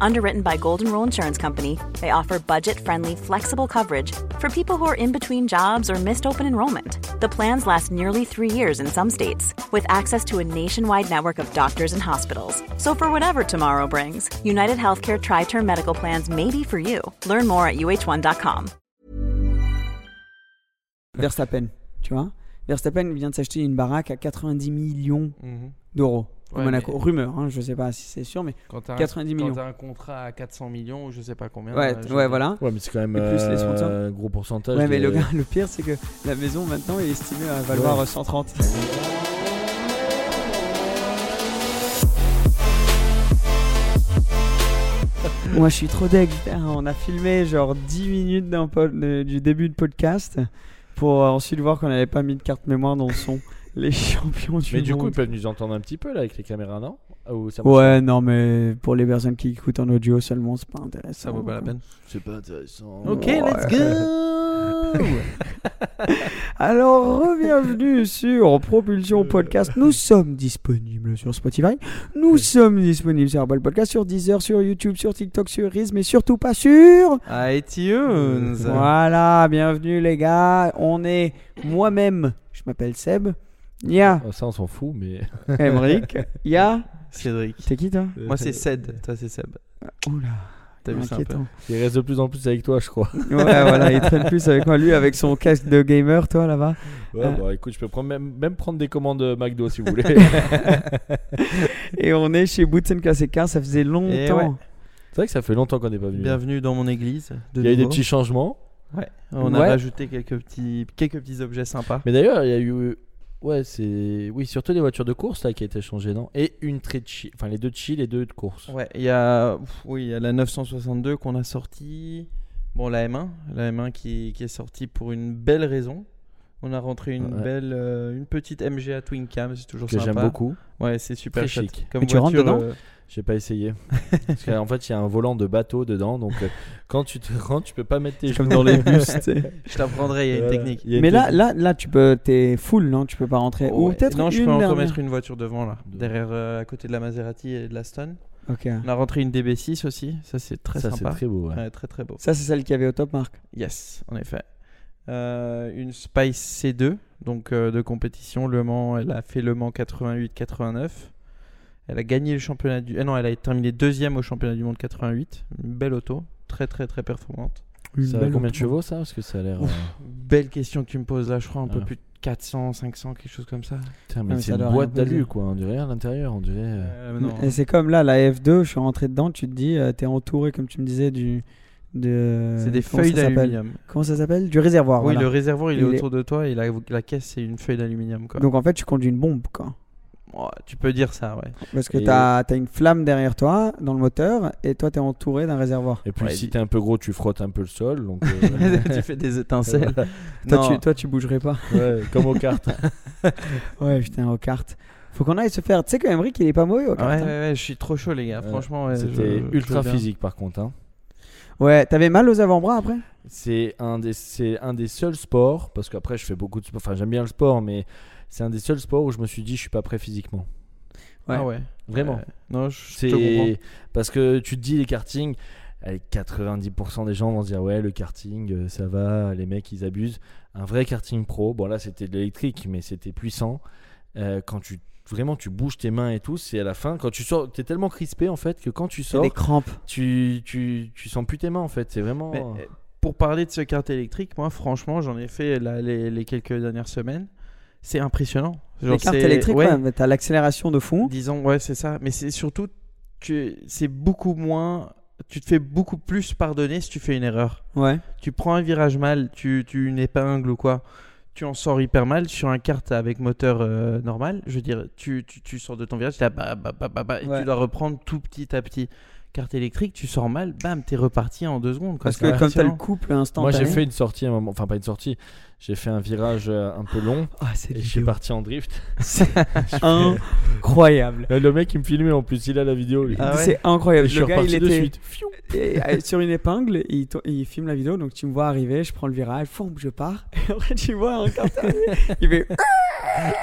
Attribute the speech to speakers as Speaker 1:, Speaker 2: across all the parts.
Speaker 1: Underwritten by Golden Rule Insurance Company, they offer budget friendly, flexible coverage for people who are in between jobs or missed open enrollment. The plans last nearly three years in some states, with access to a nationwide network of doctors and hospitals. So, for whatever tomorrow brings, United Healthcare Tri Term Medical Plans may be for you. Learn more at uh1.com.
Speaker 2: Verstappen, tu vois. Verstappen vient de s'acheter une baraque à 90 millions d'euros à
Speaker 3: Mhm. Ouais,
Speaker 2: Monaco.
Speaker 3: mais-
Speaker 2: Rumeur, hein, je sais pas si c'est sûr, mais
Speaker 3: Quand t'as un-
Speaker 2: 90
Speaker 3: quand
Speaker 2: millions.
Speaker 3: t'as un contrat à 400 millions ou je sais pas combien.
Speaker 2: ouais,
Speaker 3: euh,
Speaker 2: t-
Speaker 3: je-
Speaker 2: ouais, voilà.
Speaker 4: Ouais, mais c'est quand même
Speaker 2: Et plus les
Speaker 4: euh,
Speaker 2: sponsors.
Speaker 4: un gros pourcentage.
Speaker 2: Ouais, mais
Speaker 4: de-
Speaker 2: le, gars, le pire, c'est que la maison maintenant est estimée à valoir
Speaker 4: Ouais.
Speaker 2: 130. Moi, je suis trop deg. putain. On a filmé genre 10 minutes d'un pod- de- du début de podcast pour euh, ensuite voir qu'on n'avait pas mis de carte mémoire dans le son. Les champions du
Speaker 4: Mais du coup,
Speaker 2: monde.
Speaker 4: ils peuvent nous entendre un petit peu là avec les caméras, non Ah, ou ça marche
Speaker 2: Ouais, non, mais pour les personnes qui écoutent en audio seulement, c'est pas intéressant.
Speaker 3: Ça vaut pas la peine.
Speaker 4: pas C'est pas intéressant.
Speaker 3: Ok,
Speaker 2: Ouais.
Speaker 3: let's go
Speaker 2: Alors, bienvenue sur Propulsion Podcast. Nous sommes disponibles sur Spotify. Nous sommes disponibles sur Apple Podcast, sur Deezer, sur YouTube, sur TikTok, sur Riz, mais surtout pas sur.
Speaker 3: iTunes
Speaker 2: Voilà, bienvenue les gars. On est moi-même. Je m'appelle Seb. Il y a
Speaker 4: Ah, ça, on s'en fout, mais.
Speaker 2: Emric. Il y a.
Speaker 3: Cédric.
Speaker 2: T'es qui toi
Speaker 3: Moi c'est Ced, toi c'est Seb.
Speaker 2: Oula,
Speaker 3: T'as vu ça un peu
Speaker 2: inquiétant.
Speaker 4: Il reste de plus en plus avec toi, je crois.
Speaker 2: Ouais, voilà, il traîne plus avec moi. Lui, avec son casque de gamer, toi là-bas.
Speaker 4: Ouais,
Speaker 2: Euh.
Speaker 4: bah écoute, je peux prendre même, même prendre des commandes euh, McDo si vous voulez.
Speaker 2: Et on est chez Boots Classic Car. Ça faisait longtemps.
Speaker 3: ouais.
Speaker 4: C'est vrai que ça fait longtemps qu'on n'est pas venu.
Speaker 3: Bienvenue dans mon église. de
Speaker 4: Il y a eu des
Speaker 3: nouveau.
Speaker 4: petits changements.
Speaker 3: Ouais. On a
Speaker 4: Ouais.
Speaker 3: rajouté quelques petits, quelques petits objets sympas.
Speaker 4: Mais d'ailleurs, il y a eu. Ouais, c'est. Oui, surtout les voitures de course là qui a été changée, non Et une très chill. Enfin, les deux de chill et deux de course.
Speaker 3: Ouais, il y a, pff, oui, il y a la 962 qu'on a sortie. Bon, la M1, la M1 qui, qui est sortie pour une belle raison. On a rentré une
Speaker 4: Ouais.
Speaker 3: belle, euh, une petite MGA Twin Cam, c'est toujours
Speaker 4: que
Speaker 3: sympa.
Speaker 4: j'aime beaucoup.
Speaker 3: Ouais, c'est super
Speaker 4: Très
Speaker 3: chouette.
Speaker 4: chic.
Speaker 3: Comme
Speaker 2: Mais tu rentres
Speaker 3: voiture,
Speaker 2: dedans
Speaker 3: euh,
Speaker 4: J'ai pas essayé. Parce qu'en fait, il y a un volant de bateau dedans. Donc, euh, quand tu te rends, tu peux pas mettre tes
Speaker 2: C'est comme
Speaker 4: genoux.
Speaker 2: dans les bus, tu sais.
Speaker 3: Je t'apprendrai, il y a une
Speaker 4: Voilà.
Speaker 3: technique.
Speaker 4: Il y a une
Speaker 2: Mais là,
Speaker 4: technique.
Speaker 2: là, là, tu peux, t'es full, non Tu peux pas rentrer. Ou
Speaker 3: Ouais.
Speaker 2: peut-être
Speaker 3: non, je
Speaker 2: une
Speaker 3: peux en
Speaker 2: dernière.
Speaker 3: remettre une voiture devant là,
Speaker 4: Deux.
Speaker 3: derrière, euh, à côté de la Maserati et de la Stone.
Speaker 2: Ok.
Speaker 3: On a rentré une DB6 aussi, ça c'est très
Speaker 4: ça, c'est
Speaker 3: sympa.
Speaker 4: très beau. ouais.
Speaker 3: Ouais, très très beau.
Speaker 2: Ça, c'est celle qu'il y avait au top, Marc.
Speaker 3: Yes, en effet. Euh, une Spice C2, donc euh, de compétition. Le Mans, elle a fait Le Mans 88-89. Elle a gagné le championnat du. ah non, elle a terminé deuxième au championnat du monde 88. Une belle auto, très très très performante.
Speaker 4: Ça a combien de chevaux ça Parce que ça a l'air.
Speaker 3: Ouf.
Speaker 4: euh,
Speaker 3: Belle question que tu me poses là, je crois un peu
Speaker 4: Ah.
Speaker 3: plus de 400, 500, quelque chose comme ça.
Speaker 4: Putain,
Speaker 2: Ah,
Speaker 4: mais
Speaker 2: mais
Speaker 4: c'est
Speaker 2: ça
Speaker 4: une
Speaker 2: doit rien
Speaker 4: boîte
Speaker 2: peser.
Speaker 4: d'alu quoi. On dirait rien à l'intérieur. On dirait. euh,
Speaker 3: Euh, non.
Speaker 2: Et c'est comme là, la F2, je suis rentré dedans, tu te dis, euh, t'es entouré, comme tu me disais, du. De...
Speaker 3: C'est des
Speaker 2: euh, comment
Speaker 3: feuilles
Speaker 2: ça s'appelle
Speaker 3: d'aluminium.
Speaker 2: Comment ça s'appelle Du réservoir.
Speaker 3: oui,
Speaker 2: voilà.
Speaker 3: le réservoir il,
Speaker 2: Il
Speaker 3: est
Speaker 2: est-
Speaker 3: autour de toi et la, la caisse c'est une feuille d'aluminium quoi.
Speaker 2: Donc en fait, tu conduis une bombe, quoi.
Speaker 3: Oh, tu peux dire ça, ouais.
Speaker 2: Parce que
Speaker 4: Et-
Speaker 2: t'as as une flamme derrière toi, dans le moteur, et toi, t'es entouré d'un réservoir.
Speaker 4: Et puis
Speaker 3: Ouais,
Speaker 4: si
Speaker 3: il-
Speaker 4: t'es un peu gros, tu frottes un peu le sol. Donc, euh,
Speaker 3: tu fais des étincelles.
Speaker 2: Toi
Speaker 3: Euh, Non.
Speaker 2: tu, toi, tu bougerais pas.
Speaker 4: ouais, comme aux cartes.
Speaker 2: Ouais, putain, aux cartes. Faut qu'on aille se faire. Tu sais que Emmerich, il est pas mauvais aux
Speaker 3: Ouais,
Speaker 2: cartes.
Speaker 3: ouais,
Speaker 2: hein.
Speaker 3: ouais, je suis trop chaud, les gars.
Speaker 2: Euh,
Speaker 4: Ouais,
Speaker 3: Franchement, ouais,
Speaker 4: C'était
Speaker 3: je- je veux
Speaker 4: ultra
Speaker 3: bien.
Speaker 4: physique par contre. hein.
Speaker 2: ouais t'avais mal aux avant-bras après
Speaker 4: C'est un des c'est un des seuls sports parce qu'après je fais beaucoup de sport. Enfin j'aime bien le sport, mais c'est un des seuls sports où je me suis dit je suis pas prêt physiquement.
Speaker 2: Ouais.
Speaker 3: Ah ouais.
Speaker 4: Vraiment.
Speaker 3: Ouais. Non, je je te comprends.
Speaker 4: c'est parce que tu te dis les kartings. allez, 90% des gens vont se dire ouais le karting euh, ça va les mecs ils abusent un vrai karting pro bon là c'était de l'électrique mais c'était puissant Euh, quand tu vraiment tu bouges tes mains et tout c'est à la fin quand tu sors t'es tellement crispé en fait que quand tu
Speaker 3: Eh,
Speaker 2: C'est
Speaker 4: sors
Speaker 2: des crampes.
Speaker 4: tu, tu, tu sens plus tes mains en fait c'est
Speaker 2: Oh.
Speaker 4: vraiment
Speaker 3: Mais, euh, pour parler de ce kart électrique, moi, franchement, j'en ai fait là, les, les quelques dernières semaines. C'est impressionnant. Genre,
Speaker 2: les cartes
Speaker 3: c'est-
Speaker 2: électriques,
Speaker 3: ouais,
Speaker 2: ouais, mais t'as l'accélération de fond.
Speaker 3: Disons, ouais, c'est ça. Mais c'est surtout que c'est beaucoup moins tu te fais beaucoup plus pardonner si tu fais une erreur.
Speaker 2: Ouais.
Speaker 3: Tu prends un virage mal, tu, tu une épingle ou quoi, tu en sors hyper mal sur un kart avec moteur euh, normal. Je veux dire, tu, tu, tu sors de ton virage, tu, bah, bah, bah, bah, bah, et
Speaker 2: Ouais.
Speaker 3: tu dois reprendre tout petit à petit. Carte électrique, tu sors mal, bam, t'es reparti en deux secondes. quoi.
Speaker 2: Parce
Speaker 3: C'est
Speaker 2: que comme t'as le
Speaker 3: impressionnant.
Speaker 2: couple
Speaker 4: Moi,
Speaker 2: instantané.
Speaker 4: j'ai fait une sortie à un moment, enfin pas une sortie, j'ai fait un virage euh, un peu long
Speaker 2: Ah, c'est
Speaker 4: et je suis parti en drift.
Speaker 2: incroyable.
Speaker 4: Là, le mec, il me filmait en plus, il a la vidéo. lui.
Speaker 3: Ah ouais.
Speaker 2: C'est incroyable.
Speaker 4: Et je suis
Speaker 2: le gars, il
Speaker 4: reparti de
Speaker 2: était
Speaker 4: suite.
Speaker 2: et- et sur une épingle, il, to- il filme la vidéo, donc tu me vois arriver, je prends le virage, foum, je pars. Et après, tu vois un carton, il fait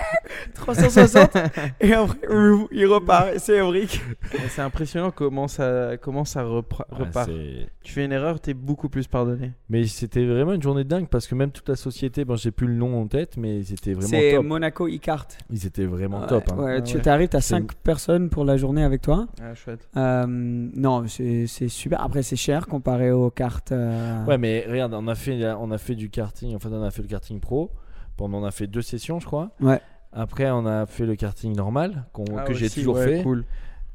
Speaker 2: 360 et après, ouf, il repart. Et C'est Emric.
Speaker 3: Mais C'est impressionnant comment ça, comment ça repra-
Speaker 4: Ouais,
Speaker 3: repart.
Speaker 4: c'est-
Speaker 3: Tu fais une erreur, t'es beaucoup plus pardonné.
Speaker 4: Mais c'était vraiment une journée de dingue parce que même toute la société, bon, j'ai plus le nom en tête, mais ils étaient vraiment
Speaker 2: C'est
Speaker 4: top.
Speaker 2: Monaco e-cart.
Speaker 4: Ils étaient vraiment
Speaker 2: Ouais,
Speaker 4: top. hein.
Speaker 2: ouais, tu
Speaker 3: Ah ouais.
Speaker 2: arrives, t'as
Speaker 4: C'est-
Speaker 2: 5 personnes pour la journée avec toi.
Speaker 3: Ah, chouette.
Speaker 2: Euh, non, c'est c'est super. Après, c'est cher comparé aux cartes. euh,
Speaker 4: Ouais, mais regarde, on a fait, on a fait du karting. Enfin, on a fait le karting pro. Pendant, on a fait deux sessions, je crois.
Speaker 2: Ouais.
Speaker 4: Après, on a fait le karting normal qu'on-
Speaker 3: Ah,
Speaker 4: que j'ai
Speaker 3: aussi,
Speaker 4: toujours
Speaker 3: ouais,
Speaker 4: fait,
Speaker 3: Cool.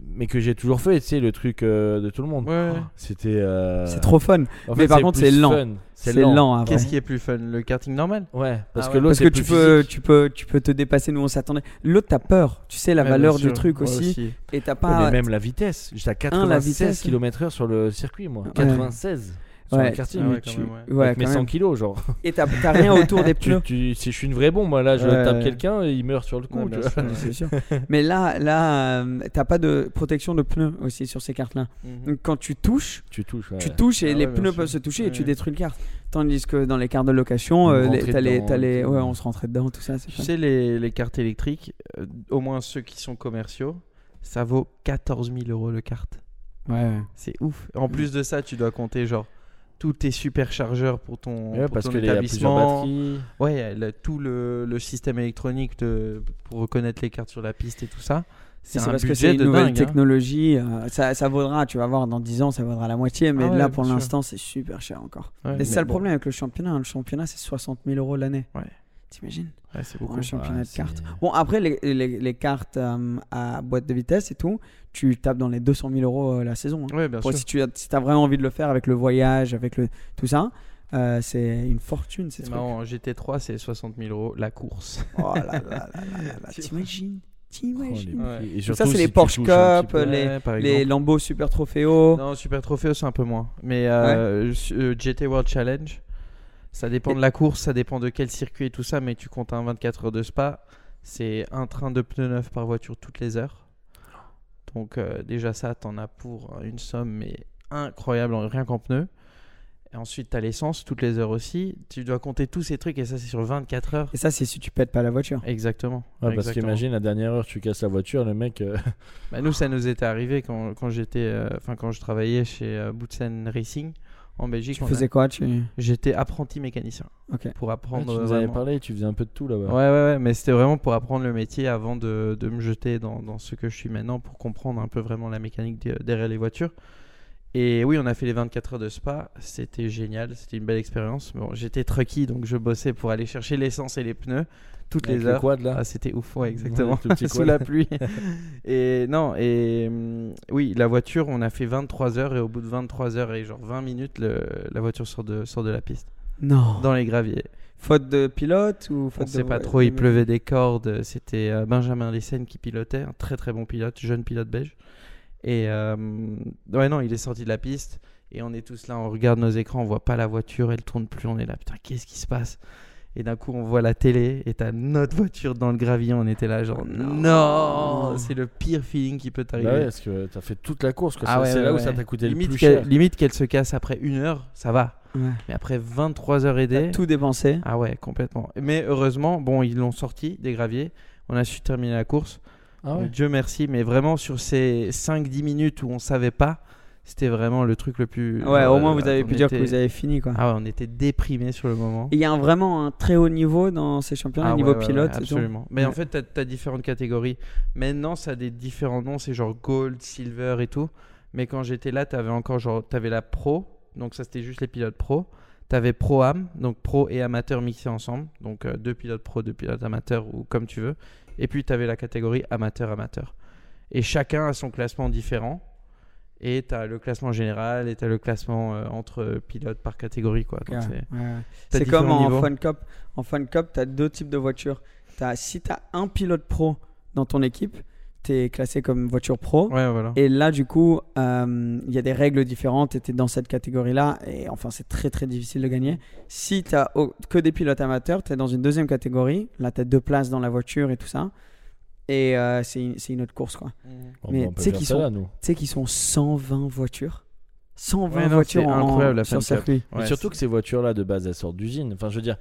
Speaker 4: mais que j'ai toujours fait. Tu sais, le truc euh, de tout le monde.
Speaker 3: Ouais.
Speaker 4: C'était. euh,
Speaker 2: C'est trop fun.
Speaker 4: en
Speaker 2: mais
Speaker 4: fait,
Speaker 2: par contre,
Speaker 4: plus
Speaker 2: c'est lent.
Speaker 4: fun.
Speaker 2: C'est lent. avant.
Speaker 3: Qu'est-ce qui est plus fun Le karting normal
Speaker 4: Ouais, parce
Speaker 3: Ah
Speaker 4: que
Speaker 3: ouais.
Speaker 4: l'autre,
Speaker 2: Parce
Speaker 4: c'est
Speaker 2: que
Speaker 4: plus
Speaker 2: tu peux,
Speaker 4: physique.
Speaker 2: tu, peux, tu peux te dépasser, nous on s'attendait. L'autre, t'as peur, tu sais la
Speaker 3: Ouais,
Speaker 2: valeur du
Speaker 3: bien sûr.
Speaker 2: truc
Speaker 3: Ouais,
Speaker 2: aussi. Et t'as
Speaker 4: Ouais,
Speaker 2: pas.
Speaker 4: mais même la vitesse. J'étais à
Speaker 2: Un, la vitesse,
Speaker 4: 96 km/h sur le circuit, moi.
Speaker 2: Ouais.
Speaker 4: 96 sur
Speaker 2: Ouais.
Speaker 4: le karting.
Speaker 3: Ah ouais,
Speaker 4: tu-
Speaker 3: quand même, ouais.
Speaker 2: Ouais,
Speaker 4: avec mes
Speaker 2: quand
Speaker 4: 100
Speaker 2: même.
Speaker 4: kilos, genre.
Speaker 2: Et t'as t'as rien autour des
Speaker 4: tu,
Speaker 2: pneus.
Speaker 4: tu- si je suis une vraie bombe, moi, là, je
Speaker 3: Ouais.
Speaker 4: tape quelqu'un et il meurt sur le coup.
Speaker 3: Ouais,
Speaker 4: tu
Speaker 3: bien
Speaker 4: vois.
Speaker 3: sûr, ouais.
Speaker 2: C'est sûr. Mais là, là euh, t'as pas de protection de pneus aussi sur ces cartes-là.
Speaker 3: Mhm.
Speaker 2: Donc quand tu touches,
Speaker 4: Tu touches. ouais.
Speaker 2: tu touches et
Speaker 3: Ah
Speaker 2: les
Speaker 3: ouais, bien
Speaker 2: pneus
Speaker 3: sûr.
Speaker 2: peuvent se toucher et tu
Speaker 3: Ouais.
Speaker 2: détruis le carte. Tandis que dans les cartes de location,
Speaker 4: On
Speaker 2: euh, les-
Speaker 4: rentrait
Speaker 2: t'as les,
Speaker 4: dedans,
Speaker 2: t'as les-
Speaker 4: et tout.
Speaker 2: ouais, on se rentrait dedans, tout ça. c'est
Speaker 3: Tu
Speaker 2: fun.
Speaker 3: sais, les, les cartes électriques, euh, au moins ceux qui sont commerciaux, ça vaut 14 000 euros le carte.
Speaker 2: Ouais, ouais.
Speaker 3: C'est ouf.
Speaker 2: Mm.
Speaker 3: En plus de ça, tu dois compter genre tous tes superchargeurs pour ton,
Speaker 4: Ouais,
Speaker 3: pour
Speaker 4: parce
Speaker 3: ton
Speaker 4: qu'il y a plusieurs
Speaker 3: établissement.
Speaker 4: batteries.
Speaker 3: ouais, le- tout le, le système électronique de- pour reconnaître les cartes sur la piste et tout ça. C'est
Speaker 2: C'est
Speaker 3: un
Speaker 2: parce que
Speaker 3: budget
Speaker 2: c'est une
Speaker 3: de
Speaker 2: nouvelle
Speaker 3: dingue. hein.
Speaker 2: technologie. euh, ça, ça vaudra, tu vas voir, dans 10 ans, ça vaudra la moitié. Mais
Speaker 3: Ah ouais,
Speaker 2: là,
Speaker 3: bien
Speaker 2: pour
Speaker 3: sûr.
Speaker 2: l'instant, c'est super cher encore.
Speaker 3: Ouais,
Speaker 2: Et
Speaker 3: mais
Speaker 2: c'est ça le
Speaker 3: bon.
Speaker 2: problème avec le championnat. hein. Le championnat, c'est 60 000 euros l'année.
Speaker 3: Ouais.
Speaker 2: T'imagines
Speaker 3: Ouais, c'est
Speaker 2: Pour
Speaker 3: beaucoup.
Speaker 2: un championnat
Speaker 4: Ouais,
Speaker 2: de cartes.
Speaker 4: c'est-
Speaker 2: Bon, après, les, les- les cartes euh, à boîte de vitesse et tout, tu tapes dans les 200 000 euros euh, la saison. hein.
Speaker 3: Ouais, bien
Speaker 2: Pour-
Speaker 3: sûr.
Speaker 2: si tu as, si t'as vraiment envie de le faire avec le voyage, avec le, tout ça, euh, c'est une fortune ces
Speaker 3: C'est
Speaker 2: trucs.
Speaker 3: marrant, hein, GT3 c'est 60 000 euros la course.
Speaker 2: Oh là là là là là là, T'imagines
Speaker 4: Oh, les
Speaker 2: T'imagines
Speaker 3: Ouais.
Speaker 4: prix. Et
Speaker 2: ça,
Speaker 4: surtout,
Speaker 2: c'est les
Speaker 4: si tu
Speaker 2: Porsche
Speaker 4: touches un
Speaker 2: Cup,
Speaker 4: petit peu-
Speaker 2: les-
Speaker 3: Ouais, par
Speaker 2: Les
Speaker 3: exemple.
Speaker 2: Lambo Super Trofeo.
Speaker 3: Non, Super Trophéos, c'est un peu moins. Mais euh, su- euh, GT World Challenge, ça dépend
Speaker 2: Et-
Speaker 3: de la course, ça dépend de quel circuit et tout ça, mais tu comptes un 24 heures de spa, c'est un train de pneus neufs par voiture toutes les heures. Donc euh, déjà ça, t'en as pour une somme mais incroyable en- rien qu'en pneus. Et ensuite, t'as l'essence toutes les heures aussi. Tu dois compter tous ces trucs et ça, c'est sur 24 heures.
Speaker 2: Et ça, c'est si tu pètes pas la voiture.
Speaker 3: Exactement.
Speaker 4: Ouais, parce
Speaker 3: Exactement.
Speaker 4: qu'imagine, la dernière heure, tu casses la voiture, le mec. euh,
Speaker 3: Bah, nous, ça nous était arrivé quand, quand j'étais, euh, enfin quand je travaillais chez euh, Bootsen Racing en Belgique.
Speaker 2: Tu
Speaker 3: on a-
Speaker 2: faisais quoi tu...
Speaker 3: J'étais apprenti mécanicien
Speaker 2: Ok.
Speaker 3: pour apprendre.
Speaker 4: Ah, tu
Speaker 3: euh,
Speaker 4: nous avais
Speaker 3: vraiment-
Speaker 4: parlé, tu faisais un peu de tout
Speaker 3: Ouais,
Speaker 4: là-bas.
Speaker 3: ouais, ouais, mais c'était vraiment pour apprendre le métier avant de, de me jeter dans, dans ce que je suis maintenant pour comprendre un peu vraiment la mécanique de- derrière les voitures. Et oui, on a fait les 24 heures de spa, c'était génial, c'était une belle expérience. Bon, j'étais trucky, donc je bossais pour aller chercher l'essence et les pneus toutes
Speaker 4: Avec
Speaker 3: les
Speaker 4: le
Speaker 3: heures.
Speaker 4: quad, là.
Speaker 3: Ah, c'était ouf, ouais, exactement.
Speaker 4: Ouais, le tout petit
Speaker 3: Sous
Speaker 4: quad.
Speaker 3: la pluie. et non, et hum, oui, la voiture, on a fait 23 heures et au bout de 23 heures et genre 20 minutes, le- la voiture sort de, sort de la piste
Speaker 2: Non.
Speaker 3: dans les graviers.
Speaker 2: Faute de pilote ou
Speaker 3: On
Speaker 2: faute
Speaker 3: ne
Speaker 2: de-
Speaker 3: sait pas trop, il pleuvait des cordes. C'était euh, Benjamin Lissen qui pilotait, un très très bon pilote, jeune pilote belge. Et euh, ouais, non, il est sorti de la piste et on est tous là, on regarde nos écrans, on voit pas la voiture, elle tourne plus, on est là, putain, qu'est-ce qui se passe Et d'un coup, on voit la télé et t'as notre voiture dans le gravier, on était là, genre,
Speaker 2: Oh Non.
Speaker 3: non, c'est le pire feeling qui peut
Speaker 4: Bah
Speaker 3: t'arriver.
Speaker 4: ouais, parce que t'as fait toute la course. quoi.
Speaker 3: Ah
Speaker 4: C'est-
Speaker 3: ouais,
Speaker 4: c'est
Speaker 3: ouais,
Speaker 4: là où
Speaker 3: ouais.
Speaker 4: ça t'a coûté le
Speaker 3: limite
Speaker 4: plus
Speaker 3: qu'elle-
Speaker 4: cher.
Speaker 3: limite qu'elle se casse après une heure, ça va.
Speaker 2: Ouais.
Speaker 3: Mais après 23 heures et des,
Speaker 2: T'as Tout dépensé.
Speaker 3: ah ouais, complètement. Mais heureusement, bon, ils l'ont sorti des graviers. On a su terminer la course.
Speaker 4: Ah
Speaker 3: Donc, Dieu merci, mais vraiment sur ces 5-10 minutes où on savait pas, c'était vraiment le truc le plus.
Speaker 2: Ouais,
Speaker 3: genre,
Speaker 2: au moins
Speaker 3: euh,
Speaker 2: vous avez
Speaker 3: on
Speaker 2: pu dire que
Speaker 3: était-
Speaker 2: vous avez fini quoi.
Speaker 3: Ah ouais, on était déprimés sur le moment.
Speaker 2: Il y a un- vraiment un très haut niveau dans ces championnats,
Speaker 3: Ah
Speaker 2: niveau
Speaker 3: ouais, ouais,
Speaker 2: pilote.
Speaker 3: ouais,
Speaker 2: et tout.
Speaker 3: absolument. Mais en
Speaker 2: Ouais.
Speaker 3: fait, t'as as différentes catégories. Maintenant, ça a des différents noms, c'est genre gold, silver et tout. Mais quand j'étais là, t'avais encore genre t'avais la pro, donc ça c'était juste les pilotes pro. T'avais pro am, donc pro et amateur mixés ensemble, donc euh, deux pilotes pro, deux pilotes amateurs ou comme tu veux. Et puis t'avais la catégorie amateur amateur. Et chacun a son classement différent. Et tu as le classement général et tu as le classement euh, entre pilotes par catégorie. quoi. Donc,
Speaker 2: Ouais,
Speaker 3: c'est-
Speaker 2: ouais, ouais.
Speaker 3: t'as
Speaker 2: C'est comme
Speaker 3: différents
Speaker 2: en
Speaker 3: niveaux.
Speaker 2: Fun Cup. En Fun Cup, tu as deux types de voitures. As, si tu as un pilote pro dans ton équipe, tu es classé comme voiture pro.
Speaker 3: Ouais, voilà.
Speaker 2: Et là, du coup, euh, il y a des règles différentes et tu es dans cette catégorie-là. Et enfin, c'est très très difficile de gagner. Si tu as que des pilotes amateurs, tu es dans une deuxième catégorie. Là, tu as deux places dans la voiture et tout ça. Et euh, c'est une, c'est une autre course, quoi.
Speaker 3: Mmh.
Speaker 4: Bon,
Speaker 2: Mais
Speaker 4: bah, on peut
Speaker 2: tu sais
Speaker 4: faire
Speaker 2: qu'ils
Speaker 4: ça,
Speaker 2: sont-
Speaker 4: là, nous.
Speaker 2: Tu sais qu'ils sont 120 voitures. 120
Speaker 3: Ouais, non,
Speaker 2: voitures
Speaker 3: c'est
Speaker 2: en-
Speaker 3: incroyable, la
Speaker 2: sur
Speaker 3: Fun Cup.
Speaker 2: circuit.
Speaker 4: Mais
Speaker 3: Ouais,
Speaker 4: surtout que ces voitures-là, de base, elles sortent d'usine. Enfin, je veux dire,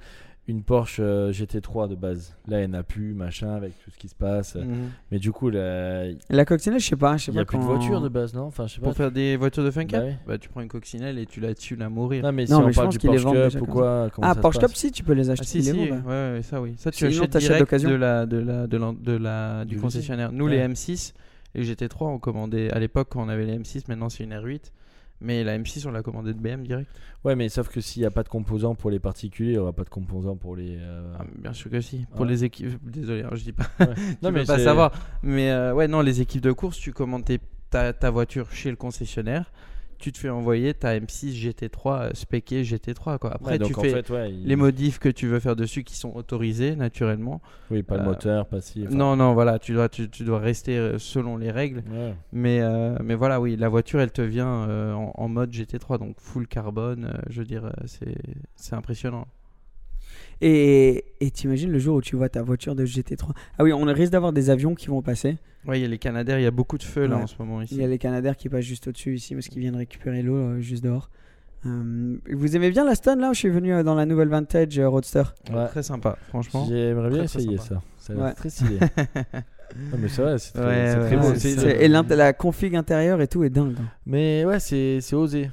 Speaker 4: une Porsche euh, GT3 de base, là, elle n'a plus, machin, avec tout ce qui se passe.
Speaker 3: c'est- Mhm.
Speaker 4: Mais du coup, là, il
Speaker 2: La coccinelle, je sais pas. Je sais
Speaker 4: n'y a
Speaker 2: pas
Speaker 4: plus de
Speaker 2: quand-
Speaker 4: voiture de base, non Enfin, je sais pas.
Speaker 3: Pour faire des voitures de fun cup,
Speaker 4: Bah ouais.
Speaker 3: bah, tu prends une coccinelle et tu la tues à mourir.
Speaker 4: Non, mais si
Speaker 2: Non,
Speaker 4: on
Speaker 2: mais je
Speaker 4: parle
Speaker 2: pense
Speaker 4: du
Speaker 2: qu'ils les
Speaker 4: Porsche
Speaker 2: vendent
Speaker 4: Cup
Speaker 2: déjà
Speaker 4: ou
Speaker 2: comme
Speaker 4: quoi comment
Speaker 2: Ah,
Speaker 4: ça se
Speaker 2: Porsche
Speaker 4: passe
Speaker 2: Cup, si, tu peux les
Speaker 3: Ah,
Speaker 2: acheter.
Speaker 3: si,
Speaker 2: il est
Speaker 3: si,
Speaker 2: bon,
Speaker 3: ouais,
Speaker 2: bah.
Speaker 3: ouais, ça oui. Ça, tu
Speaker 2: Sinon,
Speaker 3: achètes
Speaker 2: t'achètes
Speaker 3: direct
Speaker 2: d'occasion.
Speaker 3: de la, de la, de la, de la, du
Speaker 4: Du
Speaker 3: concessionnaire. Nous,
Speaker 4: Ouais.
Speaker 3: les M6 et le GT3, on commandait à l'époque quand on avait les M6, maintenant c'est une R8. Mais la M6, on l'a commandée de BM direct.
Speaker 4: Ouais, mais sauf que s'il n'y a pas de composants pour les particuliers, il n'y aura pas de composants pour les. euh,
Speaker 3: Ah, mais bien sûr que si. Pour
Speaker 4: Ouais.
Speaker 3: les équipes, désolé, hein, je dis pas.
Speaker 4: Ouais.
Speaker 3: non, mais pas
Speaker 4: c'est-
Speaker 3: savoir. Mais euh, ouais, non, les équipes de course, tu commandes tes- ta, ta voiture chez le concessionnaire, tu te fais envoyer ta M6 GT3 euh, spéquée GT3 quoi.
Speaker 4: Ouais,
Speaker 3: Après,
Speaker 4: donc
Speaker 3: tu
Speaker 4: en
Speaker 3: fais
Speaker 4: fait, ouais, il-
Speaker 3: les modifs que tu veux faire dessus qui sont autorisés naturellement.
Speaker 4: Oui, pas le
Speaker 3: euh,
Speaker 4: moteur, pas si. enfin,
Speaker 3: Non, non, voilà, tu dois, tu, tu dois rester euh, selon les règles.
Speaker 4: ouais.
Speaker 3: Mais, euh, mais voilà, oui, la voiture, elle te vient euh, en, en mode GT3, donc full carbone. euh, je veux dire, euh, c'est c'est impressionnant.
Speaker 2: Et et t'imagines le jour où tu vois ta voiture de GT3. Ah oui, on risque d'avoir des avions qui vont passer.
Speaker 3: Ouais, il y a les Canadaires, il y a beaucoup de feux là
Speaker 2: Ouais.
Speaker 3: en ce moment ici.
Speaker 2: Il y a les Canadaires qui passent juste au-dessus ici parce qu'ils viennent récupérer l'eau euh, juste dehors. Euh, vous aimez bien la Stone là Je suis venu euh, dans la nouvelle Vantage euh, Roadster.
Speaker 4: Ouais.
Speaker 3: Très sympa, franchement.
Speaker 4: J'aimerais bien
Speaker 3: Très, très
Speaker 4: essayer
Speaker 3: sympa.
Speaker 4: ça. Ça a l'air
Speaker 2: Ouais.
Speaker 4: très stylé. non, mais c'est vrai, c'est très,
Speaker 3: Ouais,
Speaker 4: c'est
Speaker 3: ouais, ouais,
Speaker 4: très beau.
Speaker 3: Bah, c'est-
Speaker 4: C'est-
Speaker 2: Ah, C'est- Et l'int- la config intérieure et tout est dingue. hein.
Speaker 4: Mais ouais, c'est c'est osé.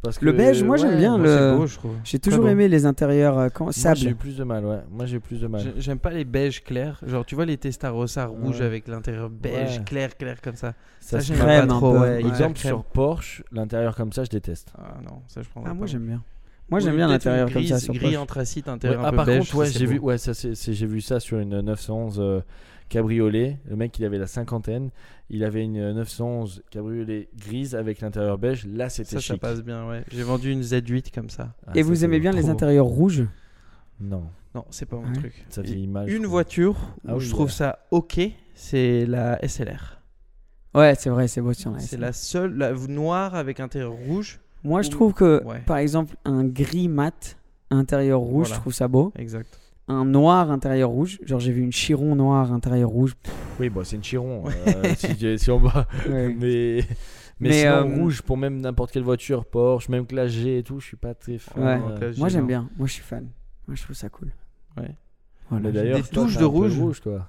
Speaker 4: Parce
Speaker 2: Le
Speaker 4: que,
Speaker 2: beige, moi, j'aime
Speaker 4: ouais,
Speaker 2: bien
Speaker 3: Moi,
Speaker 2: le-
Speaker 3: C'est beau, je trouve.
Speaker 2: J'ai
Speaker 3: Très
Speaker 2: toujours
Speaker 3: beau.
Speaker 2: aimé les intérieurs euh, quand...
Speaker 4: Moi, j'ai eu
Speaker 2: sable.
Speaker 4: plus de mal, ouais. Moi, j'ai eu plus de mal.
Speaker 3: J'ai- J'aime pas les beiges clairs. Genre, tu vois les Testarossa rouges
Speaker 4: Ouais.
Speaker 3: avec l'intérieur beige,
Speaker 4: Ouais.
Speaker 3: clair, clair comme ça.
Speaker 4: Ça,
Speaker 3: j'aime
Speaker 4: se
Speaker 2: crème
Speaker 3: pas
Speaker 2: un
Speaker 3: trop.
Speaker 2: peu.
Speaker 3: ouais, hyper
Speaker 4: Exemple
Speaker 3: crème.
Speaker 4: sur Porsche, l'intérieur comme ça, je déteste.
Speaker 3: Ah non, ça je prendrais
Speaker 2: Ah,
Speaker 3: pas.
Speaker 2: moi j'aime bien. Moi j'aime bien
Speaker 3: peut-être une
Speaker 2: l'intérieur comme ça
Speaker 3: grise-
Speaker 2: sur
Speaker 3: Gris
Speaker 2: Porsche.
Speaker 3: anthracite, intérieur
Speaker 4: Ouais,
Speaker 3: un
Speaker 4: ah,
Speaker 3: peu
Speaker 4: par
Speaker 3: beige,
Speaker 4: contre, ouais,
Speaker 3: ça, c'est
Speaker 4: j'ai
Speaker 3: beau.
Speaker 4: vu, ouais, ça, c'est- c'est- j'ai vu ça sur une 911 euh, cabriolet. Le mec, il avait la cinquantaine. Il avait une euh, 911 cabriolet grise avec l'intérieur beige. Là, c'était
Speaker 3: Ça, ça
Speaker 4: chic.
Speaker 3: passe bien, ouais. J'ai vendu une Z8 comme ça.
Speaker 4: Ah,
Speaker 2: Et
Speaker 4: ça,
Speaker 2: vous
Speaker 4: c'est
Speaker 2: aimez bien les
Speaker 4: trop.
Speaker 2: intérieurs rouges
Speaker 4: Non,
Speaker 3: Non, c'est pas mon
Speaker 2: Ouais.
Speaker 3: truc.
Speaker 4: ça vieillit mal. je
Speaker 3: Une
Speaker 4: trouve.
Speaker 3: voiture
Speaker 4: Ah
Speaker 3: où
Speaker 4: oui,
Speaker 3: je trouve
Speaker 4: ouais.
Speaker 3: ça ok, c'est la SLR.
Speaker 2: Ouais, c'est vrai, c'est beau sur la
Speaker 3: c'est
Speaker 2: SL.
Speaker 3: la seule, la noire avec intérieur rouge.
Speaker 2: Moi je
Speaker 3: Ou-
Speaker 2: trouve que
Speaker 3: Ouais.
Speaker 2: par exemple un gris mat intérieur rouge,
Speaker 3: Voilà.
Speaker 2: je trouve ça beau.
Speaker 3: Exact.
Speaker 2: Un noir intérieur rouge, genre j'ai vu une chiron noire intérieur rouge.
Speaker 4: Oui, bon, c'est une Chiron. euh, si, si on va.
Speaker 2: Ouais.
Speaker 4: Mais. Mais,
Speaker 2: Mais,
Speaker 4: sinon,
Speaker 2: euh,
Speaker 4: rouge pour même n'importe quelle voiture, Porsche, même Classe G et tout, je suis pas très fan.
Speaker 2: Ouais.
Speaker 4: euh,
Speaker 3: Classe G.
Speaker 2: Moi
Speaker 3: J'ai
Speaker 2: j'aime
Speaker 3: non.
Speaker 2: bien, moi je suis fan. Moi je trouve ça cool.
Speaker 3: Ouais.
Speaker 2: Voilà.
Speaker 4: Mais d'ailleurs,
Speaker 3: des
Speaker 4: toi,
Speaker 3: touches
Speaker 4: t'es
Speaker 3: de
Speaker 4: un peu
Speaker 3: rouge.
Speaker 4: rouge, toi.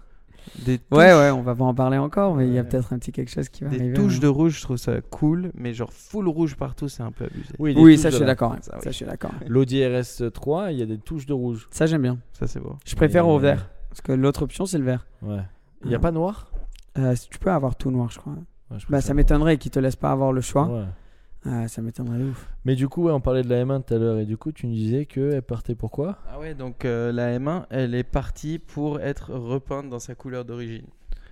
Speaker 3: Des touches,
Speaker 2: Ouais, ouais, on va pas en parler encore, mais il y a
Speaker 4: Ouais.
Speaker 2: peut-être un petit quelque chose qui va
Speaker 3: des
Speaker 2: arriver.
Speaker 3: touches
Speaker 2: hein.
Speaker 3: de rouge, je trouve ça cool, mais genre full rouge partout, c'est un peu abusé.
Speaker 4: Oui, des
Speaker 2: Oui,
Speaker 4: touches
Speaker 2: ça je
Speaker 4: de
Speaker 2: suis
Speaker 4: la-
Speaker 2: d'accord. hein.
Speaker 3: Ça,
Speaker 2: Ça,
Speaker 3: Ah oui.
Speaker 2: je suis d'accord.
Speaker 4: L'Audi RS3, il y a des touches de rouge.
Speaker 2: Ça j'aime bien.
Speaker 3: Ça c'est beau.
Speaker 2: Je préfère
Speaker 4: Et-
Speaker 3: euh,
Speaker 4: euh,
Speaker 2: au vert parce que l'autre option c'est le vert.
Speaker 4: Ouais. Il n'y a
Speaker 2: Ah.
Speaker 4: pas noir
Speaker 2: Euh, tu peux avoir tout noir, je crois.
Speaker 4: Ouais, je
Speaker 2: Bah
Speaker 4: préfère
Speaker 2: ça
Speaker 4: noir.
Speaker 2: m'étonnerait qu'ils te laissent pas avoir le choix.
Speaker 4: Ouais.
Speaker 2: Ah, ça m'étonnerait de ouf.
Speaker 4: Mais du coup, ouais, on parlait de la M1 tout à l'heure et du coup, tu nous disais qu'elle partait pourquoi
Speaker 3: Ah ouais, donc euh, la M1, elle est partie pour être repeinte dans sa couleur d'origine.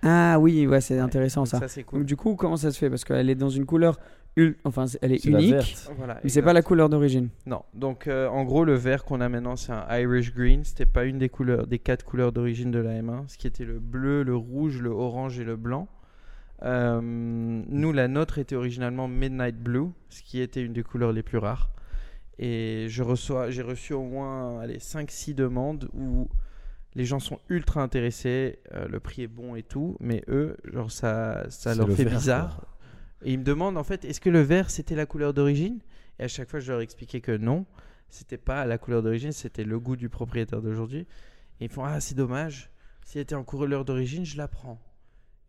Speaker 2: Ah oui, ouais, c'est
Speaker 3: Ouais,
Speaker 2: intéressant
Speaker 3: Donc
Speaker 2: ça.
Speaker 3: Ça c'est
Speaker 2: Donc
Speaker 3: cool.
Speaker 2: du coup, comment ça se fait Parce qu'elle est dans une couleur, ul- enfin, c'est- elle est,
Speaker 4: la
Speaker 2: unique,
Speaker 4: verte.
Speaker 3: Voilà,
Speaker 2: mais c'est pas
Speaker 3: exact.
Speaker 2: la couleur d'origine.
Speaker 3: Non, donc euh, en gros le vert qu'on a maintenant c'est un Irish Green, c'était pas une des couleurs, des quatre couleurs d'origine de la M1, ce qui était le bleu, le rouge, le orange et le blanc. Euh, nous la nôtre était originalement Midnight Blue, ce qui était une des couleurs les plus rares. Et je reçois, j'ai reçu au moins allez, 5-6 demandes où les gens sont ultra intéressés, euh, le prix est bon et tout, mais eux, genre ça, ça
Speaker 4: C'est
Speaker 3: leur
Speaker 4: le
Speaker 3: fait
Speaker 4: vert,
Speaker 3: bizarre.
Speaker 4: quoi.
Speaker 3: Et ils me demandent en fait, est-ce que le vert c'était la couleur d'origine Et à chaque fois, je leur expliquais que non, c'était pas la couleur d'origine, c'était le goût du propriétaire d'aujourd'hui. Et ils font ah c'est dommage, si elle était en couleur d'origine, je la prends.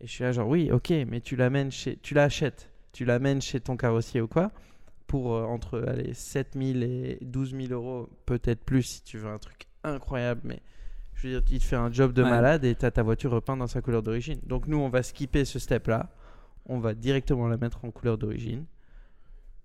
Speaker 3: Et je suis là genre oui, ok, mais tu l'amènes chez, tu l'achètes, tu l'amènes chez ton carrossier ou quoi pour euh, entre allez 7000 et 12 000 euros, peut-être plus si tu veux un truc incroyable, mais je veux dire, il te fait un job de
Speaker 2: Ouais.
Speaker 3: malade et t'as ta voiture repeinte dans sa couleur d'origine. Donc nous, on va skipper ce step-là on va directement la mettre en couleur d'origine.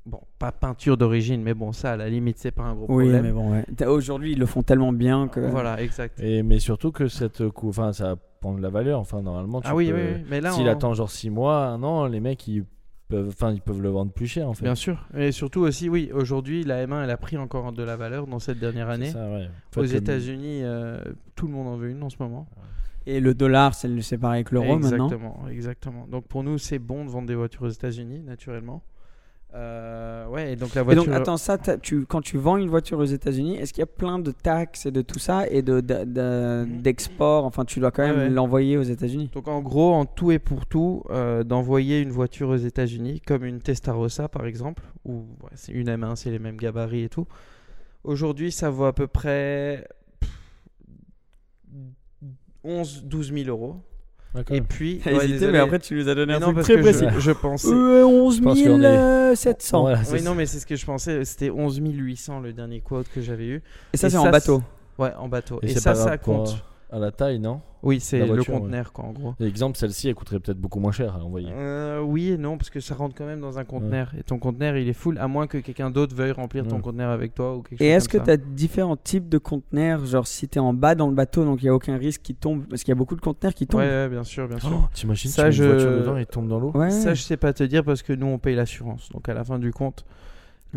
Speaker 3: Bon, pas peinture d'origine, mais bon, ça, à la limite, c'est pas un gros
Speaker 2: Oui,
Speaker 3: problème.
Speaker 2: mais bon, ouais. Ah, T'as- Aujourd'hui, ils le font tellement bien que.
Speaker 3: Voilà, exact.
Speaker 4: Et, euh, mais surtout que cette cou- enfin, ça va prendre de la valeur. Enfin, normalement, tu
Speaker 3: Ah oui,
Speaker 4: peux-
Speaker 3: oui, oui, mais là,
Speaker 4: S'il
Speaker 3: on-
Speaker 4: attend genre 6 mois, un an, les mecs, ils peuvent, enfin, ils peuvent le vendre plus cher en fait.
Speaker 3: Bien sûr. Et surtout aussi, oui, aujourd'hui, la M1, elle a pris encore de la valeur dans cette dernière
Speaker 4: C'est
Speaker 3: année.
Speaker 4: ça, ouais. En fait,
Speaker 3: Aux
Speaker 4: le-
Speaker 3: États-Unis, euh, tout le monde en veut une en ce moment.
Speaker 5: Et le dollar, c'est le séparé avec l'euro maintenant.
Speaker 3: Exactement, exactement. Donc pour nous, c'est bon de vendre des voitures aux États-Unis, naturellement. Euh, ouais, et donc la
Speaker 5: Et
Speaker 3: voiture.
Speaker 5: donc, attends, ça, t'as- tu, quand tu vends une voiture aux États-Unis, est-ce qu'il y a plein de taxes et de tout ça et de- de- de- d'export Enfin, tu dois quand même
Speaker 3: Ouais, ouais.
Speaker 5: l'envoyer aux États-Unis.
Speaker 3: Donc en gros, en tout et pour tout, euh, d'envoyer une voiture aux États-Unis, comme une Testarossa par exemple, ou ouais, c'est une M1, c'est les mêmes gabarits et tout. Aujourd'hui, ça vaut à peu près 11-12 000 euros.
Speaker 4: Ouais, quand
Speaker 3: Et
Speaker 4: même.
Speaker 3: puis,
Speaker 5: T'as
Speaker 3: ouais,
Speaker 5: hésité,
Speaker 3: désolé.
Speaker 5: mais après, tu nous as donné
Speaker 3: Mais non,
Speaker 5: un truc
Speaker 3: parce
Speaker 5: très
Speaker 3: que
Speaker 5: précis.
Speaker 3: Je, je pensais.
Speaker 5: Euh, 11
Speaker 4: pense qu'on est-
Speaker 5: 700.
Speaker 4: Voilà, c'est
Speaker 3: oui,
Speaker 4: ça.
Speaker 3: non, mais c'est ce que je pensais. C'était 11 800 le dernier quote que j'avais eu.
Speaker 5: Et ça,
Speaker 3: Et
Speaker 5: c'est
Speaker 3: ça,
Speaker 5: en bateau.
Speaker 3: Ouais, en bateau. Et,
Speaker 4: c'est
Speaker 3: ça,
Speaker 4: pas grave
Speaker 3: ça
Speaker 4: pour,
Speaker 3: compte.
Speaker 4: euh, À la taille, non
Speaker 3: Oui, c'est
Speaker 4: La
Speaker 3: le
Speaker 4: voiture, ouais.
Speaker 3: conteneur, quoi, en gros.
Speaker 4: Exemple, celle-ci, elle coûterait peut-être beaucoup moins cher à envoyer.
Speaker 3: Euh, oui et non, parce que ça rentre quand même dans un conteneur. Et ton conteneur, il est full, à moins que quelqu'un d'autre veuille remplir ton
Speaker 4: Ouais.
Speaker 3: conteneur avec toi ou quelque
Speaker 5: Et
Speaker 3: chose
Speaker 5: est-ce que
Speaker 3: comme
Speaker 5: tu
Speaker 3: ça.
Speaker 5: as différents types de conteneurs Genre, si tu es en bas dans le bateau, donc il n'y a aucun risque qui tombe, parce qu'il y a beaucoup de conteneurs qui tombent.
Speaker 3: Ouais, ouais, bien sûr, bien sûr.
Speaker 4: Oh, T'imagines
Speaker 3: Ça,
Speaker 4: ça,
Speaker 3: je-
Speaker 4: une voiture dedans et tombe dans l'eau
Speaker 5: Ouais.
Speaker 3: Ça, je sais pas te dire parce que nous, on paye l'assurance. Donc, à la fin du compte,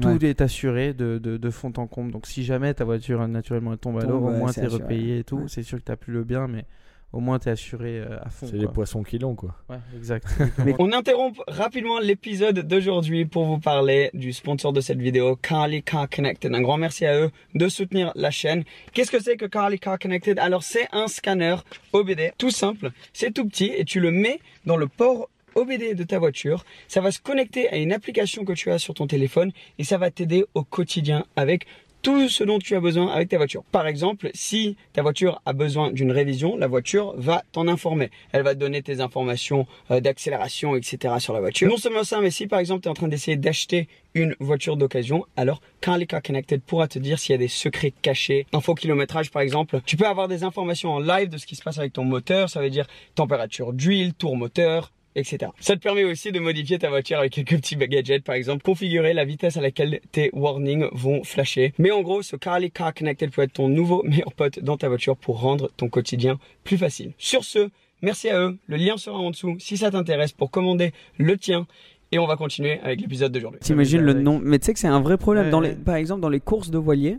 Speaker 3: tout
Speaker 5: Ouais.
Speaker 3: est assuré de, de, de fond en comble. Donc, si jamais ta voiture, euh, naturellement, elle tombe à l'eau,
Speaker 5: Tombe,
Speaker 3: au
Speaker 5: ouais,
Speaker 3: moins,
Speaker 5: c'est
Speaker 3: t'es
Speaker 5: assuré.
Speaker 3: repayé et tout.
Speaker 5: Ouais.
Speaker 3: C'est sûr que t'as plus le bien, mais au moins, t'es assuré euh, à fond.
Speaker 4: C'est les
Speaker 3: quoi.
Speaker 4: poissons qui l'ont, quoi.
Speaker 3: Ouais, exact.
Speaker 2: On interrompt rapidement l'épisode d'aujourd'hui pour vous parler du sponsor de cette vidéo, Carly Car Connected. Un grand merci à eux de soutenir la chaîne. Qu'est-ce que c'est que Carly Car Connected Alors c'est un scanner OBD, tout simple, c'est tout petit et tu le mets dans le port OBD de ta voiture, ça va se connecter à une application que tu as sur ton téléphone et ça va t'aider au quotidien avec tout ce dont tu as besoin avec ta voiture. Par exemple, si ta voiture a besoin d'une révision, la voiture va t'en informer. Elle va te donner tes informations euh, d'accélération, etc. sur la voiture. Non seulement ça, mais si par exemple tu es en train d'essayer d'acheter une voiture d'occasion, alors Carly Car Connected pourra te dire s'il y a des secrets cachés, info kilométrage par exemple. Tu peux avoir des informations en live de ce qui se passe avec ton moteur, ça veut dire température d'huile, tour moteur, etc. Ça te permet aussi de modifier ta voiture avec quelques petits gadgets, par exemple configurer la vitesse à laquelle tes warnings vont flasher. Mais en gros, ce Carly Car Connected peut être ton nouveau meilleur pote dans ta voiture pour rendre ton quotidien plus facile. Sur ce, merci à eux, le lien sera en dessous si ça t'intéresse pour commander le tien. Et on va continuer avec l'épisode d'aujourd'hui.
Speaker 5: T'imagines le
Speaker 3: Avec-
Speaker 5: nom Mais tu sais que c'est un vrai problème.
Speaker 3: Ouais,
Speaker 5: dans
Speaker 3: ouais.
Speaker 5: les, par exemple, dans les courses de voilier,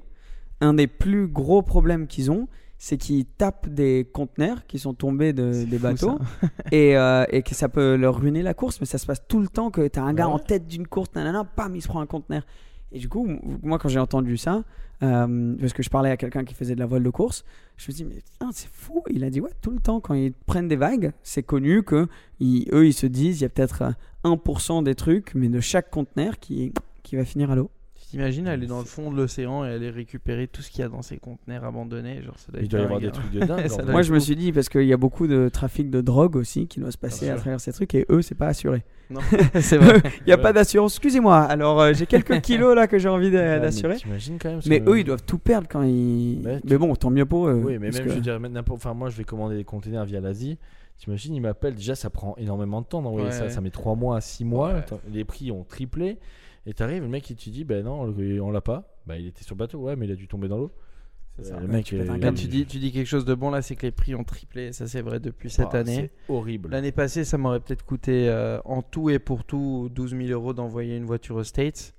Speaker 5: un des plus gros problèmes qu'ils ont, c'est qu'ils tapent des conteneurs qui sont tombés de- des bateaux et, euh, et que ça peut leur ruiner la course. Mais ça se passe tout le temps que t'as un gars en tête d'une course, nanana, pam, il se prend un conteneur. Et du coup, m- moi, quand j'ai entendu ça, euh, parce que je parlais à quelqu'un qui faisait de la voile de course, je me suis dit, mais putain, c'est fou. Il a dit, ouais, tout le temps, quand ils prennent des vagues, c'est connu que ils- eux, ils se disent, il y a peut-être euh, 1% des trucs, mais de chaque conteneur qui, qui va finir à l'eau.
Speaker 3: tu t'imagines, elle est dans le fond de l'océan et elle est récupérer tout ce qu'il y a dans ces conteneurs abandonnés. Genre, ça doit
Speaker 4: Il
Speaker 3: être
Speaker 4: doit y
Speaker 3: dingue,
Speaker 4: avoir
Speaker 3: hein.
Speaker 4: des trucs de dingue.
Speaker 3: Ça
Speaker 4: en
Speaker 3: doit
Speaker 4: vrai.
Speaker 5: Moi,
Speaker 3: être
Speaker 5: je me
Speaker 3: fou.
Speaker 5: suis dit, parce qu'il y a beaucoup de trafic de drogue aussi qui doit se passer
Speaker 4: Bien
Speaker 5: à
Speaker 4: sûr.
Speaker 5: travers ces trucs, et eux, c'est pas assuré.
Speaker 3: Non, c'est vrai.
Speaker 5: Il n'y a
Speaker 4: Ouais.
Speaker 5: pas d'assurance. Excusez-moi, alors euh, j'ai quelques kilos là que j'ai envie
Speaker 4: Ouais,
Speaker 5: d'a-
Speaker 4: mais
Speaker 5: d'assurer.
Speaker 4: T'imagines quand même ce
Speaker 5: Mais
Speaker 4: que-
Speaker 5: eux, ils doivent tout perdre quand ils.
Speaker 4: Ouais, tu-
Speaker 5: Mais bon, tant mieux pour eux.
Speaker 4: Oui, mais
Speaker 5: parce
Speaker 4: même,
Speaker 5: que-
Speaker 4: je veux dire, même n'importe- enfin, moi, je vais commander des containers via l'Asie. T'imagines, ils m'appellent. Déjà, ça prend énormément de temps d'envoyer
Speaker 3: Ouais.
Speaker 4: ça. Ça met 3 mois à 6 mois.
Speaker 3: Ouais.
Speaker 4: Attends, Les prix ont triplé. Et t'arrives, le mec, il te dit, ben non, le- on l'a pas. Bah, il était sur le bateau, ouais, mais il a dû tomber dans l'eau.
Speaker 3: ça.
Speaker 4: Euh, Le mec,
Speaker 5: pètes un
Speaker 4: il-
Speaker 3: Là, tu dis, tu dis quelque chose de bon, là, c'est que les prix ont triplé. Ça, c'est vrai depuis cette
Speaker 5: Bah,
Speaker 4: Ah,
Speaker 3: année.
Speaker 4: c'est horrible.
Speaker 3: L'année passée, ça m'aurait peut-être coûté euh, en tout et pour tout 12 000 euros d'envoyer une voiture aux States,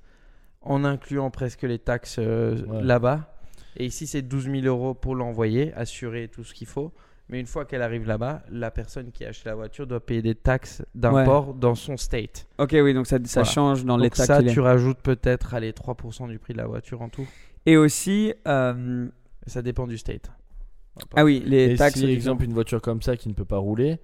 Speaker 3: en incluant presque les taxes euh,
Speaker 4: Ouais.
Speaker 3: là-bas. Et ici, c'est 12 000 euros pour l'envoyer, assurer tout ce qu'il faut. Mais une fois qu'elle arrive là-bas, la personne qui a acheté la voiture doit payer des taxes d'import dans son state.
Speaker 5: Ok, oui, donc ça, ça
Speaker 3: Voilà.
Speaker 5: change dans
Speaker 3: Donc
Speaker 5: l'état
Speaker 3: ça,
Speaker 5: qu'il est.
Speaker 3: tu rajoutes peut-être allez, 3% du prix de la voiture en tout.
Speaker 5: Et aussi, euh,
Speaker 3: Ça dépend du state.
Speaker 5: ah oui, les
Speaker 4: Et
Speaker 5: taxes.
Speaker 4: si, exemple, une voiture comme ça qui ne peut pas rouler,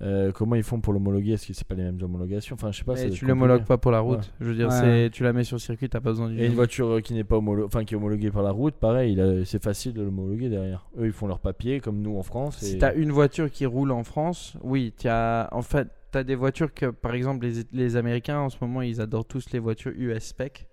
Speaker 4: euh, comment ils font pour l'homologuer Est-ce que c'est pas les mêmes homologations Enfin, je sais pas. ça
Speaker 3: Mais
Speaker 4: doit
Speaker 3: tu
Speaker 4: être
Speaker 3: l'homologues
Speaker 4: compliqué.
Speaker 3: pas pour la route. Je veux dire,
Speaker 5: Ouais.
Speaker 3: c'est- tu la mets sur circuit, t'as pas besoin d'une.
Speaker 4: Et
Speaker 5: Mm.
Speaker 4: une voiture euh, qui n'est pas homolo- enfin, qui est homologuée par la route, pareil, il a- c'est facile de l'homologuer derrière. Eux, ils font leur papier comme nous en France.
Speaker 3: Si
Speaker 4: et-
Speaker 3: t'as une voiture qui roule en France, oui, tu as en fait t'as des voitures que par exemple les, les Américains en ce moment ils adorent tous les voitures US spec.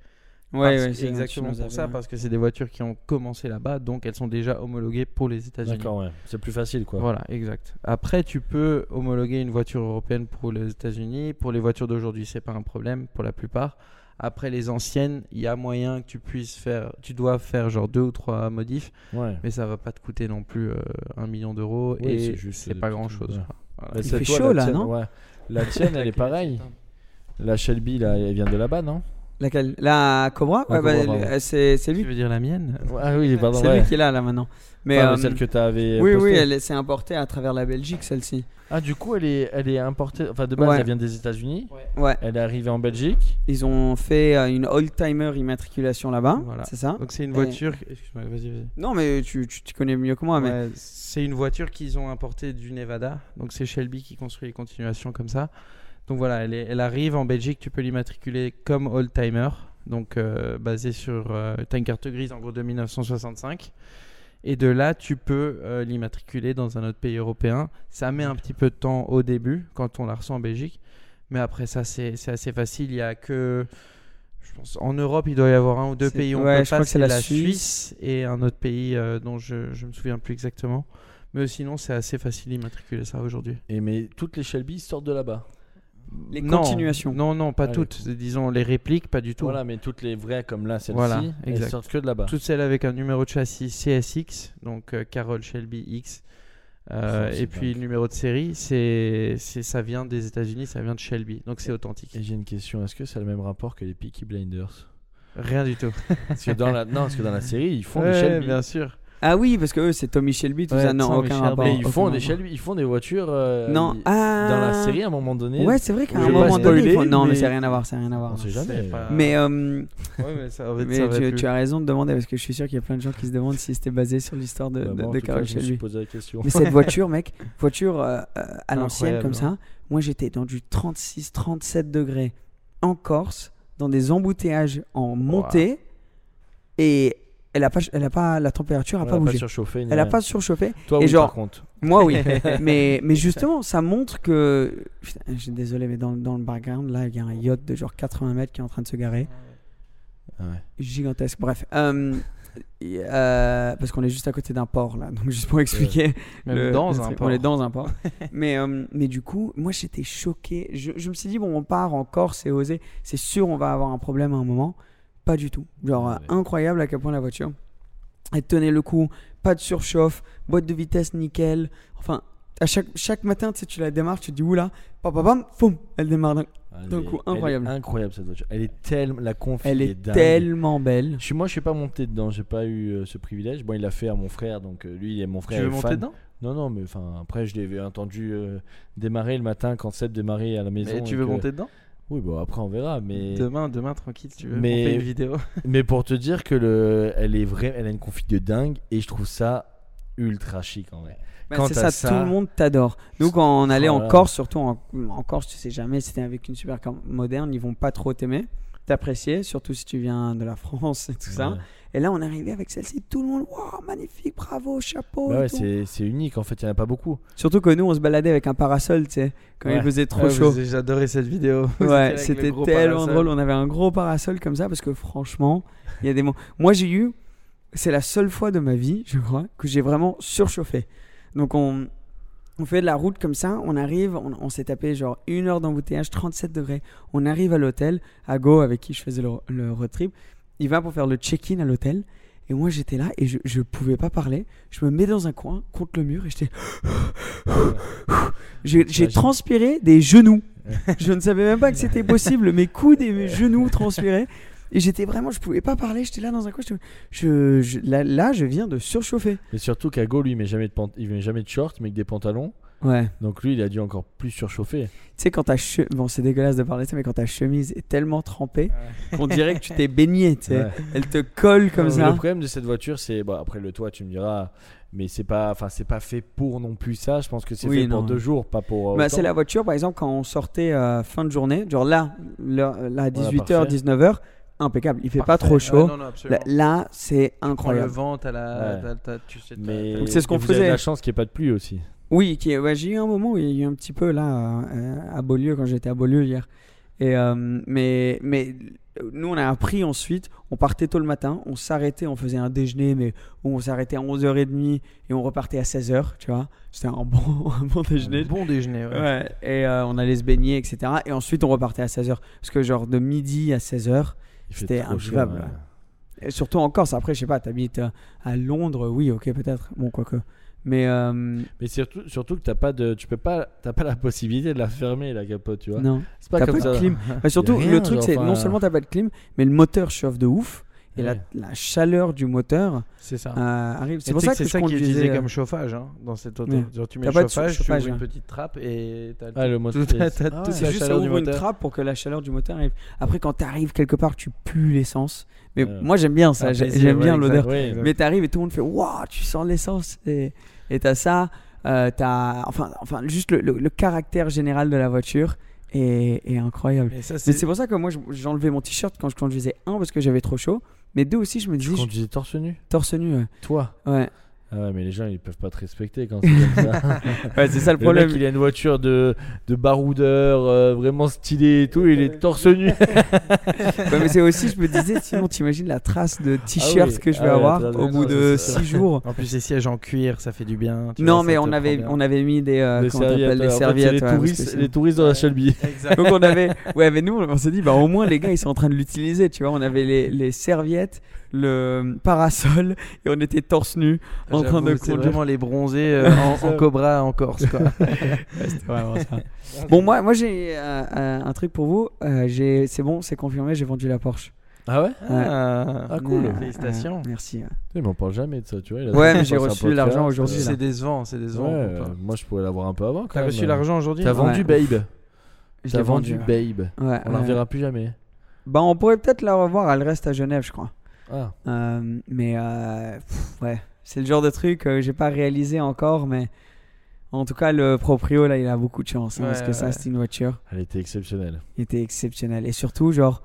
Speaker 5: Ouais, ouais,
Speaker 3: Parce-
Speaker 5: c'est- tu
Speaker 3: exactement
Speaker 5: nous
Speaker 3: pour
Speaker 5: avais,
Speaker 3: ça
Speaker 5: ouais.
Speaker 3: parce que c'est des voitures qui ont commencé là-bas donc elles sont déjà homologuées pour les États-Unis.
Speaker 4: D'accord, ouais. C'est plus facile, quoi.
Speaker 3: Voilà, exact. Après, tu peux homologuer une voiture européenne pour les États-Unis. Pour les voitures d'aujourd'hui, c'est pas un problème pour la plupart. Après les anciennes, il y a moyen que tu puisses faire, tu dois faire genre deux ou trois modifs,
Speaker 4: Ouais.
Speaker 3: mais ça va pas te coûter non plus euh, un million d'euros
Speaker 4: Oui,
Speaker 3: et
Speaker 4: juste
Speaker 3: c'est
Speaker 4: des
Speaker 3: pas
Speaker 4: petites-
Speaker 3: grand chose.
Speaker 4: ouais.
Speaker 3: Voilà.
Speaker 4: Mais
Speaker 5: Il
Speaker 4: Bah, c'est
Speaker 5: fait
Speaker 4: toi,
Speaker 5: chaud,
Speaker 4: la
Speaker 5: là,
Speaker 4: tienne,
Speaker 5: non
Speaker 4: ouais. La tienne, elle est pareille. La Shelby, là, elle vient de là-bas, non
Speaker 5: Laquelle La Cobra
Speaker 4: La
Speaker 5: Ouais, bah,
Speaker 4: Cobra, pardon.
Speaker 5: euh, C'est c'est
Speaker 3: Tu
Speaker 5: lui.
Speaker 3: veux dire la mienne
Speaker 4: Ah oui, pardon.
Speaker 5: C'est
Speaker 4: ouais.
Speaker 5: lui qui est là, là, maintenant. Mais,
Speaker 4: Enfin,
Speaker 5: euh,
Speaker 4: celle que tu avais.
Speaker 5: oui, oui, elle est- s'est importée à travers la Belgique, celle-ci.
Speaker 4: Ah, du coup, elle est, elle est importée. Enfin, de base,
Speaker 5: Ouais.
Speaker 4: elle vient des États-Unis.
Speaker 5: Ouais.
Speaker 4: Elle est arrivée en Belgique.
Speaker 5: Ils ont fait euh, une old-timer immatriculation là-bas.
Speaker 3: Voilà.
Speaker 5: C'est ça
Speaker 3: Donc c'est une
Speaker 5: Et-
Speaker 3: voiture. Excuse-moi, vas-y, vas-y.
Speaker 5: Non, mais tu, tu, tu connais mieux que moi. Mais...
Speaker 3: Ouais, c'est une voiture qu'ils ont importée du Nevada. Donc c'est Shelby qui construit les continuations comme ça. Donc voilà, elle, est- elle arrive en Belgique, tu peux l'immatriculer comme old-timer. Donc euh, basé sur... Euh, T'as une carte grise en gros de 1965. Et de là, tu peux euh, l'immatriculer dans un autre pays européen. Ça met un petit peu de temps au début, quand on la reçoit en Belgique. Mais après ça, c'est c'est assez facile. Il y a que... Je pense, en Europe, il doit y avoir un ou deux
Speaker 5: C'est-
Speaker 3: pays où on
Speaker 5: ouais,
Speaker 3: peut
Speaker 5: je
Speaker 3: pas,
Speaker 5: crois que c'est
Speaker 3: c'est
Speaker 5: la
Speaker 3: la Suisse et un autre pays euh, dont je, je me souviens plus exactement. Mais sinon, c'est assez facile d'immatriculer ça aujourd'hui.
Speaker 4: Et mais toutes les Shelby sortent de là-bas.
Speaker 5: Les
Speaker 3: Non,
Speaker 5: continuations.
Speaker 3: Non, non, pas
Speaker 4: Allez.
Speaker 3: toutes. Disons les répliques, pas du tout.
Speaker 4: Voilà, mais toutes les vraies comme là, celle-ci,
Speaker 3: Voilà,
Speaker 4: elles
Speaker 3: exact.
Speaker 4: sortent que de là-bas.
Speaker 3: Toutes celles avec un numéro de châssis CSX, donc euh, Carol Shelby X. Euh,
Speaker 4: Oh, c'est
Speaker 3: et puis
Speaker 4: dingue.
Speaker 3: le numéro de série, c'est c'est- ça vient des États-Unis, ça vient de Shelby, donc c'est authentique.
Speaker 4: Et j'ai une question. Est-ce que c'est le même rapport que les Peaky Blinders
Speaker 3: Rien du tout.
Speaker 4: Parce que dans la, non, parce que dans la série, ils font
Speaker 3: Ouais,
Speaker 4: des Shelby.
Speaker 3: bien sûr.
Speaker 5: Ah oui, parce que eux, c'est Tommy Shelby, tout
Speaker 3: Ouais,
Speaker 5: ça. Non,
Speaker 3: Tommy
Speaker 5: aucun
Speaker 3: Shelby.
Speaker 5: rapport.
Speaker 4: Mais ils
Speaker 5: aucun
Speaker 4: font
Speaker 5: rapport.
Speaker 4: des Shelby, ils font des voitures. euh,
Speaker 5: Non.
Speaker 4: ils-
Speaker 5: Ah.
Speaker 4: Dans la série, à un moment donné.
Speaker 5: Ouais, c'est vrai qu'à
Speaker 4: Je
Speaker 5: un
Speaker 4: vais
Speaker 5: moment
Speaker 4: pas
Speaker 5: donné. ils
Speaker 4: spoiler,
Speaker 5: font- Non, mais
Speaker 4: mais-
Speaker 5: c'est rien à voir, c'est rien à voir.
Speaker 4: on sait
Speaker 3: C'est
Speaker 4: jamais.
Speaker 3: pas-
Speaker 5: Mais, euh,
Speaker 3: Ouais, mais ça, en fait,
Speaker 5: mais
Speaker 3: ça va
Speaker 5: tu,
Speaker 3: plus.
Speaker 5: tu as raison de demander, parce que je suis sûr qu'il y a plein de gens qui se demandent si c'était basé sur l'histoire de,
Speaker 4: Bah,
Speaker 5: de,
Speaker 4: moi, en
Speaker 5: de
Speaker 4: tout cas,
Speaker 5: Carol
Speaker 4: je me suis
Speaker 5: Shelby.
Speaker 4: posé la question.
Speaker 5: Mais cette voiture, mec, voiture euh, euh, à l'ancienne
Speaker 3: Incroyable,
Speaker 5: comme ça,
Speaker 4: hein.
Speaker 5: moi j'étais dans du 36-37 degrés en Corse, dans des embouteillages en montée, et elle a pas, elle a pas, la température a
Speaker 4: Elle
Speaker 5: pas
Speaker 4: a
Speaker 5: bougé.
Speaker 4: surchauffé. ni
Speaker 5: elle a
Speaker 4: rien.
Speaker 5: pas surchauffé.
Speaker 4: Toi,
Speaker 5: et
Speaker 4: oui,
Speaker 5: genre-
Speaker 4: par contre.
Speaker 5: Moi oui, mais, mais justement, ça montre que. Putain, je suis désolé, mais dans, dans le background, là, il y a un yacht de genre 80 mètres qui est en train de se garer.
Speaker 4: Ah ouais.
Speaker 5: Gigantesque, bref. Euh, et, euh, parce qu'on est juste à côté d'un port, là, donc juste pour expliquer.
Speaker 3: Même
Speaker 5: le-
Speaker 3: dans
Speaker 5: le
Speaker 3: un
Speaker 5: truc.
Speaker 3: port.
Speaker 5: On est dans un port. mais, euh, mais du coup, moi j'étais choqué. Je, je me suis dit, bon, on part en Corse et osé. C'est sûr, on va avoir un problème à un moment. Pas du tout. Genre, euh,
Speaker 4: Ouais.
Speaker 5: incroyable à quel point la voiture. Elle tenait le coup, pas de surchauffe, boîte de vitesse nickel. Enfin, à chaque, chaque matin, tu sais, tu la démarres, tu te dis, oula, pam pam pam, foum, elle démarre. d'un-
Speaker 4: Elle
Speaker 5: D'un
Speaker 4: est-
Speaker 5: coup,
Speaker 4: elle est
Speaker 5: incroyable.
Speaker 4: incroyable cette voiture. Elle est tellement la conf.
Speaker 5: Elle est,
Speaker 4: dingue.
Speaker 5: tellement belle.
Speaker 4: Je suis, moi, je suis pas monté dedans. J'ai pas eu euh, ce privilège. Bon, il l'a fait à mon frère, donc euh, lui, il est mon
Speaker 3: Tu
Speaker 4: frère.
Speaker 3: veux
Speaker 4: est
Speaker 3: monter
Speaker 4: fan.
Speaker 3: dedans
Speaker 4: Non, non, mais enfin, après, je l'ai entendu euh, démarrer le matin quand Seb démarrait à la maison.
Speaker 3: Mais
Speaker 4: et
Speaker 3: tu veux
Speaker 4: que-
Speaker 3: monter dedans
Speaker 4: Oui, bon, après, on verra. Mais
Speaker 3: Demain, demain tranquille, si tu veux.
Speaker 4: Mais-
Speaker 3: On fait une vidéo.
Speaker 4: mais pour te dire que le, elle est vraie, elle a une config de dingue et je trouve ça ultra chic en vrai.
Speaker 5: Bah,
Speaker 4: Quant
Speaker 5: c'est
Speaker 4: à
Speaker 5: ça,
Speaker 4: ça-
Speaker 5: tout le monde t'adore. Nous, quand on allait
Speaker 4: Oh
Speaker 5: en
Speaker 4: là.
Speaker 5: Corse, surtout en, en Corse, tu sais jamais, c'était avec une super cam- moderne, ils vont pas trop t'aimer, t'apprécier, surtout si tu viens de la France et tout ça.
Speaker 4: Ouais.
Speaker 5: Et là, on est arrivé avec celle-ci, tout le monde, waouh, magnifique, bravo, chapeau.
Speaker 4: Bah
Speaker 5: et
Speaker 4: ouais,
Speaker 5: tout.
Speaker 4: c'est c'est unique en fait. Il y en a pas beaucoup.
Speaker 5: Surtout que nous, on se baladait avec un parasol, tu sais, quand il
Speaker 4: Ouais.
Speaker 5: faisait trop
Speaker 3: Ah,
Speaker 5: chaud.
Speaker 3: vous- J'adorais cette vidéo. Vous étiez avec
Speaker 5: Ouais,
Speaker 3: le
Speaker 5: c'était
Speaker 3: gros
Speaker 5: tellement
Speaker 3: parasol.
Speaker 5: drôle. On avait un gros parasol comme ça parce que franchement, il y a des moments. Moi, j'ai eu. C'est la seule fois de ma vie, je crois, que j'ai vraiment surchauffé. Donc, on, on fait de la route comme ça. On arrive, on, on s'est tapé genre une heure d'embouteillage, 37 degrés. On arrive à l'hôtel. Ago, avec qui je faisais le, le road trip, il va pour faire le check-in à l'hôtel. Et moi, j'étais là et je, je pouvais pas parler. Je me mets dans un coin, contre le mur, et j'étais. J'ai j'ai
Speaker 4: J'imagine.
Speaker 5: transpiré des genoux. Je ne savais même pas que c'était possible. Mes coudes et mes genoux transpiraient. Et j'étais vraiment, je pouvais pas parler. J'étais là dans un coin. j'étais- Je, je- là, là, je viens de surchauffer.
Speaker 4: Mais surtout qu'Ago, lui, il met jamais de pant- il met jamais de shorts, mais que des pantalons.
Speaker 5: Ouais.
Speaker 4: Donc lui, il a dû encore plus surchauffer.
Speaker 5: Tu sais, quand ta chemise. Bon, c'est dégueulasse de parler de ça, mais quand ta chemise est tellement trempée qu'on dirait que tu t'es baigné, tu sais.
Speaker 4: Ouais.
Speaker 5: Elle te colle comme
Speaker 4: Mais
Speaker 5: ça.
Speaker 4: Le problème de cette voiture, c'est bah, après le toit, tu me diras, mais c'est pas, enfin, c'est pas fait pour non plus ça. Je pense que c'est
Speaker 5: Oui,
Speaker 4: fait
Speaker 5: non.
Speaker 4: pour deux jours, pas pour. euh,
Speaker 5: Bah,
Speaker 4: autant.
Speaker 5: c'est la voiture, par exemple, quand on sortait euh, fin de journée, genre là, l'heure- là, à 18h,
Speaker 4: parfait.
Speaker 5: 19h, impeccable. Il fait pas
Speaker 3: Parfait.
Speaker 5: trop
Speaker 3: Ouais,
Speaker 5: chaud.
Speaker 3: non, non, absolument.
Speaker 5: là, là, c'est
Speaker 3: Prends le
Speaker 5: incroyable.
Speaker 3: vent, t'as la,
Speaker 4: Ouais.
Speaker 3: t'as- t'as- tu sais, t'as-
Speaker 4: Mais
Speaker 3: t'as-
Speaker 5: Donc, c'est ce
Speaker 4: et
Speaker 5: qu'on
Speaker 4: vous avez
Speaker 5: faisait.
Speaker 4: la chance qu'il n'y ait pas de pluie aussi.
Speaker 5: Oui, qui, ouais, j'ai eu un moment où il y a eu un petit peu là euh, à Beaulieu quand j'étais à Beaulieu hier. Et euh, mais mais nous on a appris ensuite, on partait tôt le matin, on s'arrêtait, on faisait un déjeuner mais où on s'arrêtait à 11h30 et on repartait à 16h, tu vois. C'était un bon un bon déjeuner.
Speaker 3: bon déjeuner. ouais.
Speaker 5: Ouais, et euh, on allait se baigner, etc. Et ensuite, on repartait à 16h. Parce que, genre, de midi à 16h,
Speaker 4: Il fait
Speaker 5: c'était
Speaker 4: trop chaud,
Speaker 5: invivable.
Speaker 4: ouais.
Speaker 5: ouais. Et surtout en Corse, après, je sais pas, t'habites euh, à Londres, oui, ok, peut-être. Bon, quoique. Mais euh,
Speaker 4: Mais surtout, surtout que t'as pas de, tu peux pas, t'as pas la possibilité de la fermer la capote, tu vois.
Speaker 5: non.
Speaker 4: C'est pas
Speaker 5: T'as
Speaker 4: comme
Speaker 5: pas de
Speaker 4: ça.
Speaker 5: clim. Bah, surtout,
Speaker 4: rien,
Speaker 5: le truc,
Speaker 4: genre,
Speaker 5: c'est
Speaker 4: enfin- euh,
Speaker 5: non seulement t'as pas de clim, mais le moteur chauffe de ouf. Et la,
Speaker 4: Ouais. Ah.
Speaker 5: la chaleur du moteur
Speaker 3: C'est ça.
Speaker 5: euh, arrive. C'est
Speaker 3: Et
Speaker 5: pour
Speaker 3: tu sais
Speaker 5: ça que,
Speaker 3: c'est
Speaker 5: je
Speaker 3: ça qui est utilisé
Speaker 5: conduisais. euh,
Speaker 3: comme chauffage hein, dans cette auto.
Speaker 5: Ouais.
Speaker 3: Genre, tu mets
Speaker 5: T'as
Speaker 3: le
Speaker 5: pas de sou-
Speaker 3: chauffage, tu
Speaker 5: chauffage,
Speaker 3: ouvres une
Speaker 5: hein.
Speaker 3: petite trappe et t'as
Speaker 4: Ah, le moteur.
Speaker 3: tout- t'as- t'as toute
Speaker 4: Ah, ouais.
Speaker 3: la
Speaker 5: euh, C'est juste ça
Speaker 3: chaleur du
Speaker 5: ouvre une
Speaker 3: moteur.
Speaker 5: trappe pour que la chaleur du moteur arrive. Après, quand t'arrives quelque part, tu pues l'essence. Mais
Speaker 4: Ouais.
Speaker 5: moi, j'aime bien ça.
Speaker 3: Ah,
Speaker 5: J'ai-
Speaker 3: plaisir,
Speaker 5: j'aime
Speaker 3: ouais,
Speaker 5: bien
Speaker 3: exact,
Speaker 5: l'odeur.
Speaker 3: ouais,
Speaker 4: Ouais.
Speaker 3: exact.
Speaker 5: Mais t'arrives et tout le monde fait Waouh, tu sens l'essence. Et et t'as ça. euh, t'as enfin, enfin, juste le, le- le caractère général de la voiture est, est incroyable.
Speaker 3: Mais ça,
Speaker 5: Mais
Speaker 3: c'est
Speaker 5: c'est pour ça que moi, je- j'enlevais mon t-shirt quand je conduisais. Un, parce que j'avais trop chaud. Mais deux aussi, je me
Speaker 4: Tu
Speaker 5: disais, je
Speaker 4: conduisais torse nu,
Speaker 5: torse nu. ouais.
Speaker 4: toi.
Speaker 5: Ouais,
Speaker 4: Ah ouais, mais les gens ils peuvent pas te respecter quand c'est comme ça.
Speaker 5: c'est ça le
Speaker 4: Le problème,
Speaker 5: problème.
Speaker 4: il a une voiture de, de baroudeur euh, vraiment stylée et tout, il est torse nu.
Speaker 5: Ouais, mais c'est aussi, je me disais, sinon, t'imagines la trace de t-shirt
Speaker 4: oui,
Speaker 5: que je
Speaker 4: ah
Speaker 5: vais
Speaker 4: ouais,
Speaker 5: avoir
Speaker 4: la trace de-
Speaker 5: au bout de
Speaker 4: c'est ça.
Speaker 5: 6 jours.
Speaker 3: En plus, les sièges en cuir, ça fait du bien. tu
Speaker 5: Non,
Speaker 3: vois, ça
Speaker 5: mais
Speaker 3: te
Speaker 5: on
Speaker 3: prend
Speaker 5: avait,
Speaker 3: bien.
Speaker 5: on avait mis des, euh,
Speaker 4: Les
Speaker 5: comment on appelle,
Speaker 4: serviettes, euh, en fait, c'est les,
Speaker 5: des serviettes. ouais, parce que
Speaker 4: touristes,
Speaker 5: sinon-
Speaker 4: les touristes dans la Shelby.
Speaker 3: Exact.
Speaker 5: Donc on avait, ouais, mais nous, on s'est dit, bah au moins les gars, ils sont en train de l'utiliser, tu vois. On avait les, les serviettes, le parasol, et on était torse nu en train de
Speaker 3: J'avoue, c'est
Speaker 5: conduire.
Speaker 3: vraiment les bronzés euh, en, en cobra en Corse. Quoi.
Speaker 5: Bon, moi, moi, j'ai euh, euh, un truc pour vous. Euh, j'ai, c'est bon, c'est confirmé, j'ai vendu la Porsche.
Speaker 4: Ah ouais
Speaker 3: Ah,
Speaker 4: Ah, cool.
Speaker 5: Ouais,
Speaker 3: Félicitations.
Speaker 5: ouais, merci. ouais.
Speaker 4: Il m'en parle jamais de ça, tu vois. il a-
Speaker 5: Ouais,
Speaker 4: il
Speaker 5: mais j'ai
Speaker 4: pense à un
Speaker 5: reçu
Speaker 4: podcast,
Speaker 5: l'argent
Speaker 4: euh,
Speaker 5: aujourd'hui,
Speaker 3: C'est décevant, c'est
Speaker 4: Ouais,
Speaker 3: décevant. pour
Speaker 4: euh,
Speaker 3: toi.
Speaker 4: moi je pourrais l'avoir un peu avant quand
Speaker 3: T'as
Speaker 4: même.
Speaker 3: reçu l'argent aujourd'hui
Speaker 4: T'as vendu
Speaker 5: Ouais.
Speaker 4: Babe. T'as vendu
Speaker 5: ouais.
Speaker 4: Babe.
Speaker 5: Ouais,
Speaker 4: On la
Speaker 5: ouais.
Speaker 4: reverra plus jamais.
Speaker 5: Bah, on pourrait peut-être la revoir. Elle reste à Genève, je crois.
Speaker 4: Ah,
Speaker 5: Euh, mais euh, pff, ouais, c'est le genre de truc que j'ai pas réalisé encore, mais en tout cas, le proprio là, il a beaucoup de chance hein,
Speaker 3: Ouais,
Speaker 5: parce que
Speaker 3: ouais.
Speaker 5: ça, c'est une voiture.
Speaker 4: elle était exceptionnelle.
Speaker 5: Il était exceptionnel et surtout, genre,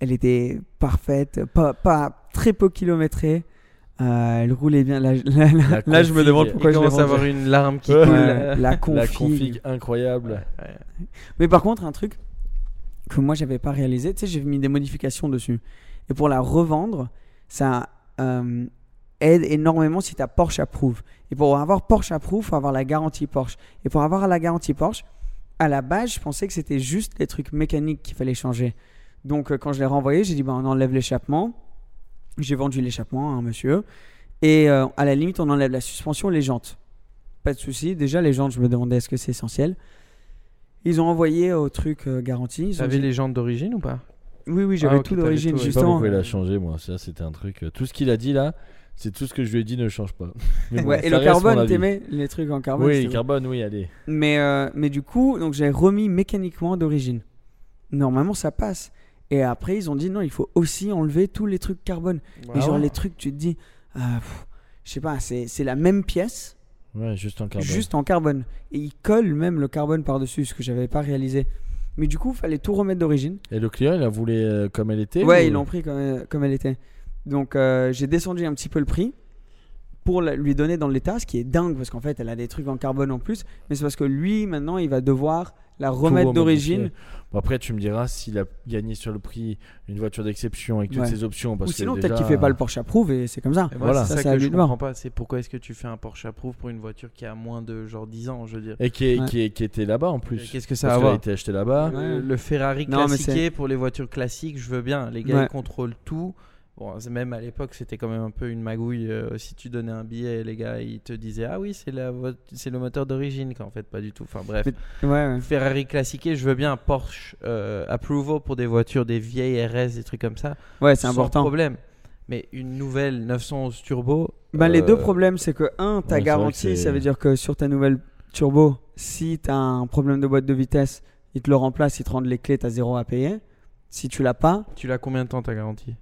Speaker 5: elle était parfaite, pas, pas très peu kilométrée. Euh, elle roulait bien. Là, je- là- là-
Speaker 4: La
Speaker 5: là, je me
Speaker 4: config.
Speaker 5: demande
Speaker 3: Il
Speaker 5: pourquoi je l'ai
Speaker 3: commence à avoir
Speaker 5: vendue.
Speaker 3: une larme qui
Speaker 4: Ouais.
Speaker 3: coule.
Speaker 5: Ouais, la config.
Speaker 4: La config incroyable.
Speaker 3: Ouais.
Speaker 5: Mais par contre, un truc que moi j'avais pas réalisé, tu sais, j'ai mis des modifications dessus. Et pour la revendre, ça euh, aide énormément si ta Porsche approuve. Et pour avoir Porsche approuve, faut avoir la garantie Porsche. Et pour avoir la garantie Porsche, à la base, je pensais que c'était juste les trucs mécaniques qu'il fallait changer. Donc euh, quand je l'ai renvoyé, j'ai dit bah, on enlève l'échappement. J'ai vendu l'échappement à un monsieur. Et euh, à la limite, on enlève la suspension, les jantes. Pas de souci. Déjà, les jantes, je me demandais est-ce que c'est essentiel. Ils ont envoyé au truc euh, garanti. Ils ont
Speaker 3: T'avais
Speaker 5: dit-
Speaker 3: les jantes d'origine ou pas
Speaker 5: Oui, oui, j'avais
Speaker 3: Ah, ok,
Speaker 5: tout
Speaker 3: t'avais
Speaker 5: d'origine,
Speaker 3: tout, ouais.
Speaker 4: Je sais pas
Speaker 5: justement.
Speaker 4: pourquoi il a changé, moi. Ça, c'était un truc. euh, Tout ce qu'il a dit là, c'est tout ce que je lui ai dit ne change pas. Mais bon,
Speaker 5: Ouais, et
Speaker 4: ça
Speaker 5: le
Speaker 4: reste mon
Speaker 5: carbone,
Speaker 4: avis.
Speaker 5: t'aimais les trucs en carbone
Speaker 4: Oui,
Speaker 5: c'était bon.
Speaker 4: carbone, oui, allez.
Speaker 5: mais, euh, mais du coup, donc j'ai remis mécaniquement d'origine. Normalement, ça passe. Et après, ils ont dit non, il faut aussi enlever tous les trucs carbone.
Speaker 4: Ah
Speaker 5: et genre, les trucs, tu te dis, ah, pff, je sais pas, c'est c'est la même pièce,
Speaker 4: Ouais, juste en carbone.
Speaker 5: juste en carbone. Et il colle même le carbone par-dessus, ce que j'avais pas réalisé. Mais du coup, fallait tout remettre d'origine.
Speaker 4: Et le client, il la voulait euh, comme elle était
Speaker 5: Ouais,
Speaker 4: ou-
Speaker 5: ils l'ont pris comme, euh, comme elle était. Donc euh, j'ai descendu un petit peu le prix pour la- lui donner dans l'état, ce qui est dingue parce qu'en fait, elle a des trucs en carbone en plus. Mais c'est parce que lui, maintenant, il va devoir la
Speaker 4: tout
Speaker 5: remettre
Speaker 4: remodifié.
Speaker 5: d'origine.
Speaker 4: Bon, après, tu me diras s'il a gagné sur le prix une voiture d'exception avec toutes
Speaker 5: Ouais.
Speaker 4: ses options. Parce
Speaker 5: Ou
Speaker 4: que
Speaker 5: sinon,
Speaker 4: déjà-
Speaker 5: peut-être qu'il fait pas le Porsche Approve et c'est comme ça.
Speaker 3: Et moi,
Speaker 4: Voilà.
Speaker 3: c'est
Speaker 5: Ça,
Speaker 3: ça,
Speaker 5: c'est à
Speaker 3: que
Speaker 5: lui
Speaker 3: je
Speaker 5: de voir.
Speaker 3: comprends pas. C'est pourquoi est-ce que tu fais un Porsche approuve pour une voiture qui a moins de genre 10 ans, je veux dire. Euh,
Speaker 4: Et qui, est-
Speaker 5: Ouais.
Speaker 4: qui, est- qui était là-bas en plus.
Speaker 3: Qu'est-ce que ça a
Speaker 4: Parce
Speaker 3: à
Speaker 4: qu'elle a
Speaker 3: voir
Speaker 4: été achetée là-bas.
Speaker 3: Le, le Ferrari
Speaker 5: Non, mais
Speaker 3: classiqué pour les voitures classiques, je veux bien. Les gars,
Speaker 5: Ouais.
Speaker 3: ils contrôlent tout. Bon, c'est- même à l'époque, c'était quand même un peu une magouille. euh, si tu donnais un billet, les gars, ils te disaient Ah oui, c'est la vo- c'est le moteur d'origine, qu'en fait, pas du tout. Enfin bref.
Speaker 4: euh,
Speaker 5: Ouais, ouais.
Speaker 3: Ferrari classiqué, je veux bien. Porsche euh, approval pour des voitures, des vieilles RS, des trucs comme ça.
Speaker 5: Ouais, c'est
Speaker 3: sans
Speaker 5: important.
Speaker 3: problème. Mais une nouvelle 911 turbo.
Speaker 5: Ben, Les
Speaker 3: euh,
Speaker 5: deux problèmes, c'est que, un, ta
Speaker 4: ouais, c'est vrai que
Speaker 5: garantie,
Speaker 4: c'est-
Speaker 5: ça veut dire que sur ta nouvelle turbo, si tu as un problème de boîte de vitesse, ils te le remplacent, ils te rendent les clés, tu as zéro à payer. Si tu l'as pas,
Speaker 3: Tu l'as combien de temps ta garantie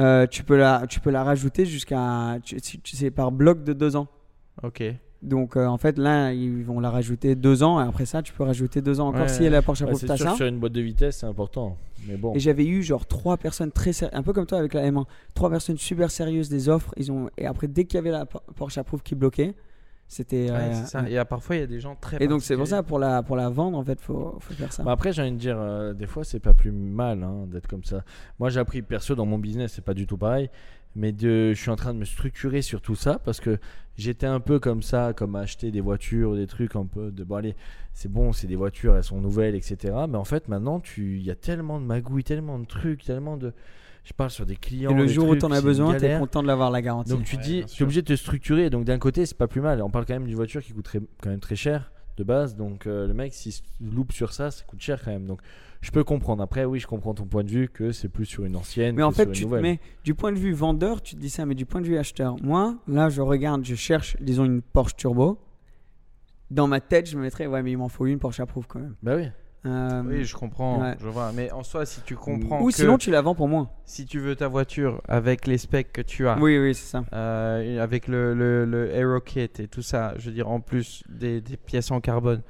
Speaker 5: euh, tu, peux la, tu peux la rajouter jusqu'à. Tu, tu- tu sais, par bloc de deux ans.
Speaker 3: Ok.
Speaker 5: Donc euh, en fait, là, ils vont la rajouter deux ans, et après ça, tu peux rajouter deux ans encore
Speaker 3: Ouais.
Speaker 5: si elle a Porsche
Speaker 4: Ouais,
Speaker 5: Approve,
Speaker 4: c'est
Speaker 5: t'as
Speaker 4: sûr
Speaker 5: ça.
Speaker 4: que sur une boîte de vitesse, c'est important. Mais bon.
Speaker 5: Et j'avais eu genre trois personnes très sérieuses, un peu comme toi avec la M1, trois personnes super sérieuses des offres. Ils ont et après dès qu'il y avait la Por- Porsche Approve qui bloquait, c'était.
Speaker 3: Ouais,
Speaker 5: euh,
Speaker 3: c'est ça. Et euh, parfois, il y a des gens très.
Speaker 5: Et donc c'est pour
Speaker 3: particuliers.
Speaker 5: ça pour la pour la vendre en fait faut faut faire ça.
Speaker 4: Bah après, j'ai envie de dire, euh, des fois, c'est pas plus mal hein, d'être comme ça. Moi, j'ai appris perso dans mon business, c'est pas du tout pareil. Mais de, je suis en train de me structurer sur tout ça parce que j'étais un peu comme ça, comme à acheter des voitures, des trucs un peu de bon, allez, c'est bon, c'est des voitures, elles sont nouvelles, etc. Mais en fait, maintenant, tu- il y a tellement de magouilles, tellement de trucs, tellement de. je parle sur des clients.
Speaker 5: Et le
Speaker 4: des
Speaker 5: jour où
Speaker 4: trucs,
Speaker 5: t'en as
Speaker 4: c'est une
Speaker 5: besoin, t'es
Speaker 4: galère.
Speaker 5: content de l'avoir la garantie.
Speaker 4: Donc tu
Speaker 3: Ouais,
Speaker 4: dis,
Speaker 3: bien
Speaker 4: t'es
Speaker 3: sûr.
Speaker 4: obligé de te structurer. Donc d'un côté, c'est pas plus mal. On parle quand même d'une voiture qui coûterait quand même très cher de base. Donc euh, le mec, s'il se loupe sur ça, ça coûte cher quand même. Donc je peux comprendre. Après, oui, je comprends ton point de vue que c'est plus sur une ancienne.
Speaker 5: mais en
Speaker 4: que
Speaker 5: fait,
Speaker 4: sur une
Speaker 5: tu te
Speaker 4: nouvelle.
Speaker 5: mets du point de vue vendeur, tu te dis ça, mais du point de vue acheteur, moi, là, je regarde, je cherche, disons, une Porsche Turbo. Dans ma tête, je me mettrais, ouais, mais il m'en faut une Porsche approuve quand même.
Speaker 4: Bah oui.
Speaker 5: Euh,
Speaker 3: Oui, je comprends,
Speaker 5: Ouais.
Speaker 3: je vois. Mais en soi, si tu comprends
Speaker 5: Ou
Speaker 3: que
Speaker 5: sinon, tu la vends pour moi.
Speaker 3: si tu veux ta voiture avec les specs que tu
Speaker 4: Ah.
Speaker 3: as,
Speaker 5: Oui, oui, c'est ça.
Speaker 3: euh, avec le, le, le Aero Kit et tout ça, je veux dire, en plus des, des pièces en carbone,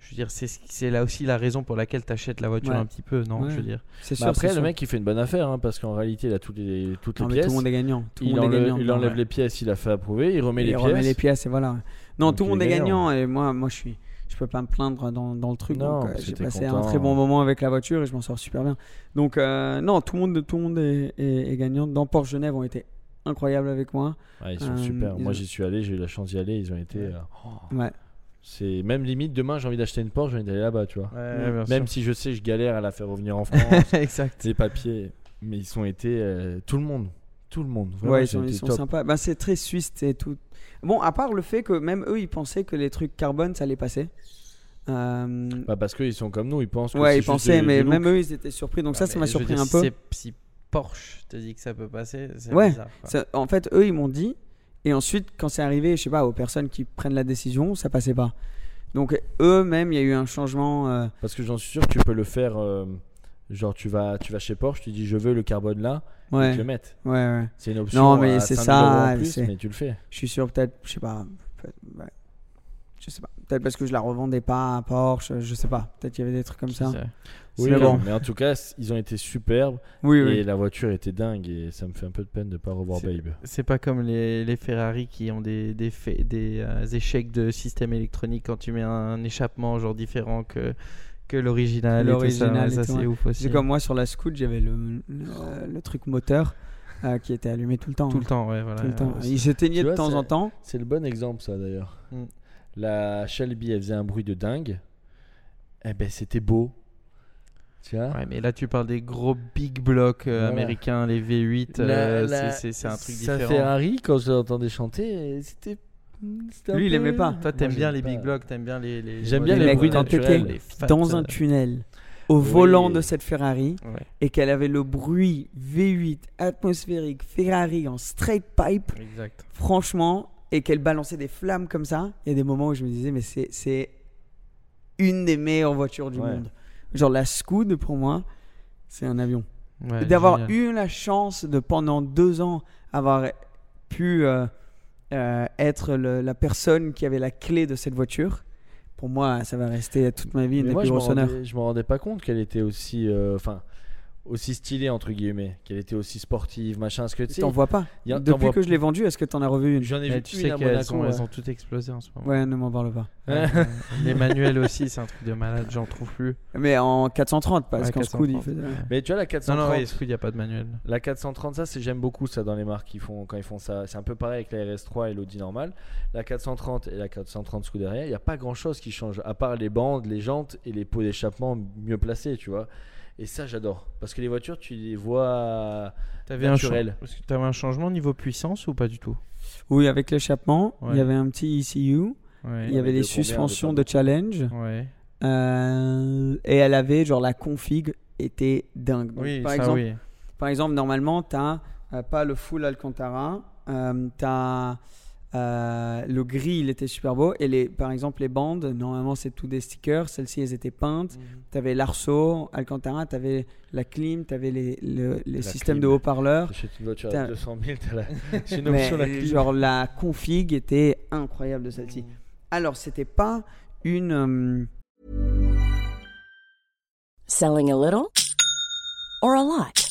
Speaker 3: je veux dire, c'est ce qui- c'est là aussi la raison pour laquelle tu achètes la voiture
Speaker 5: Ouais.
Speaker 3: un petit peu, non
Speaker 5: Ouais.
Speaker 3: Je veux dire,
Speaker 5: C'est
Speaker 4: Bah
Speaker 5: sûr.
Speaker 4: après,
Speaker 5: c'est
Speaker 4: le
Speaker 5: sûr.
Speaker 4: mec, il fait une bonne affaire hein, parce qu'en réalité, il a toutes les, toutes les
Speaker 5: Non, Ah, mais
Speaker 4: pièces.
Speaker 5: tout le monde est gagnant. Tout le
Speaker 4: il
Speaker 5: monde est
Speaker 4: enlève,
Speaker 5: gagnant.
Speaker 4: il enlève les pièces, il a fait approuver, il remet
Speaker 5: Et
Speaker 4: les
Speaker 5: il
Speaker 4: pièces.
Speaker 5: remet les pièces et voilà. Non,
Speaker 4: Donc
Speaker 5: tout le
Speaker 4: il
Speaker 5: monde
Speaker 4: est
Speaker 5: est
Speaker 4: gagnant.
Speaker 5: gagnant et moi, moi je suis, je peux pas me plaindre dans, dans le truc.
Speaker 4: Non,
Speaker 5: donc, euh,
Speaker 4: parce que
Speaker 5: j'ai
Speaker 4: t'es
Speaker 5: passé un
Speaker 4: content.
Speaker 5: très bon moment avec la voiture et je m'en sors super bien. Donc euh, non, tout le monde, tout le monde est, est- est gagnant. Dans Porsche Genève ont été incroyables avec moi.
Speaker 4: Ouais, ils sont
Speaker 5: Euh,
Speaker 4: super.
Speaker 5: ils
Speaker 4: Moi,
Speaker 5: ont-
Speaker 4: j'y suis allé, j'ai eu la chance d'y aller. Ils ont été. euh,
Speaker 5: Ouais.
Speaker 4: c'est même limite demain, j'ai envie d'acheter une Porsche, j'ai envie d'aller là-bas, tu vois. Même si je sais, que je galère à la faire revenir en France,
Speaker 3: exact.
Speaker 4: les papiers. Mais ils sont été euh, tout le monde, tout le monde. Vraiment,
Speaker 5: ouais, ils
Speaker 4: ils
Speaker 5: sont,
Speaker 4: ont
Speaker 5: ils
Speaker 4: été
Speaker 5: sont
Speaker 4: top.
Speaker 5: sympas. Bah, c'est très suisse et tout. Bon, à part le fait que même eux, ils pensaient que les trucs carbone, ça allait passer. Euh,
Speaker 4: Bah, parce qu'ils sont comme nous, ils pensent. que c'est
Speaker 5: ouais, ils
Speaker 4: juste
Speaker 5: pensaient,
Speaker 4: du-
Speaker 5: mais
Speaker 4: du
Speaker 5: même
Speaker 4: look.
Speaker 5: eux, ils étaient surpris. Donc ça,
Speaker 3: Ah,
Speaker 5: ça
Speaker 3: mais
Speaker 5: m'a
Speaker 3: je veux
Speaker 5: surpris
Speaker 3: dire,
Speaker 5: un
Speaker 3: si
Speaker 5: peu.
Speaker 3: c'est- Si Porsche te dit que ça peut passer, c'est
Speaker 5: Ouais,
Speaker 3: bizarre. quoi.
Speaker 5: Ça- en fait, eux, ils m'ont dit. Et ensuite, quand c'est arrivé, je sais pas, aux personnes qui prennent la décision, ça passait pas. Donc eux-mêmes, il y a eu un changement. euh,
Speaker 4: Parce que j'en suis sûr que tu peux le faire. euh, genre, tu vas, tu vas chez Porsche, tu dis, je veux le carbone là, ils
Speaker 5: ouais,
Speaker 4: te le
Speaker 5: ouais,
Speaker 4: mettre.
Speaker 5: ouais.
Speaker 4: C'est une option.
Speaker 5: Non, mais
Speaker 4: à
Speaker 5: c'est
Speaker 4: 5 000
Speaker 5: ça,
Speaker 4: euros en
Speaker 5: elle
Speaker 4: plus,
Speaker 5: sait.
Speaker 4: mais tu le fais.
Speaker 5: Je suis sûr, peut-être, je sais pas. peut-être, ouais. Je sais pas. Peut-être parce que je la revendais pas à Porsche, je sais pas. Peut-être qu'il y avait des trucs comme ça.
Speaker 3: C'est-
Speaker 4: Oui,
Speaker 5: mais bon.
Speaker 4: mais en tout cas, c- ils ont été superbes
Speaker 5: Oui, oui.
Speaker 4: et la voiture était dingue et ça me fait un peu de peine de pas revoir
Speaker 3: C'est-
Speaker 4: Babe.
Speaker 3: C'est pas comme les, les Ferrari qui ont des, des, fa- des euh, échecs de système électronique quand tu mets un échappement genre différent que, que l'original. et tout ça.
Speaker 5: L'original
Speaker 3: Ouais,
Speaker 5: et
Speaker 3: ça,
Speaker 5: tout,
Speaker 3: c'est
Speaker 5: ouais.
Speaker 3: ouf aussi.
Speaker 5: C'est comme moi sur la Scout, j'avais le, le, le truc moteur euh, qui était allumé tout le temps.
Speaker 3: tout le
Speaker 5: hein.
Speaker 3: temps, ouais, voilà.
Speaker 5: Tout le temps.
Speaker 3: Ouais,
Speaker 5: Il s'éteignait
Speaker 4: Tu
Speaker 5: de
Speaker 4: vois,
Speaker 5: temps
Speaker 4: c'est-
Speaker 5: en temps.
Speaker 4: C'est le bon exemple, ça d'ailleurs.
Speaker 3: Mm.
Speaker 4: La Shelby, elle faisait un bruit de dingue. Eh ben, c'était beau. Tu vois
Speaker 3: Ouais, mais là tu parles des gros big blocs euh,
Speaker 4: Voilà.
Speaker 3: américains, les V8, euh,
Speaker 4: La- la-
Speaker 3: c'est- c'est c'est un truc
Speaker 4: sa
Speaker 3: différent.
Speaker 4: Ferrari, quand je l'entendais chanter, c'était. c'était un
Speaker 5: Lui, il
Speaker 4: peu-
Speaker 5: aimait pas.
Speaker 4: Moi,
Speaker 3: Toi t'aimes bien
Speaker 4: j'aime
Speaker 3: les
Speaker 4: pas.
Speaker 3: big blocs, t'aimes bien les. les
Speaker 4: J'aime
Speaker 3: les
Speaker 4: bien
Speaker 3: modèles,
Speaker 4: les bruits
Speaker 3: euh,
Speaker 5: naturels.
Speaker 3: les fat,
Speaker 5: Dans
Speaker 3: euh,
Speaker 5: un tunnel, au
Speaker 4: Oui.
Speaker 5: volant de cette Ferrari,
Speaker 3: ouais,
Speaker 5: et qu'elle avait le bruit V8 atmosphérique Ferrari en straight pipe,
Speaker 3: exact.
Speaker 5: franchement, et qu'elle balançait des flammes comme ça, il y a des moments où je me disais, mais c'est- c'est une des meilleures voitures du
Speaker 4: Ouais.
Speaker 5: monde. Genre la Scoud, pour moi, c'est un avion.
Speaker 3: Ouais,
Speaker 5: Et D'avoir
Speaker 3: génial.
Speaker 5: eu la chance de, pendant deux ans, avoir pu euh, euh, être le- la personne qui avait la clé de cette voiture, pour moi, ça va rester toute ma vie une
Speaker 4: Mais
Speaker 5: des
Speaker 4: moi,
Speaker 5: plus
Speaker 4: je m'en
Speaker 5: grosses honneurs.
Speaker 4: rendais- Je m'en rendais pas compte qu'elle était aussi. euh, Enfin. aussi stylée entre guillemets, qu'elle était aussi sportive, machin, parce que tu sais,
Speaker 5: T'en vois pas.
Speaker 4: y a- t'en
Speaker 5: Depuis
Speaker 4: vois-
Speaker 5: que je l'ai vendue, est-ce que t'en as revu une
Speaker 4: j'en ai
Speaker 3: Mais
Speaker 4: vu
Speaker 3: tu
Speaker 4: une
Speaker 3: sais
Speaker 4: à
Speaker 3: qu'elles sont,
Speaker 4: Monaco,
Speaker 3: elles
Speaker 4: ouais.
Speaker 3: ont toutes explosé en ce moment.
Speaker 5: Ouais, ne m'en parle pas.
Speaker 3: Ouais, euh, les manuels aussi, c'est un truc de malade, j'en trouve plus.
Speaker 5: Mais en 430, parce
Speaker 3: Ouais,
Speaker 5: qu'en Scoot, il
Speaker 3: 430.
Speaker 5: faisait.
Speaker 4: Mais tu vois la
Speaker 3: Non,
Speaker 4: 430,
Speaker 3: non, ouais, il n'y a pas de manuel.
Speaker 4: la 430 ça c'est j'aime beaucoup ça dans les marques qui font quand ils font ça, c'est un peu pareil avec la RS3 et l'Audi normale. La 430 et la 430 Scuderia, il y a pas grand-chose qui change à part les bandes, les jantes et les pots d'échappement mieux placés, tu vois. Et ça j'adore parce que les voitures tu les
Speaker 5: Ah.
Speaker 4: vois
Speaker 3: T'avais un,
Speaker 4: Naturel.
Speaker 3: chan- parce que t'avais un changement niveau puissance ou pas du tout
Speaker 5: Oui, avec l'échappement, il
Speaker 3: Ouais.
Speaker 5: y avait un petit ECU,
Speaker 3: Ouais.
Speaker 5: il y avait
Speaker 4: de combien, de
Speaker 5: les suspensions
Speaker 4: pardon
Speaker 5: de challenge,
Speaker 3: Ouais.
Speaker 5: euh, et elle avait, genre, la config était dingue. Donc,
Speaker 3: Oui,
Speaker 5: par,
Speaker 3: ça
Speaker 5: exemple,
Speaker 3: oui.
Speaker 5: par exemple, normalement, t'as euh, pas le full Alcantara, euh, t'as. euh, le gris, il était super beau. Et les, par exemple, les bandes, normalement, c'est tout des stickers. Celles-ci, elles étaient peintes.
Speaker 4: Mhm.
Speaker 5: T'avais l'arceau, Alcantara, t'avais la clim, t'avais les, le- les
Speaker 4: La
Speaker 5: systèmes de
Speaker 4: clim.
Speaker 5: haut-parleurs.
Speaker 4: J'achète une voiture
Speaker 5: Putain.
Speaker 4: à 200 000, t'as la- c'est une
Speaker 5: Mais
Speaker 4: option la clim. Mhm.
Speaker 5: genre la config était incroyable de celle-ci. Alors c'était pas une euh,
Speaker 6: Selling a little or a lot?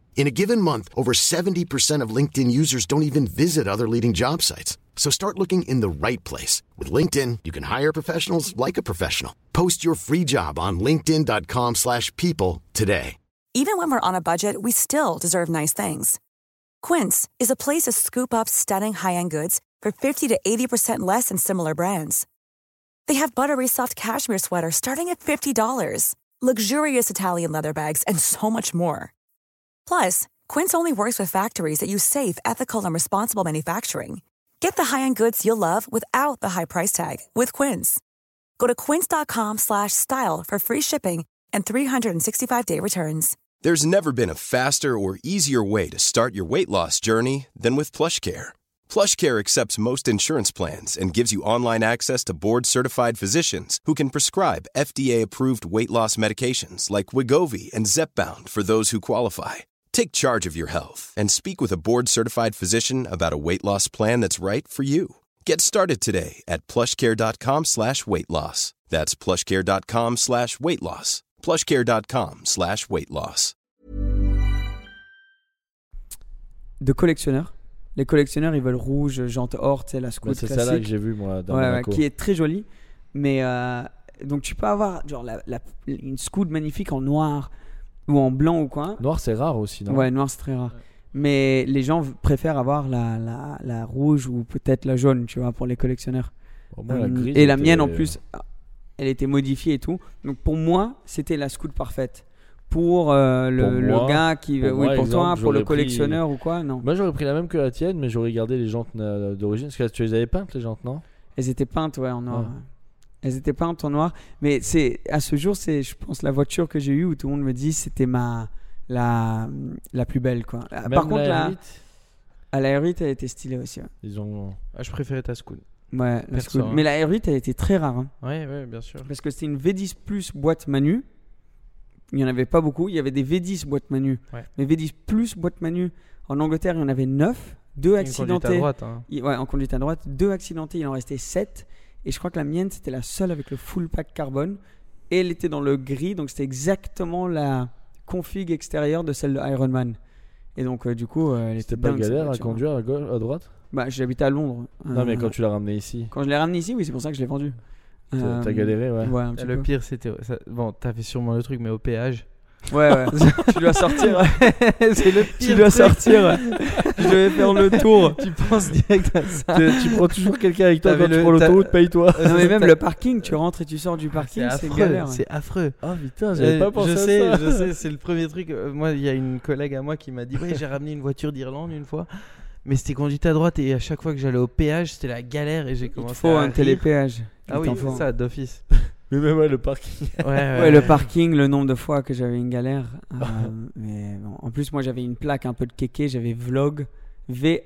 Speaker 7: In a given month, over 70% of LinkedIn users don't even visit other leading job sites. So start looking in the right place. With LinkedIn, you can hire professionals like a professional. Post your free job on linkedin.com/people slash people today.
Speaker 1: Even when we're on a budget, we still deserve nice things. Quince is a place to scoop up stunning high end goods for 50 to 80% less than similar brands. They have buttery soft cashmere sweaters starting at $50, luxurious Italian leather bags, and so much more. Plus, Quince only works with factories that use safe, ethical, and responsible manufacturing. Get the high-end goods you'll love without the high price tag with Quince. Go to quince.com/style slash style for free shipping and 365-day returns.
Speaker 8: There's never been a faster or easier way to start your weight loss journey than with PlushCare. PlushCare accepts most insurance plans and gives you online access to board-certified physicians who can prescribe FDA-approved weight loss medications like Wigovi and Zepbound for those who qualify. Take charge of your health and speak with a board-certified physician about a weight loss plan that's right for you. Get started today at plushcare.com slash weight loss. That's plushcare.com slash weight loss. plushcare.com slash weight loss.
Speaker 5: De collectionneurs. Les collectionneurs, ils veulent rouge, jante or, tu sais, la
Speaker 4: Bah,
Speaker 5: scout
Speaker 4: c'est
Speaker 5: classique.
Speaker 4: ça là que j'ai vu moi dans
Speaker 5: Ouais, ouais,
Speaker 4: Monaco.
Speaker 5: qui est très jolie. Mais euh, donc tu peux avoir genre la, la- une scout magnifique en noir ou en blanc ou quoi.
Speaker 4: Noir c'est rare aussi non
Speaker 5: Ouais, noir c'est très rare. Mais les gens v- préfèrent avoir la, la, la rouge ou peut-être la jaune, tu vois, pour les collectionneurs.
Speaker 4: Au moins, la
Speaker 5: Hum,
Speaker 4: grise
Speaker 5: et la
Speaker 4: était-
Speaker 5: mienne en plus, elle était modifiée et tout. Donc pour moi, c'était la scout parfaite. Pour, euh, le,
Speaker 4: Pour
Speaker 5: le
Speaker 4: moi,
Speaker 5: gars qui
Speaker 4: pour
Speaker 5: veut.
Speaker 4: moi,
Speaker 5: oui, pour toi,
Speaker 4: exemple,
Speaker 5: pour le
Speaker 4: j'aurais pris-
Speaker 5: collectionneur ou quoi, non.
Speaker 4: Moi j'aurais pris la même que la tienne mais j'aurais gardé les jantes euh, d'origine parce que tu les avais peintes les jantes non
Speaker 5: Elles étaient peintes, ouais, en noir.
Speaker 4: Ouais.
Speaker 5: Elles étaient peintes en noir. Mais c'est à ce jour, c'est, je pense, la voiture que j'ai eue où tout le monde me dit c'était ma la, la plus belle, quoi. Ah,
Speaker 4: Même
Speaker 5: Par contre,
Speaker 4: la
Speaker 5: la,
Speaker 4: Hérite,
Speaker 5: à la R8, elle était stylée aussi. Ouais,
Speaker 4: ils ont
Speaker 3: Ah, je préférais ta scout.
Speaker 5: ouais la
Speaker 3: Perso,
Speaker 5: Scoot.
Speaker 3: hein.
Speaker 5: Mais la R8, elle était très rare. hein.
Speaker 3: Ouais, ouais, bien sûr.
Speaker 5: parce que c'était une V10 plus boîte Manu. Il n'y en avait pas beaucoup. Il y avait des V10 boîte Manu.
Speaker 3: Ouais.
Speaker 5: Mais V10 plus boîte Manu, en Angleterre, il y en avait 9. Deux
Speaker 3: Une conduite à
Speaker 5: accidentés.
Speaker 3: droite. hein.
Speaker 5: Il- ouais, en conduite à droite, deux accidentés, il en restait sept. Et je crois que la mienne, c'était la seule avec le full pack carbone. Et elle était dans le gris, donc c'était exactement la config extérieure de celle de Iron Man. Et donc, euh, du coup, euh, elle était
Speaker 4: c'était pas
Speaker 5: dingue, cette
Speaker 4: galère à
Speaker 5: voiture.
Speaker 4: conduire à gauche à droite
Speaker 5: Bah, j'habitais à Londres. Euh,
Speaker 4: non mais quand tu l'as ramené ici
Speaker 5: quand je l'ai ramenée ici, oui, c'est pour ça que je l'ai vendue.
Speaker 4: t'as
Speaker 5: Euh,
Speaker 4: t'as galéré ouais
Speaker 5: Ouais, un petit
Speaker 3: Le
Speaker 5: peu.
Speaker 3: pire, c'était. ça- Bon, t'avais sûrement le truc, mais au péage.
Speaker 5: Ouais, ouais. tu dois sortir.
Speaker 3: c'est le pire.
Speaker 5: tu
Speaker 3: truc.
Speaker 5: dois sortir. je vais faire le tour.
Speaker 3: tu penses direct à ça.
Speaker 4: tu tu prends toujours quelqu'un avec toi
Speaker 3: T'avais
Speaker 4: quand tu
Speaker 3: le-
Speaker 4: prends
Speaker 3: t'as- Ah,
Speaker 4: l'autoroute, paye-toi.
Speaker 5: Non, mais même le parking, tu rentres et tu sors du parking, c'est galère.
Speaker 3: C'est affreux.
Speaker 4: Oh putain,
Speaker 3: Euh,
Speaker 4: j'avais pas pensé
Speaker 3: je
Speaker 4: à
Speaker 3: sais,
Speaker 4: ça.
Speaker 3: je sais, c'est le premier truc. Euh, Moi, il y a une collègue à moi qui m'a dit Ouais, j'ai ramené une voiture d'Irlande une fois, mais c'était conduite à droite et à chaque fois que j'allais au péage, c'était la galère et j'ai
Speaker 5: Il te
Speaker 3: commencé
Speaker 5: faut
Speaker 3: à.
Speaker 5: un
Speaker 3: rire.
Speaker 5: télépéage.
Speaker 3: Ah
Speaker 5: Il
Speaker 3: oui,
Speaker 5: t'en faut
Speaker 3: c'est
Speaker 5: un.
Speaker 3: ça, d'office.
Speaker 4: Mais même ouais, le parking.
Speaker 3: Ouais, ouais,
Speaker 5: Ouais, le parking, le nombre de fois que j'avais une galère. euh, mais bon. En plus, moi, j'avais une plaque un peu de kéké. J'avais vlog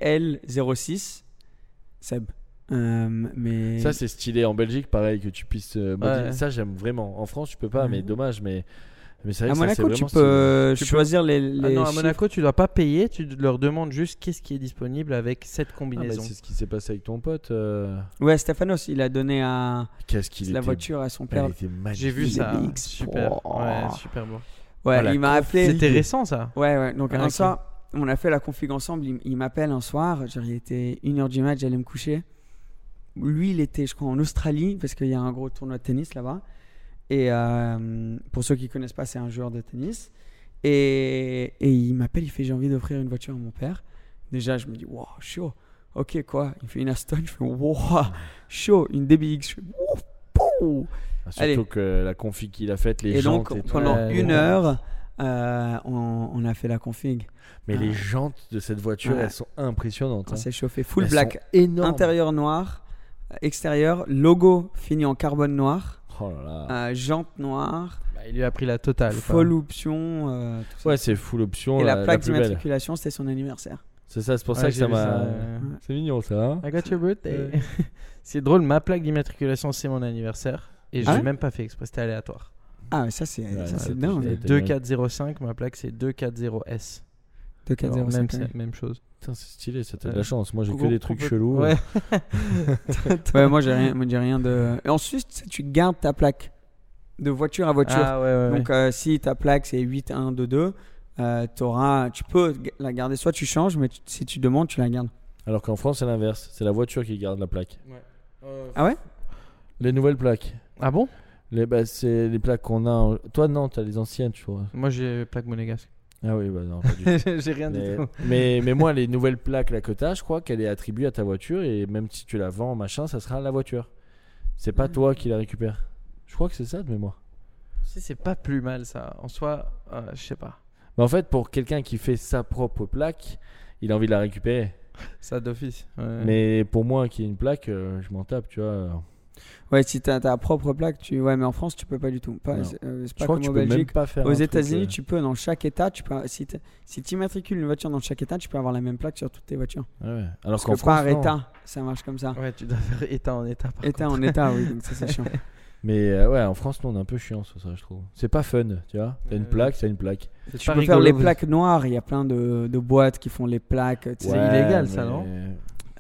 Speaker 5: VL06. Seb. Euh, mais
Speaker 4: Ça, c'est stylé en Belgique, pareil, que tu puisses euh, modifier.
Speaker 3: Ouais.
Speaker 4: Ça, j'aime vraiment. En France, tu peux pas, mais dommage. Mais, mais c'est vrai
Speaker 5: à
Speaker 4: que ça, c'est
Speaker 5: Monaco, tu
Speaker 4: vraiment
Speaker 5: peux euh,
Speaker 3: Tu peux-
Speaker 5: choisir les.
Speaker 3: Ah
Speaker 5: les
Speaker 3: non, à
Speaker 5: chiffres.
Speaker 3: Monaco, tu dois pas payer, tu leur demandes juste qu'est-ce qui est disponible avec cette
Speaker 4: stylé. Ah, mais
Speaker 3: combinaison.
Speaker 4: c'est ce qui s'est passé avec ton pote. euh,
Speaker 5: Ouais, Stéphanos, il a donné à
Speaker 4: Qu'est-ce qu'il
Speaker 5: la
Speaker 4: était-
Speaker 5: voiture à son père.
Speaker 4: Elle était magnifique.
Speaker 3: J'ai vu
Speaker 5: Il
Speaker 3: ça.
Speaker 5: est big,
Speaker 3: Super.
Speaker 5: oh.
Speaker 3: Ouais, super beau.
Speaker 5: Ouais,
Speaker 4: Ah, la
Speaker 5: il m'a appelé.
Speaker 3: C'était récent ça.
Speaker 5: Ouais, ouais. Donc,
Speaker 3: Ah,
Speaker 5: un
Speaker 3: ok.
Speaker 5: soir, on a fait la config ensemble. Il, il m'appelle un soir. Genre, il était 1h du match, j'allais me coucher. Lui, il était, je crois, en Australie, parce qu'il y a un gros tournoi de tennis là-bas. Et euh, pour ceux qui connaissent pas, c'est un joueur de tennis. Et, et il m'appelle, il fait J'ai envie d'offrir une voiture à mon père. Déjà, je me dis Waouh, chaud. Ok, quoi Il fait une Aston. Je fais Waouh, chaud. Une DBX. Je fais Waouh, pouh.
Speaker 4: Ah, Surtout
Speaker 5: Allez.
Speaker 4: que la config qu'il a faite, les
Speaker 5: Et
Speaker 4: jantes.
Speaker 5: donc,
Speaker 4: et tout.
Speaker 5: pendant
Speaker 3: Ouais,
Speaker 5: une
Speaker 3: ouais.
Speaker 5: heure, euh, on, on a fait la config.
Speaker 4: Mais
Speaker 5: Ah.
Speaker 4: les jantes de cette voiture,
Speaker 5: Ouais.
Speaker 4: elles sont impressionnantes.
Speaker 5: On
Speaker 4: hein.
Speaker 5: s'est chauffé full
Speaker 4: Elles
Speaker 5: black.
Speaker 4: sont énormes.
Speaker 5: Intérieur noir, euh, extérieur, logo fini en carbone noir,
Speaker 4: Oh là là.
Speaker 5: euh, jante noire,
Speaker 4: Ah,
Speaker 3: Bah, il lui a pris la totale. quoi.
Speaker 5: full option. euh, tout ça.
Speaker 4: Ouais, c'est full option. euh,
Speaker 5: Et la plaque
Speaker 4: plus belle.
Speaker 5: d'immatriculation, c'était son anniversaire.
Speaker 4: C'est ça, c'est pour
Speaker 3: Ouais,
Speaker 4: ça que
Speaker 3: j'ai
Speaker 4: ça
Speaker 3: vu
Speaker 4: m'a.
Speaker 3: euh,
Speaker 4: C'est mignon ça. hein.
Speaker 3: I got your birthday. c'est drôle, ma plaque d'immatriculation, c'est mon anniversaire. Et je
Speaker 5: Ah
Speaker 3: l'ai
Speaker 5: ouais
Speaker 3: même pas fait exprès, c'était aléatoire.
Speaker 5: Ah, mais ça, c'est
Speaker 4: Ouais,
Speaker 5: ça,
Speaker 4: ouais,
Speaker 5: c'est
Speaker 4: ouais,
Speaker 5: dingue.
Speaker 4: j'ai-
Speaker 5: hein.
Speaker 4: C'était mal.
Speaker 3: 2405, ma plaque c'est 240S. Alors,
Speaker 5: 2-4-0,
Speaker 3: même,
Speaker 5: cinq, ouais.
Speaker 3: même chose.
Speaker 4: Putain, c'est stylé, ça t'as
Speaker 3: Ouais.
Speaker 4: de la chance. Moi, j'ai que
Speaker 3: Gros
Speaker 4: des trucs
Speaker 3: complète-
Speaker 4: chelous.
Speaker 3: Ouais.
Speaker 5: Ouais, moi j'ai rien, moi, j'ai rien de. Et ensuite, tu sais, tu gardes ta plaque de voiture à voiture.
Speaker 3: Ah ouais, ouais, ouais.
Speaker 5: Donc euh, si ta plaque c'est 8, 1, 2, 2, euh, t'auras- tu peux g- la garder. Soit tu changes, mais tu- si tu demandes, tu la gardes.
Speaker 4: Alors qu'en France, c'est l'inverse. C'est la voiture qui garde la plaque.
Speaker 5: Ah ouais
Speaker 4: Les nouvelles plaques.
Speaker 3: Ah bon
Speaker 4: Les, bah, c'est les plaques qu'on a. en- Toi, non, t'as les anciennes, tu vois.
Speaker 3: Moi j'ai plaque monégasque.
Speaker 4: Ah oui, bah non, pas du tout.
Speaker 3: j'ai rien
Speaker 4: Mais,
Speaker 3: du tout.
Speaker 4: mais, mais moi, les nouvelles plaques, la quota, je crois qu'elle est attribuée à ta voiture et même si tu la vends, machin, ça sera la voiture. C'est pas toi qui la récupère. Je crois que c'est ça de mémoire.
Speaker 3: Si c'est pas plus mal ça. En soi, euh, je sais pas.
Speaker 4: Mais en fait, pour quelqu'un qui fait sa propre plaque, il a envie de la récupérer.
Speaker 3: Ça d'office. ouais.
Speaker 4: Mais pour moi qui ai une plaque, euh, je m'en tape, tu vois.
Speaker 5: Ouais, si t'as ta propre plaque, tu. Ouais, mais en France, tu peux pas du tout. Pas,
Speaker 4: Non.
Speaker 5: c'est euh, c'est
Speaker 4: Je
Speaker 5: pas
Speaker 4: crois
Speaker 5: comme
Speaker 4: que tu
Speaker 5: en
Speaker 4: peux même
Speaker 5: Belgique.
Speaker 4: pas faire.
Speaker 5: Aux
Speaker 4: un truc,
Speaker 5: États-Unis,
Speaker 4: euh,
Speaker 5: tu peux dans chaque État, tu peux si t'es- si t'immatricules une voiture dans chaque État, tu peux avoir la même plaque sur toutes tes voitures.
Speaker 4: ouais. Alors
Speaker 5: Parce
Speaker 4: qu'en
Speaker 5: que par
Speaker 4: France, non.
Speaker 5: État, ça marche comme ça.
Speaker 3: Ouais, tu dois faire état en état. Par
Speaker 5: état
Speaker 3: contre.
Speaker 5: en État, oui, donc ça c'est chiant.
Speaker 4: Mais euh, ouais, en France, nous, on est un peu chiant sur ça, je trouve. C'est pas fun, tu vois. T'as une
Speaker 3: Ouais.
Speaker 4: plaque, t'as une plaque.
Speaker 3: C'est
Speaker 5: Tu
Speaker 3: pas
Speaker 5: peux faire
Speaker 3: rigolo.
Speaker 5: les plaques noires, il y a plein de, de boîtes qui font les plaques. tu sais.
Speaker 3: Ouais. illégal, ça, non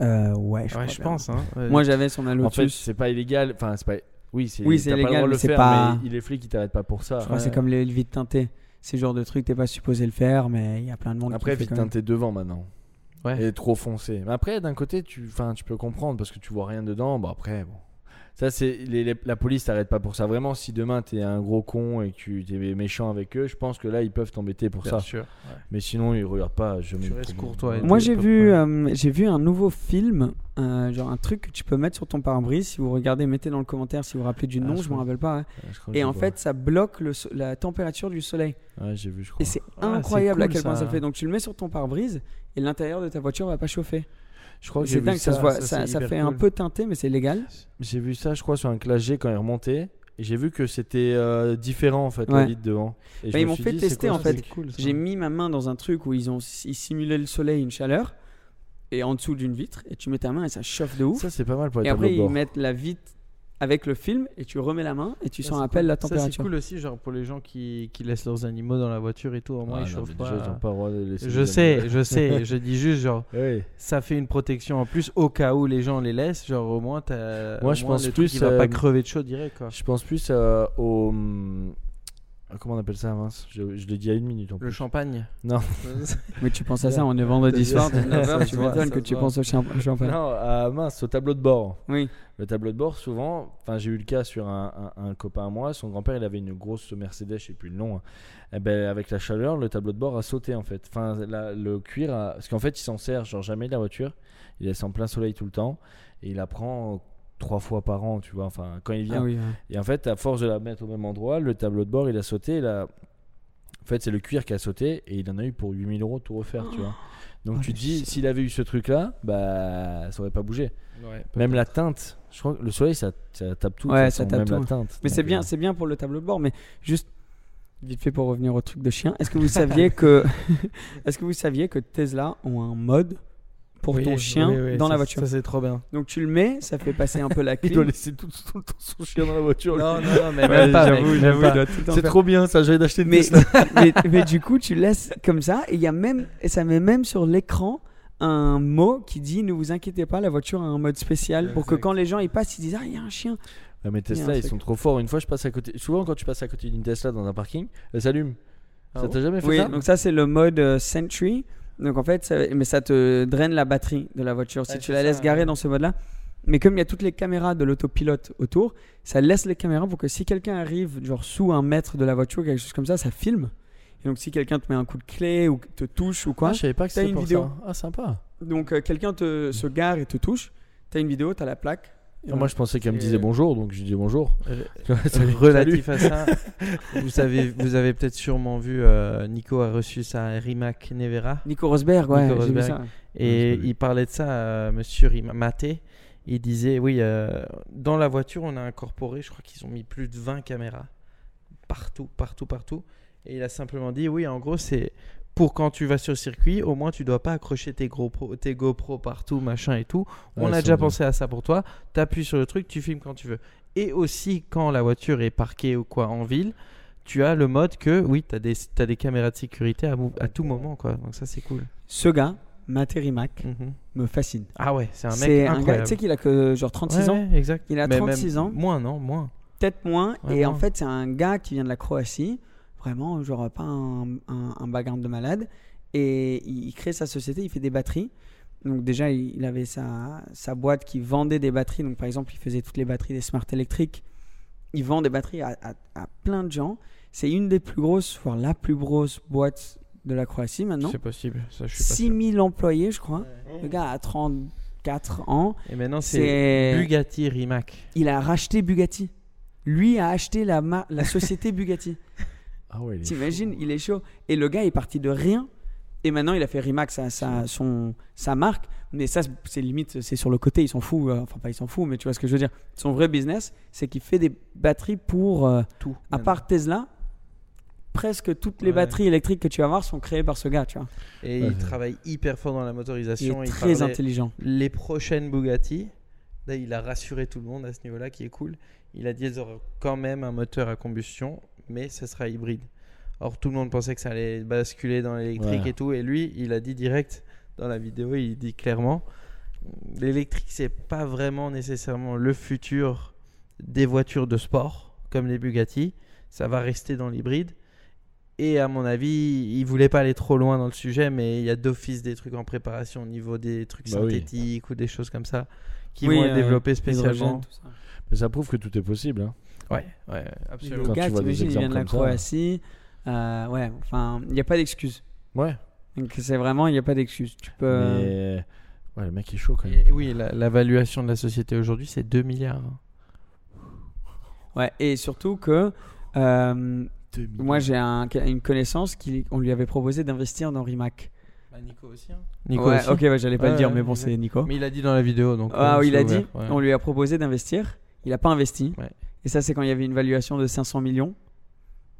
Speaker 5: Euh, ouais, je,
Speaker 3: Ouais,
Speaker 5: crois
Speaker 3: je
Speaker 5: bien.
Speaker 3: pense. Hein. Ouais.
Speaker 5: Moi j'avais son
Speaker 4: En fait,
Speaker 5: Lotus.
Speaker 4: c'est pas illégal. Enfin, c'est pas. Oui, c'est
Speaker 5: Oui, c'est
Speaker 4: t'as pas le
Speaker 5: illégal,
Speaker 4: droit de
Speaker 5: mais
Speaker 4: le
Speaker 5: c'est
Speaker 4: faire,
Speaker 5: pas-
Speaker 4: mais il- les flics, ils t'arrêtent pas pour ça.
Speaker 5: Je crois que c'est
Speaker 4: Ouais.
Speaker 5: comme les vite teinté. C'est le genre de truc, t'es pas supposé le faire, mais il y a plein de monde
Speaker 4: Après,
Speaker 5: qui le
Speaker 4: vite
Speaker 5: fait quand même.
Speaker 4: teinté devant maintenant.
Speaker 3: Ouais.
Speaker 4: Et trop foncé. Mais après, d'un côté, tu, enfin, tu peux comprendre parce que tu vois rien dedans. Bon, après, bon. Ça, c'est les- les- la police t'arrête pas pour ça. Vraiment, si demain t'es un gros con et que tu es méchant avec eux, je pense que là, ils peuvent t'embêter pour
Speaker 3: Bien
Speaker 4: ça.
Speaker 3: sûr. ouais.
Speaker 4: Mais sinon, ils regardent pas. Je
Speaker 3: Tu
Speaker 4: me-
Speaker 3: restes courtois et
Speaker 5: Moi
Speaker 3: Oui,
Speaker 5: j'ai
Speaker 3: pas
Speaker 5: vu,
Speaker 3: de
Speaker 5: euh, j'ai vu un nouveau film, euh, genre un truc que tu peux mettre sur ton pare-brise. Si vous regardez, mettez dans le commentaire si vous vous rappelez du
Speaker 4: Ah,
Speaker 5: nom,
Speaker 4: je
Speaker 5: je me
Speaker 4: crois.
Speaker 5: rappelle pas. hein.
Speaker 4: Ouais, je crois que
Speaker 5: Et
Speaker 4: je
Speaker 5: en
Speaker 4: vois.
Speaker 5: fait, ça bloque le so- la température du soleil.
Speaker 4: Ouais, j'ai vu, je crois.
Speaker 5: Et c'est
Speaker 3: Ah,
Speaker 5: incroyable
Speaker 3: c'est
Speaker 5: à quel
Speaker 3: cool,
Speaker 5: point ça
Speaker 3: ça.
Speaker 5: fait. Donc tu le mets sur ton pare-brise et l'intérieur de ta voiture va pas chauffer.
Speaker 4: Je crois que j'ai
Speaker 5: C'est
Speaker 4: vu
Speaker 5: dingue, ça, se voit, ça,
Speaker 3: c'est
Speaker 5: ça
Speaker 3: hyper
Speaker 5: fait un
Speaker 3: cool.
Speaker 5: peu teinté, mais c'est légal.
Speaker 4: J'ai vu ça, je crois, sur un Clash G quand il remontait. Et j'ai vu que c'était euh, différent en fait, la
Speaker 5: Ouais.
Speaker 4: vitre devant. Et je
Speaker 5: Bah,
Speaker 4: me
Speaker 5: ils m'ont
Speaker 4: suis
Speaker 5: fait
Speaker 4: dit, c'est
Speaker 5: tester,
Speaker 4: quoi
Speaker 5: en
Speaker 4: ce
Speaker 5: fait.
Speaker 4: truc
Speaker 5: J'ai mis ma main dans un truc où ils ont ils simulaient le soleil, une chaleur, et en dessous d'une vitre, et tu mets ta main et ça chauffe de ouf.
Speaker 4: Ça, c'est pas mal pour
Speaker 5: et
Speaker 4: les tableaux
Speaker 5: après
Speaker 4: de
Speaker 5: ils
Speaker 4: bord.
Speaker 5: mettent la vitre avec le film et tu remets la main et tu
Speaker 3: Ça,
Speaker 5: sens
Speaker 3: c'est
Speaker 5: appel
Speaker 3: cool.
Speaker 5: la
Speaker 3: Ça, c'est
Speaker 5: température.
Speaker 3: cool aussi, genre pour les gens qui, qui laissent leurs animaux dans la voiture et tout. Au moins,
Speaker 4: Ah,
Speaker 3: ils
Speaker 4: non, mais
Speaker 3: chauffent
Speaker 4: déjà, ils ont
Speaker 3: pas.
Speaker 4: pas le droit de laisser
Speaker 3: Je
Speaker 4: les
Speaker 3: sais,
Speaker 4: animaux.
Speaker 3: je sais. Je dis juste, genre,
Speaker 4: Ouais.
Speaker 3: ça fait une protection en plus au cas où les gens les laissent. Genre, au moins, t'as.
Speaker 4: Moi,
Speaker 3: au
Speaker 4: je
Speaker 3: moins,
Speaker 4: pense
Speaker 3: le truc,
Speaker 4: plus,
Speaker 3: Il va
Speaker 4: euh,
Speaker 3: pas crever de chaud direct, quoi.
Speaker 4: Je pense plus euh, au. hum, ah, Comment on appelle ça, mince je, je l'ai dit à une minute en
Speaker 3: Le
Speaker 4: plus.
Speaker 3: champagne.
Speaker 4: Non.
Speaker 5: Mais tu penses à ça, on est vendredi
Speaker 4: Ça
Speaker 5: soir,
Speaker 4: se voit,
Speaker 5: 19h,
Speaker 3: ça
Speaker 5: tu
Speaker 3: se voit,
Speaker 5: m'étonnes
Speaker 3: ça
Speaker 5: que
Speaker 3: se
Speaker 5: tu
Speaker 3: voit.
Speaker 5: penses au champ- champagne.
Speaker 4: Non, ah, mince, au tableau de bord.
Speaker 5: Oui,
Speaker 4: Le tableau de bord, souvent, enfin, j'ai eu le cas sur un, un- un copain à moi. Son grand-père, il avait une grosse Mercedes, je sais plus le nom. hein. Eh ben, avec la chaleur, le tableau de bord a sauté en fait. Enfin, la- le cuir, a- parce qu'en fait, il s'en sert genre jamais de la voiture. Il est en plein soleil tout le temps et il la prend trois fois par an, tu vois. Enfin, quand il vient.
Speaker 5: ah oui. ouais.
Speaker 4: Et en fait, à force de la mettre au même endroit, le tableau de bord, il a sauté. Il a... En fait, c'est le cuir qui a sauté et il en a eu pour 8000 euros tout refaire, tu vois. Donc
Speaker 5: Oh,
Speaker 4: tu
Speaker 5: le
Speaker 4: te dis, s'il avait eu ce truc-là, bah, ça aurait pas bougé. Même la teinte, je crois que le soleil, ça, ça tape tout. de
Speaker 5: Ouais,
Speaker 4: toute
Speaker 5: ça
Speaker 4: façon,
Speaker 5: tape
Speaker 4: même
Speaker 5: tout.
Speaker 4: la teinte.
Speaker 5: Mais
Speaker 4: Donc,
Speaker 5: c'est bien,
Speaker 4: euh,
Speaker 5: c'est bien pour le tableau de bord, mais juste vite fait pour revenir au truc de chien. Est-ce que vous saviez que est-ce que vous saviez que Tesla ont un mode pour
Speaker 3: Oui,
Speaker 5: ton chien
Speaker 3: oui, oui,
Speaker 5: dans la
Speaker 3: ça-
Speaker 5: voiture
Speaker 3: Ça, c'est trop bien.
Speaker 5: Donc tu le mets, ça fait passer un peu la
Speaker 4: Il doit
Speaker 5: clim.
Speaker 4: laisser tout, tout le temps son chien dans la voiture.
Speaker 3: Non, non, non, mais
Speaker 4: Ouais,
Speaker 3: même pas.
Speaker 4: j'avoue,
Speaker 3: mec,
Speaker 4: j'avoue,
Speaker 3: même
Speaker 4: il
Speaker 3: pas.
Speaker 4: C'est trop bien ça, j'avais d'acheter une
Speaker 5: mais,
Speaker 4: Tesla.
Speaker 5: mais, mais du coup, tu laisses comme ça et il y a même et ça met même sur l'écran un mot qui dit ne vous inquiétez pas, la voiture a un mode spécial pour que
Speaker 3: Exact.
Speaker 5: quand les gens y passent, ils disent ah il y a un chien.
Speaker 4: Ouais, mais
Speaker 5: Il y a un
Speaker 4: Tesla, ils
Speaker 5: truc.
Speaker 4: sont trop forts. Une fois, je passe à côté. Souvent, quand tu passes à côté d'une Tesla dans un parking, elle s'allume.
Speaker 3: Ah
Speaker 4: ça
Speaker 3: bon
Speaker 4: t'a jamais fait
Speaker 5: Oui,
Speaker 4: ça
Speaker 5: donc ça c'est le mode euh, Sentry. Donc en fait, ça, mais ça te draine la batterie de la voiture si
Speaker 3: Ouais,
Speaker 5: tu
Speaker 3: c'est
Speaker 5: la
Speaker 3: ça,
Speaker 5: laisses garer
Speaker 3: ouais.
Speaker 5: dans ce mode-là. Mais comme il y a toutes les caméras de l'autopilote autour, ça laisse les caméras pour que si quelqu'un arrive genre sous un mètre de la voiture, quelque chose comme ça, ça filme. Et donc si quelqu'un te met un coup de clé ou te touche ou quoi,
Speaker 4: Ah, je savais pas que
Speaker 5: T'as
Speaker 4: c'était
Speaker 5: une
Speaker 4: pour
Speaker 5: vidéo.
Speaker 4: ça. Ah, sympa.
Speaker 5: donc euh, quelqu'un te se gare et te touche, t'as une vidéo, t'as la plaque.
Speaker 4: Ah,
Speaker 5: Et
Speaker 4: Moi,
Speaker 5: voilà.
Speaker 4: je pensais qu'elle me
Speaker 3: Et-
Speaker 5: euh,
Speaker 4: disait bonjour, donc je dis bonjour.
Speaker 3: Euh,
Speaker 4: Tu vois, salut,
Speaker 3: Relatif à ça, vous avez, vous avez peut-être sûrement vu, euh, Nico a reçu sa Rimac Nevera.
Speaker 5: Nico Rosberg, ouais,
Speaker 3: Nico
Speaker 5: j'ai vu
Speaker 3: Rosberg.
Speaker 5: ça.
Speaker 3: Et
Speaker 4: Ouais, je l'ai vu.
Speaker 3: il parlait de ça à monsieur Rima- Maté. Il disait Oui, euh, dans la voiture, on a incorporé, je crois qu'ils ont mis plus de 20 caméras partout, partout, partout. Et il a simplement dit Oui, en gros, c'est pour quand tu vas sur le circuit, au moins tu dois pas accrocher tes, gros pro- tes GoPro partout, machin et tout. On
Speaker 4: Ouais,
Speaker 3: a
Speaker 4: ça
Speaker 3: déjà
Speaker 4: doit.
Speaker 3: pensé à ça pour toi. Tu appuies sur le truc, tu filmes quand tu veux. Et aussi, quand la voiture est parquée ou quoi en ville, tu as le mode que, oui, tu as, t'as des caméras de sécurité à, mou- à tout moment, quoi. Donc ça, c'est cool.
Speaker 5: Ce gars, Materi Mac,
Speaker 3: Mhm.
Speaker 5: me fascine.
Speaker 3: Ah ouais, c'est un mec
Speaker 5: C'est un gars,
Speaker 3: incroyable.
Speaker 5: tu sais qu'il a que genre
Speaker 3: Ouais,
Speaker 5: 36 ans,
Speaker 3: ouais, exact.
Speaker 5: Il a 36 ans.
Speaker 3: Moins, non Moins.
Speaker 5: peut-être moins.
Speaker 3: Ouais,
Speaker 5: et en
Speaker 3: moins.
Speaker 5: fait, c'est un gars qui vient de la Croatie, vraiment, genre pas un, un, un background de malade. Et il, il crée sa société, il fait des batteries. Donc déjà, il, il avait sa, sa boîte qui vendait des batteries. Donc par exemple, il faisait toutes les batteries des Smart électriques. Il vend des batteries à, à- à plein de gens. C'est une des plus grosses, voire la plus grosse boîte de la Croatie maintenant.
Speaker 3: C'est possible. Ça, je suis pas sûr.
Speaker 5: 6000 employés, je crois. Le gars a 34 ans.
Speaker 3: Et maintenant,
Speaker 5: C'est-
Speaker 3: c'est Bugatti Rimac.
Speaker 5: il a racheté Bugatti. Lui a acheté la, mar- la société Bugatti.
Speaker 4: Ah ouais, il est
Speaker 5: T'imagines,
Speaker 4: fou.
Speaker 5: il est chaud. Et le gars est parti de rien. Et maintenant, il a fait Rimac, sa, sa- son, sa marque. Mais ça, c'est limite, c'est sur le côté, il s'en fout. euh, Enfin, pas il s'en fout, mais tu vois ce que je veux dire. Son vrai business, c'est qu'il fait des batteries pour, euh,
Speaker 3: Tout.
Speaker 5: à
Speaker 3: maintenant.
Speaker 5: part Tesla, presque toutes les
Speaker 3: Ouais.
Speaker 5: batteries électriques que tu vas voir sont créées par ce gars, tu vois.
Speaker 3: Et
Speaker 4: Ouais.
Speaker 3: il travaille hyper fort dans la
Speaker 5: Il
Speaker 3: motorisation.
Speaker 5: est
Speaker 3: il
Speaker 5: très
Speaker 3: parlait-
Speaker 5: intelligent.
Speaker 3: Les prochaines Bugatti, là, il a rassuré tout le monde à ce niveau-là, qui est cool. Il a dit qu'elles auront quand même un moteur à combustion, mais ce sera hybride. Or, tout le monde pensait que ça allait basculer dans l'électrique
Speaker 4: Ouais.
Speaker 3: et tout. Et lui, il a dit direct dans la vidéo, il dit clairement l'électrique, c'est pas vraiment nécessairement le futur des voitures de sport, comme les Bugatti. Ça va rester dans l'hybride. Et à mon avis, il voulait pas aller trop loin dans le sujet, mais il y a d'office des trucs en préparation au niveau des trucs
Speaker 4: Bah oui.
Speaker 3: synthétiques ou des choses comme ça qui
Speaker 5: Oui,
Speaker 3: vont
Speaker 5: euh,
Speaker 3: être développés
Speaker 5: Hydrogène,
Speaker 3: spécialement.
Speaker 5: tout ça.
Speaker 4: Mais ça prouve que tout est possible. hein.
Speaker 3: Ouais, ouais,
Speaker 5: Le
Speaker 3: absolument.
Speaker 4: Quand tu
Speaker 5: gars,
Speaker 4: vois des
Speaker 5: t'imagines, il vient de la
Speaker 4: exemples comme ça.
Speaker 5: Croatie. Euh, ouais, enfin, il n'y a pas d'excuse.
Speaker 4: Ouais.
Speaker 5: Donc c'est vraiment, il n'y a pas d'excuse. Tu peux. euh,
Speaker 4: Mais... Ouais, le mec est chaud quand même.
Speaker 3: Et oui, la, la valuation de la société aujourd'hui, c'est 2 milliards.
Speaker 5: Ouais, et surtout que euh,
Speaker 4: Deux millions.
Speaker 5: moi j'ai un- une connaissance qui, on lui avait proposé d'investir dans Rimac.
Speaker 3: Nico aussi. Nico
Speaker 5: ouais,
Speaker 3: aussi.
Speaker 5: ok, ouais, j'allais pas le
Speaker 3: Ouais,
Speaker 5: dire,
Speaker 3: ouais,
Speaker 5: mais bon, c'est
Speaker 3: exact.
Speaker 5: Nico.
Speaker 3: Mais il a dit dans la vidéo. Donc,
Speaker 5: Ah,
Speaker 3: euh,
Speaker 5: oui, il
Speaker 3: c'est
Speaker 5: a
Speaker 3: ouvert,
Speaker 5: dit,
Speaker 3: ouais.
Speaker 5: on lui a proposé d'investir, il a pas investi.
Speaker 3: Ouais.
Speaker 5: Et ça, c'est quand il y avait une valuation de 500 millions.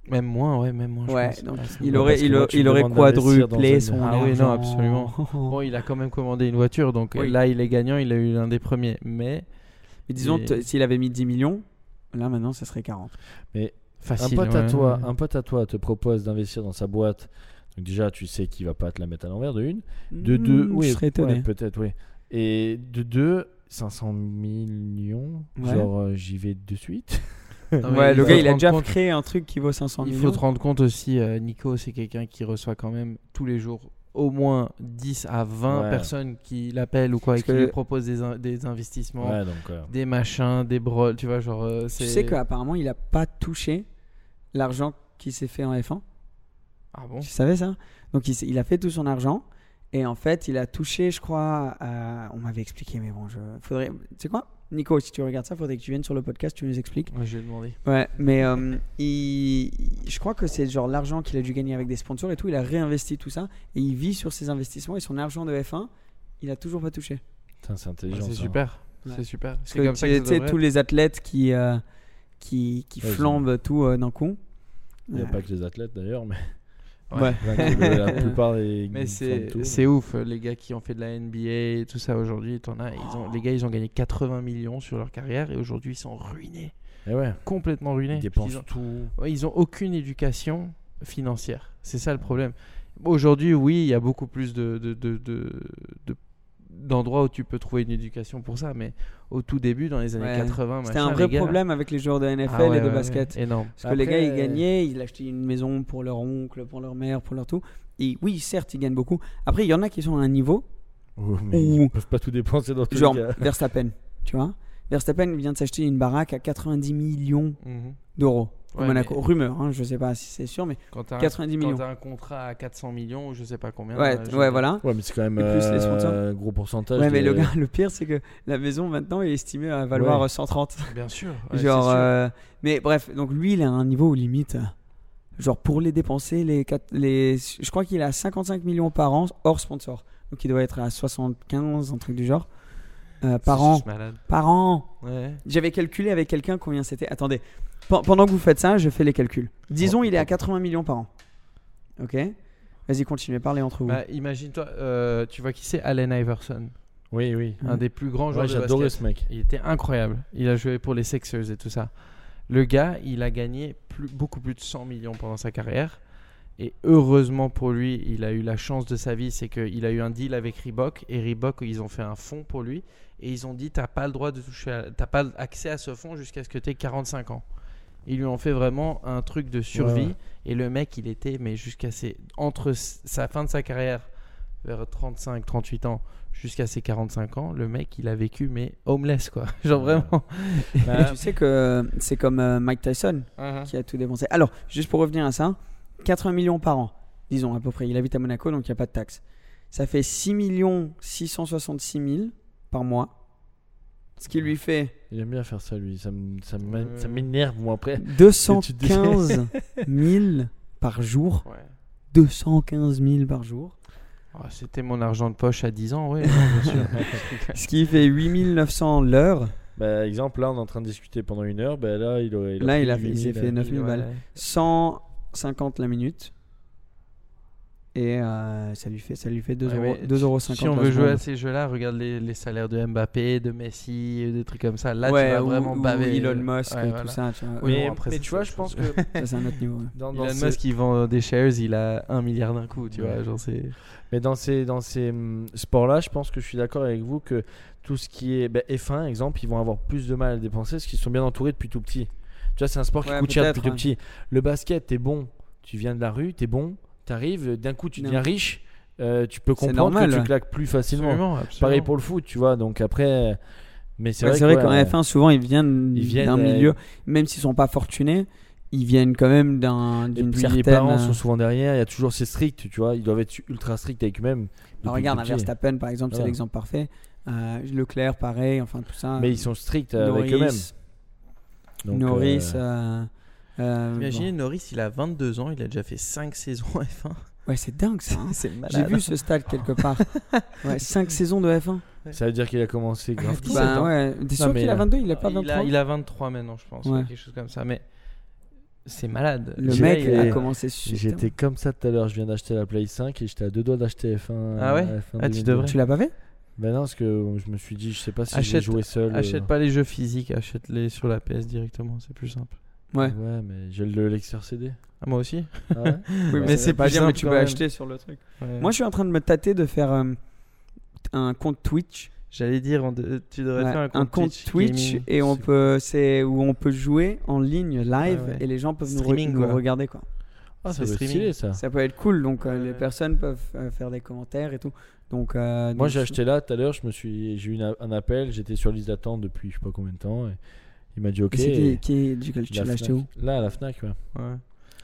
Speaker 3: Même moins, ouais, même moins. je
Speaker 5: Ouais,
Speaker 3: pense.
Speaker 5: donc
Speaker 3: Ah, c'est
Speaker 5: il
Speaker 3: bon.
Speaker 5: aurait,
Speaker 4: parce que
Speaker 5: il,
Speaker 4: moi,
Speaker 5: a-
Speaker 4: tu
Speaker 5: il
Speaker 4: me
Speaker 5: aurait
Speaker 4: demandes d'investir dans
Speaker 5: quadruplé
Speaker 4: un-
Speaker 5: son.
Speaker 3: Ah oui, non,
Speaker 5: argent.
Speaker 3: absolument. Bon, il a quand même commandé une voiture, donc euh,
Speaker 5: Oui.
Speaker 3: là, il est gagnant, il a eu l'un des premiers. Mais
Speaker 5: Mais disons,
Speaker 3: Et-
Speaker 5: t- s'il avait mis 10 millions, là maintenant, ça serait 40.
Speaker 4: un
Speaker 3: facile.
Speaker 4: pote à
Speaker 3: ouais.
Speaker 4: toi, un pote à toi te propose d'investir dans sa boîte. Donc déjà, tu sais qu'il va pas te la mettre à l'envers de une, de deux,
Speaker 5: Hmm,
Speaker 4: oui,
Speaker 5: je serais étonné.
Speaker 4: ouais, peut-être, oui. Et de deux, 500 millions.
Speaker 5: Ouais.
Speaker 4: Genre, euh, j'y vais de suite.
Speaker 3: Non, mais
Speaker 5: Ouais,
Speaker 3: il
Speaker 5: le
Speaker 3: faut
Speaker 5: gars,
Speaker 3: te
Speaker 5: il a
Speaker 3: rendre
Speaker 5: déjà
Speaker 3: compte-
Speaker 5: créé un truc qui vaut 500
Speaker 3: Il
Speaker 5: millions.
Speaker 3: faut te rendre compte aussi, euh, Nico, c'est quelqu'un qui reçoit quand même tous les jours au moins 10 à 20
Speaker 4: Ouais.
Speaker 3: personnes qui l'appellent ou quoi, et
Speaker 5: Parce
Speaker 3: qui
Speaker 5: que-
Speaker 3: lui proposent des, in- des investissements,
Speaker 4: Ouais, donc. euh,
Speaker 3: des machins, des broles, tu vois, genre. euh,
Speaker 5: Tu
Speaker 3: c'est-
Speaker 5: sais qu'apparemment, il a pas touché l'argent qui s'est fait en F1.
Speaker 3: Ah bon
Speaker 5: Tu savais ça Donc, il, s- il a fait tout son argent. Et en fait, il a touché, je crois. euh, on m'avait expliqué, mais bon, je. Faudrait. Tu sais quoi Nico, si tu regardes ça, faudrait que tu viennes sur le podcast, tu nous expliques.
Speaker 3: Ouais, je vais demander.
Speaker 5: Ouais, mais euh, il- il- je crois que c'est genre l'argent qu'il a dû gagner avec des sponsors et tout. Il a réinvesti tout ça et il vit sur ses investissements et son argent de F1, il a toujours pas touché.
Speaker 4: Putain, c'est
Speaker 3: Ouais,
Speaker 4: intelligent.
Speaker 3: c'est
Speaker 4: ça. hein.
Speaker 3: super.
Speaker 5: Ouais.
Speaker 3: C'est super.
Speaker 5: Parce
Speaker 3: C'est
Speaker 5: que
Speaker 3: comme ça que
Speaker 5: tu
Speaker 3: ça
Speaker 5: tu sais,
Speaker 3: devrait
Speaker 5: tous les athlètes qui, euh, qui, qui
Speaker 4: Ouais, ils
Speaker 5: flambent tout euh, d'un coup. euh,
Speaker 4: Il n'y a
Speaker 5: Ouais.
Speaker 4: pas que les athlètes d'ailleurs, mais
Speaker 3: Ouais.
Speaker 5: Ouais.
Speaker 4: la plupart des.
Speaker 3: Mais c'est c'est ouf, euh, les gars qui ont fait de la NBA et tout ça aujourd'hui, t'en as, ils ont, les gars ils ont gagné 80 millions sur leur carrière et aujourd'hui ils sont ruinés,
Speaker 4: Et Eh ouais,
Speaker 3: complètement ruinés.
Speaker 4: ils
Speaker 3: Parce qu'ils
Speaker 4: dépensent
Speaker 3: ont-
Speaker 4: tout.
Speaker 3: ouais, ils ont aucune éducation financière, c'est ça le problème. Aujourd'hui oui, il y a beaucoup plus de, de, de- de- de- d'endroits où tu peux trouver une éducation pour ça, mais au tout début dans les années
Speaker 5: Ouais.
Speaker 3: 80,
Speaker 5: C'était
Speaker 3: machin,
Speaker 5: un
Speaker 3: les
Speaker 5: vrai
Speaker 3: gars-
Speaker 5: problème avec les joueurs de NFL
Speaker 3: hein. Ah ouais,
Speaker 5: et de
Speaker 3: ouais, ouais,
Speaker 5: basket.
Speaker 3: énorme.
Speaker 5: Parce que les gars,
Speaker 4: Après,
Speaker 5: ils
Speaker 4: euh,
Speaker 5: gagnaient, ils achetaient une maison pour leur oncle, pour leur mère, pour leur tout. Et oui, certes, ils gagnent beaucoup. Après, il y en a qui sont à un niveau,
Speaker 4: Oh, mais
Speaker 5: Ou-
Speaker 4: ils peuvent pas tout dépenser dans tous
Speaker 5: genre
Speaker 4: les cas.
Speaker 5: Verstappen, tu vois. Verstappen vient de s'acheter une baraque à 90 millions
Speaker 3: Mhm.
Speaker 5: d'euros au
Speaker 3: Ouais,
Speaker 5: Monaco.
Speaker 3: mais-
Speaker 5: Rumeur, hein, je sais pas si c'est sûr, mais
Speaker 3: Quand t'as un-
Speaker 5: 90
Speaker 3: quand
Speaker 5: millions.
Speaker 3: t'as un contrat à 400 millions ou je sais pas combien.
Speaker 5: Ouais,
Speaker 3: euh, je-
Speaker 5: ouais, voilà.
Speaker 4: Ouais, mais c'est quand même
Speaker 5: Et plus les sponsors.
Speaker 4: euh, un gros pourcentage.
Speaker 5: Ouais, mais
Speaker 4: de-
Speaker 5: le gars, le pire, c'est que la maison maintenant est estimée à valoir
Speaker 4: Ouais.
Speaker 5: 130.
Speaker 3: Bien sûr. ouais,
Speaker 5: genre,
Speaker 3: c'est sûr.
Speaker 5: euh, mais bref, donc lui, il a un niveau où limite. euh, Genre, pour les dépenser, les, quatre- les, je crois qu'il a 55 millions par an hors sponsor. Donc, il doit être à 75, un truc du genre. euh, par
Speaker 3: C'est
Speaker 5: an.
Speaker 3: juste malade.
Speaker 5: Par an.
Speaker 3: Ouais.
Speaker 5: J'avais calculé avec quelqu'un combien c'était. Attendez. Pen- pendant que vous faites ça, je fais les calculs. Disons, il est à 80 millions par an. Ok Vas-y, continuez, parlez entre vous.
Speaker 3: Bah, Imagine-toi, euh, tu vois qui c'est Allen Iverson,
Speaker 4: Oui, oui.
Speaker 5: Hmm.
Speaker 3: un des plus grands
Speaker 4: Ouais,
Speaker 3: joueurs de
Speaker 4: J'adorais
Speaker 3: basket.
Speaker 4: ce mec.
Speaker 3: Il était incroyable. Il a joué pour les Sixers et tout ça. Le gars, il a gagné plus- beaucoup plus de 100 millions pendant sa carrière. Et heureusement pour lui, il a eu la chance de sa vie, c'est qu'il a eu un deal avec Reebok. Et Reebok, ils ont fait un fonds pour lui. Et ils ont dit, t'as pas le droit de toucher, à- t'as pas accès à ce fonds jusqu'à ce que t'aies 45 ans. Ils lui ont fait vraiment un truc de survie.
Speaker 4: Ouais, ouais.
Speaker 3: Et le mec, il était, mais jusqu'à ses, entre s- sa fin de sa carrière, vers 35, 38 ans, jusqu'à ses 45 ans, le mec, il a vécu, mais homeless, quoi. Genre vraiment.
Speaker 5: Mais tu sais que c'est comme euh, Mike Tyson
Speaker 3: Mhm.
Speaker 5: qui a tout dépensé. Alors, juste pour revenir à ça, 80 millions par an, disons à peu près. Il habite à Monaco, donc il n'y a pas de taxe. Ça fait 6 millions 666 000 par mois. Ce qui lui fait
Speaker 4: Il aime bien faire ça, lui. Ça me- ça me-
Speaker 3: Euh.
Speaker 4: ça m'énerve, moi, après.
Speaker 5: 215 000 par jour.
Speaker 3: Ouais.
Speaker 5: 215 000 par jour.
Speaker 3: Ah, C'était mon argent de poche à 10 ans, oui. bien sûr.
Speaker 5: Ce qui fait 8 900 l'heure.
Speaker 4: Bah, exemple, là, on est en train de discuter pendant une heure. Bah, là, il aurait.
Speaker 5: Là,
Speaker 4: pris
Speaker 5: il a fait- il
Speaker 4: 8 000,
Speaker 5: s'est fait
Speaker 4: euh,
Speaker 5: 9 000
Speaker 4: ouais.
Speaker 5: balles. 150 la minute. Et euh, ça lui fait, ça lui fait 2
Speaker 3: Ouais,
Speaker 5: euros-
Speaker 3: mais
Speaker 5: 2,50 euros.
Speaker 3: Si on veut jouer à ces jeux-là, regarde les, les salaires de Mbappé, de Messi, des trucs comme ça. Là, tu vas vraiment baver. euh,
Speaker 5: Elon Musk,
Speaker 3: Ouais,
Speaker 5: et
Speaker 3: voilà.
Speaker 5: tout ça. Tu vois.
Speaker 3: Oui,
Speaker 4: mais,
Speaker 3: bon, après,
Speaker 4: mais
Speaker 3: ça,
Speaker 4: tu
Speaker 3: c'est
Speaker 4: vois,
Speaker 3: autre
Speaker 4: je pense que
Speaker 3: chose.
Speaker 5: Ça, c'est un autre niveau. ouais.
Speaker 4: dans, dans
Speaker 3: Elon
Speaker 4: ce-
Speaker 3: Musk, il vend des shares, il a un milliard d'un coup, tu vois.
Speaker 4: Ouais.
Speaker 3: Genre, c'est.
Speaker 4: mais dans ces, dans ces hum, sports-là, je pense que je suis d'accord avec vous que tout ce qui est bah, F1, exemple, ils vont avoir plus de mal à dépenser parce qu'ils sont bien entourés depuis tout petit. Tu vois, c'est un sport qui
Speaker 5: Ouais,
Speaker 4: coûte cher depuis
Speaker 5: peut-être, hein.
Speaker 4: tout petit. Le basket, t'es bon. Tu viens de la rue, t'es bon. T'arrives, d'un coup, tu
Speaker 5: Non.
Speaker 4: deviens riche. euh, tu peux
Speaker 5: C'est
Speaker 4: comprendre
Speaker 5: normal,
Speaker 4: que
Speaker 5: ouais.
Speaker 4: tu claques plus facilement.
Speaker 3: Absolument, absolument.
Speaker 4: Pareil pour le foot, tu vois. Donc après, mais c'est
Speaker 5: Ouais,
Speaker 4: vrai,
Speaker 5: C'est vrai
Speaker 4: que,
Speaker 5: qu'en
Speaker 4: ouais,
Speaker 5: F1, souvent, ils viennent,
Speaker 4: Ils viennent,
Speaker 5: d'un
Speaker 4: euh,
Speaker 5: milieu, même s'ils sont pas fortunés, ils viennent quand même d'un-
Speaker 4: Et
Speaker 5: d'une
Speaker 4: puis
Speaker 5: certaine.
Speaker 4: les parents
Speaker 5: euh,
Speaker 4: sont souvent derrière, il y a toujours ces stricts, tu vois, ils doivent être ultra stricts avec eux-mêmes.
Speaker 5: bah,
Speaker 4: depuis
Speaker 5: regarde,
Speaker 4: tout
Speaker 5: un
Speaker 4: petit.
Speaker 5: Verstappen, par exemple, c'est
Speaker 4: Voilà.
Speaker 5: l'exemple parfait. Euh, Leclerc, pareil, enfin tout ça.
Speaker 4: Mais ils sont stricts euh,
Speaker 5: Norris,
Speaker 4: avec eux-mêmes. Donc,
Speaker 5: Norris.
Speaker 4: euh,
Speaker 5: euh, euh,
Speaker 3: Imaginez Norris, il a 22 ans, il a déjà fait 5 saisons F1.
Speaker 5: bon. Ouais, c'est dingue ça. hein.
Speaker 3: Ah, C'est
Speaker 5: J'ai
Speaker 3: malade.
Speaker 5: vu ce stade quelque part. ouais, 5 saisons de F1.
Speaker 4: Ça veut dire qu'il a commencé grave tôt.
Speaker 5: euh, Bah ouais, t'es sûr
Speaker 4: mais,
Speaker 5: qu'il a
Speaker 4: euh,
Speaker 5: 22, il a pas 23
Speaker 3: Ah, il, a, il a 23 maintenant, je pense,
Speaker 5: Ouais.
Speaker 3: ou quelque chose comme ça. Mais c'est malade.
Speaker 5: Le
Speaker 4: J'ai-
Speaker 5: mec Ah,
Speaker 4: j'ai-
Speaker 5: a commencé sur.
Speaker 4: J'étais comme ça tout à l'heure, je viens d'acheter la Play 5 et j'étais à deux doigts d'acheter F1.
Speaker 3: Ah ouais
Speaker 4: F1
Speaker 3: Ah, tu
Speaker 4: 2002.
Speaker 3: devrais.
Speaker 5: Tu l'as pas fait
Speaker 4: Bah non, parce que je me suis dit, je sais pas si je vais
Speaker 3: Achète-
Speaker 4: jouer seul. euh,
Speaker 3: Achète pas les jeux physiques, achète-les sur la PS directement, c'est plus simple.
Speaker 5: Ouais.
Speaker 4: Ouais, mais j'ai le lecteur CD.
Speaker 3: Ah, moi aussi
Speaker 4: Ah ouais
Speaker 5: Oui,
Speaker 3: mais c'est
Speaker 5: pas
Speaker 3: plus
Speaker 5: dire, mais
Speaker 3: simple
Speaker 5: tu
Speaker 3: quand
Speaker 5: peux
Speaker 3: même.
Speaker 5: acheter sur le truc. Moi, je suis en train de me tâter de faire euh, un compte Twitch.
Speaker 3: J'allais dire, on de- tu devrais
Speaker 5: Ouais,
Speaker 3: faire un compte,
Speaker 5: Twitch,
Speaker 3: gaming.
Speaker 5: et on
Speaker 3: C'est-
Speaker 5: peut, c'est où on peut jouer en ligne live
Speaker 3: Ah Ouais, ouais.
Speaker 5: et les gens peuvent nous, re-
Speaker 3: Streaming,
Speaker 5: nous
Speaker 3: quoi.
Speaker 5: regarder quoi.
Speaker 4: Ah,
Speaker 3: c'est
Speaker 4: ça doit être
Speaker 3: streaming.
Speaker 4: stylé ça.
Speaker 5: Ça peut être cool, donc euh,
Speaker 3: Ouais,
Speaker 5: les
Speaker 3: ouais.
Speaker 5: personnes peuvent euh, faire des commentaires et tout. Donc euh,
Speaker 4: Moi
Speaker 5: donc-
Speaker 4: j'ai acheté là tout à l'heure, je me suis j'ai eu une- un appel, j'étais sur liste d'attente depuis je sais pas combien de temps et il m'a dit OK.
Speaker 5: Et c'est qui,
Speaker 4: et
Speaker 5: qui est- du- tu
Speaker 4: la
Speaker 5: l'as acheté
Speaker 4: Fnac-
Speaker 5: où
Speaker 4: Là à la Fnac ouais.
Speaker 3: Ouais.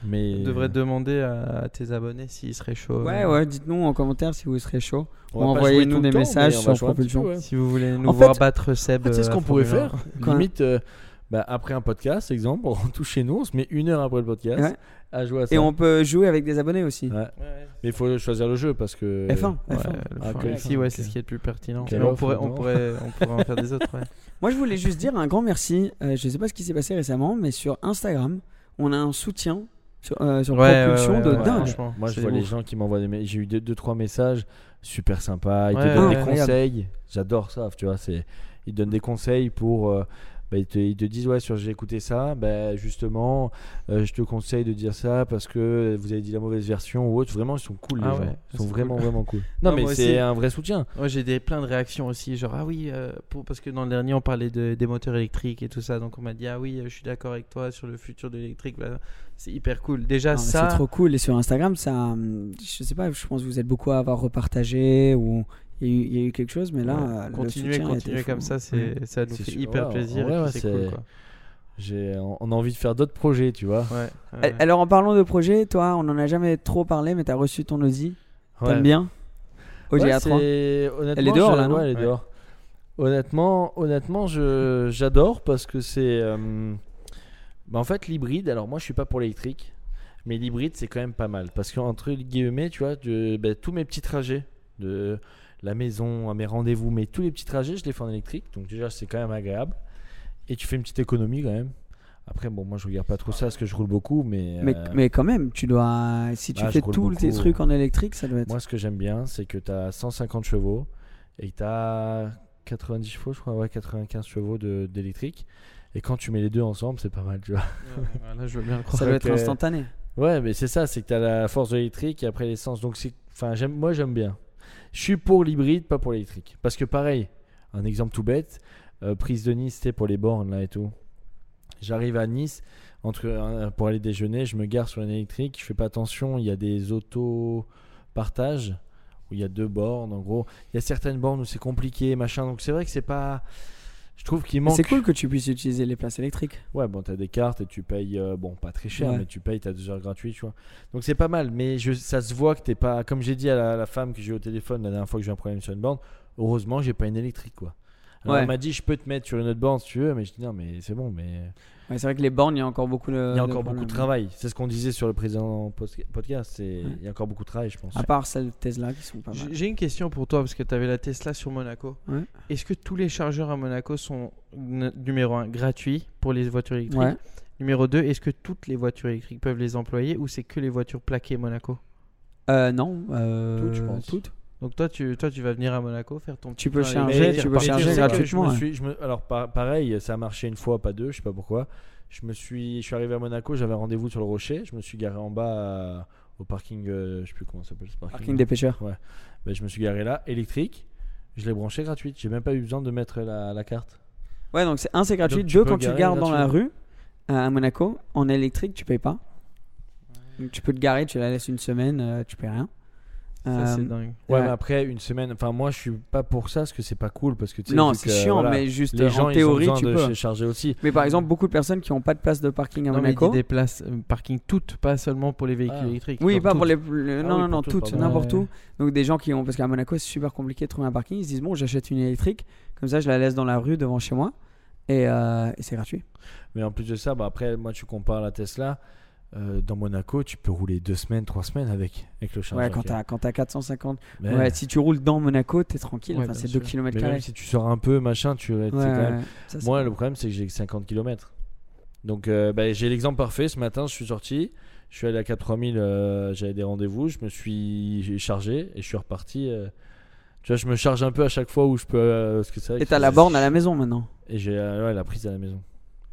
Speaker 4: Mais
Speaker 3: Tu devrais demander à, à tes abonnés s'ils seraient chauds.
Speaker 5: Ouais,
Speaker 3: euh,
Speaker 5: ouais. Dites-nous en commentaire si vous serez chaud.
Speaker 4: on va
Speaker 5: Ou
Speaker 4: pas
Speaker 5: envoyez-nous
Speaker 4: jouer tout le
Speaker 5: des
Speaker 4: temps,
Speaker 5: messages
Speaker 4: mais on
Speaker 5: sur
Speaker 4: va jouer un petit
Speaker 5: Propulsion.
Speaker 4: peu, ouais.
Speaker 3: Si vous voulez nous
Speaker 5: En
Speaker 3: voir
Speaker 5: fait-
Speaker 3: battre Seb.
Speaker 4: Ah, tu sais ce
Speaker 3: euh,
Speaker 4: qu'on pourrait
Speaker 3: Formule un.
Speaker 4: faire
Speaker 5: Quoi
Speaker 4: Limite euh, bah, après un podcast exemple, on rentre chez nous, on se met une heure après le podcast
Speaker 5: Ouais.
Speaker 4: à jouer à ça.
Speaker 5: Et on peut jouer avec des abonnés aussi.
Speaker 4: Ouais. Mais il faut choisir le jeu parce que
Speaker 5: F1,
Speaker 3: Ouais,
Speaker 5: F1.
Speaker 3: le
Speaker 4: Ah,
Speaker 3: Formule
Speaker 4: ok.
Speaker 3: six, ouais,
Speaker 4: Ok.
Speaker 3: c'est ce qui est le plus pertinent.
Speaker 4: Quel
Speaker 3: Mais on
Speaker 4: offre,
Speaker 3: pourrait, on,
Speaker 4: non
Speaker 3: pourrait, on pourrait en faire des autres, ouais.
Speaker 5: Moi, je voulais juste dire un grand merci. Euh, je sais pas ce qui s'est passé récemment, mais sur Instagram, on a un soutien sur, euh, sur
Speaker 3: Ouais,
Speaker 5: Propulsion
Speaker 3: ouais, ouais,
Speaker 5: de
Speaker 3: ouais,
Speaker 5: dingue.
Speaker 3: franchement,
Speaker 4: Moi je
Speaker 3: c'est
Speaker 4: vois les
Speaker 3: ouf.
Speaker 4: gens qui m'envoient des messages, j'ai eu 2 deux, deux, trois messages super sympas, ils
Speaker 3: Ouais,
Speaker 4: te donnent
Speaker 5: ouais.
Speaker 4: des conseils, j'adore ça, tu vois, c'est ils te donnent des conseils pour euh, bah, ils, te, ils te disent ouais sur j'ai écouté ça, bah, justement euh, je te conseille de dire ça parce que vous avez dit la mauvaise version ou autre, vraiment ils sont cool les
Speaker 3: Ah
Speaker 4: gens,
Speaker 3: ouais,
Speaker 4: ils sont
Speaker 3: c'est
Speaker 4: vraiment
Speaker 3: cool.
Speaker 4: vraiment cool. Non,
Speaker 3: Non,
Speaker 4: mais
Speaker 3: moi
Speaker 4: c'est
Speaker 3: aussi.
Speaker 4: un vrai soutien.
Speaker 3: Moi, j'ai des plein de réactions aussi, genre ah oui, euh, pour, parce que dans le dernier on parlait de- des moteurs électriques et tout ça, donc on m'a dit ah oui, euh, je suis d'accord avec toi sur le futur de l'électrique, blablabla. c'est hyper cool. Déjà
Speaker 5: Non, mais
Speaker 3: ça,
Speaker 5: C'est trop cool. Et sur Instagram, ça, hum, je sais pas, je pense que vous êtes beaucoup à avoir repartagé ou il y a eu- il y, a eu quelque chose, mais là,
Speaker 3: ouais,
Speaker 5: euh, le
Speaker 3: continuer,
Speaker 5: soutien a été
Speaker 3: continuer
Speaker 5: fou. hein.
Speaker 3: comme ça, c'est ça nous
Speaker 4: C'est
Speaker 3: fait
Speaker 4: sûr,
Speaker 3: hyper
Speaker 4: ouais, en
Speaker 3: plaisir
Speaker 4: vrai,
Speaker 3: et
Speaker 4: ouais,
Speaker 3: puis c'est cool
Speaker 4: c'est-
Speaker 3: quoi.
Speaker 4: J'ai on on a envie de faire d'autres projets, tu vois.
Speaker 3: Ouais,
Speaker 5: A-
Speaker 3: ouais.
Speaker 5: Alors, en parlant de projet, toi, on en a jamais trop parlé, mais t'as reçu ton Ozi.
Speaker 4: Ouais.
Speaker 5: T'aimes bien Ozi
Speaker 4: Ouais,
Speaker 5: A3.
Speaker 4: c'est- honnêtement,
Speaker 5: hein. Elle est dehors,
Speaker 4: je-
Speaker 5: là, non
Speaker 4: ouais, elle est
Speaker 3: Ouais.
Speaker 4: dehors. Honnêtement, honnêtement, je j'adore parce que c'est euh, bah, en fait l'hybride. Alors moi, je suis pas pour l'électrique, mais l'hybride c'est quand même pas mal parce qu'entre guillemets, tu vois, de, bah, tous mes petits trajets de la maison à mes rendez-vous, mais tous les petits trajets, je les fais en électrique. Donc déjà, c'est quand même agréable et tu fais une petite économie quand même. Après, bon, moi je regarde pas trop ça parce que je roule beaucoup, mais.
Speaker 5: Mais,
Speaker 4: euh,
Speaker 5: mais quand même, tu dois. Si tu
Speaker 4: bah, je
Speaker 5: fais
Speaker 4: roule
Speaker 5: tous tes
Speaker 4: beaucoup.
Speaker 5: trucs en électrique, ça doit être.
Speaker 4: Moi, ce que j'aime bien, c'est que tu as 150 chevaux et que tu as 90 chevaux, je crois, ouais, 95 chevaux de- d'électrique. Et quand tu mets les deux ensemble, c'est pas mal, tu vois.
Speaker 3: Là, je veux bien
Speaker 5: eh, ça
Speaker 3: croire.
Speaker 5: doit être
Speaker 4: que-
Speaker 5: instantané.
Speaker 4: Ouais, mais c'est ça, c'est que tu as la force de l'électrique et après l'essence. Donc, c'est- enfin, j'aime- moi, j'aime bien. Je suis pour l'hybride, pas pour l'électrique. Parce que, pareil, un exemple tout bête, euh, prise de Nice, c'était pour les bornes, là et tout. J'arrive à Nice entre, euh, pour aller déjeuner, je me gare sur une électrique, je fais pas attention, il y a des autos partage où il y a deux bornes en gros. Il y a certaines bornes où c'est compliqué, machin. Donc c'est vrai que c'est pas je trouve qu'il
Speaker 5: Mais
Speaker 4: manque
Speaker 5: C'est cool que tu puisses utiliser les places électriques.
Speaker 4: Ouais, bon, t'as des cartes et tu payes, euh, bon, pas très cher,
Speaker 5: Ouais.
Speaker 4: mais tu payes, t'as deux heures gratuites, tu vois. Donc c'est pas mal, mais je, ça se voit que t'es pas. Comme j'ai dit à la, la femme que j'ai eu au téléphone la dernière fois que j'ai eu un problème sur une borne, heureusement, j'ai pas une électrique, quoi. Alors
Speaker 5: Ouais.
Speaker 4: elle m'a dit, je peux te mettre sur une autre borne si tu veux, mais je dis, non, mais c'est bon, mais.
Speaker 5: Ouais, c'est vrai que les bornes, il y a encore beaucoup de.
Speaker 4: Il y a
Speaker 5: de
Speaker 4: encore beaucoup de
Speaker 5: problèmes.
Speaker 4: travail. C'est ce qu'on disait sur le président post- podcast, c'est il y a encore beaucoup de travail, je pense.
Speaker 5: À part celles de Tesla qui sont pas mal.
Speaker 3: J'ai j'ai une question pour toi parce que tu avais la Tesla sur Monaco.
Speaker 5: Ouais.
Speaker 3: Est-ce que tous les chargeurs à Monaco sont n- numéro 1 gratuits pour les voitures électriques
Speaker 5: Ouais.
Speaker 3: Numéro 2, est-ce que toutes les voitures électriques peuvent les employer ou c'est que les voitures plaquées Monaco
Speaker 5: Euh, non. Euh,
Speaker 4: Toutes, je pense.
Speaker 5: toutes.
Speaker 3: Donc toi tu, toi, tu vas venir à Monaco faire ton petit
Speaker 5: Tu peux
Speaker 3: plein
Speaker 5: charger,
Speaker 3: électrique
Speaker 5: tu
Speaker 3: et
Speaker 5: peux
Speaker 3: partir.
Speaker 5: charger
Speaker 3: Je sais que
Speaker 5: gratuitement, hein.
Speaker 3: je me
Speaker 4: Je me suis-
Speaker 5: ouais.
Speaker 4: je me- alors pa- pareil, ça a marché une fois, pas deux, je sais pas pourquoi. Je me suis, je suis arrivé à Monaco, j'avais rendez-vous sur le rocher, je me suis garé en bas à- au parking, euh, je sais plus comment ça s'appelle ce parking.
Speaker 5: Parking des pêcheurs.
Speaker 4: Ben, je me suis garé là, électrique. Je l'ai branché gratuite, j'ai même pas eu besoin de mettre la, la carte.
Speaker 5: Ouais, donc c'est un, c'est gratuit.
Speaker 4: Donc, tu
Speaker 5: Deux,
Speaker 4: peux
Speaker 5: quand tu
Speaker 4: garer
Speaker 5: gares dans la rue euh, à Monaco, en électrique, tu payes pas. Donc tu peux te garer, tu la laisses une semaine, euh, tu payes rien.
Speaker 3: Ça c'est
Speaker 5: Euh,
Speaker 3: dingue.
Speaker 4: Ouais,
Speaker 5: Ouais.
Speaker 4: mais après une semaine, enfin moi je suis pas pour ça parce que c'est pas cool parce que tu sais,
Speaker 5: non,
Speaker 4: vu
Speaker 5: c'est
Speaker 4: que,
Speaker 5: chiant,
Speaker 4: voilà,
Speaker 5: mais juste
Speaker 4: les
Speaker 5: euh,
Speaker 4: gens
Speaker 5: en
Speaker 4: ils ont
Speaker 5: théorie,
Speaker 4: besoin
Speaker 5: tu
Speaker 4: de
Speaker 5: peux.
Speaker 4: se charger aussi.
Speaker 5: Mais par exemple, beaucoup de personnes qui n'ont pas de place de parking à
Speaker 3: Non mais il dit
Speaker 5: Monaco.
Speaker 3: des places euh, parking toutes, pas seulement pour les véhicules
Speaker 4: Ah.
Speaker 3: électriques.
Speaker 5: Oui,
Speaker 3: Pour
Speaker 5: pas pour
Speaker 3: toutes.
Speaker 5: les. le-
Speaker 4: Ah
Speaker 5: non,
Speaker 4: oui,
Speaker 5: non,
Speaker 4: pour
Speaker 5: non,
Speaker 4: toutes,
Speaker 5: toutes,
Speaker 4: pardon.
Speaker 5: n'importe
Speaker 3: Ouais.
Speaker 5: où. Donc des gens qui ont. Parce qu'à Monaco, c'est super compliqué de trouver un parking. Ils se disent, bon, j'achète une électrique, comme ça, je la laisse dans la rue devant chez moi. Et, euh, et c'est gratuit.
Speaker 4: Mais en plus de ça, bah, après moi tu compares la Tesla. euh, dans Monaco, tu peux rouler deux semaines, trois semaines avec, avec le chargeur.
Speaker 5: Ouais, quand
Speaker 4: qu'il y a.
Speaker 5: t'as quand t'as 450.
Speaker 4: Mais-
Speaker 5: Ouais. si tu roules dans Monaco, t'es tranquille.
Speaker 3: Ouais,
Speaker 5: enfin,
Speaker 3: bien
Speaker 5: c'est
Speaker 3: sûr.
Speaker 5: 2 km.
Speaker 4: Mais même si tu sors un peu, machin, tu c'est quand même- Moi, le problème, c'est que j'ai que 50 km. Donc, euh, bah, j'ai l'exemple parfait. Ce matin, je suis sorti, je suis allé à 4000, euh, j'avais des rendez-vous, je me suis j'ai chargé et je suis reparti. euh, tu vois, je me charge un peu à chaque fois où je peux. euh, parce que c'est vrai
Speaker 5: Et
Speaker 4: que
Speaker 5: t'as la
Speaker 4: c'est-
Speaker 5: borne à la maison maintenant.
Speaker 4: Et j'ai euh, ouais, la prise à la maison.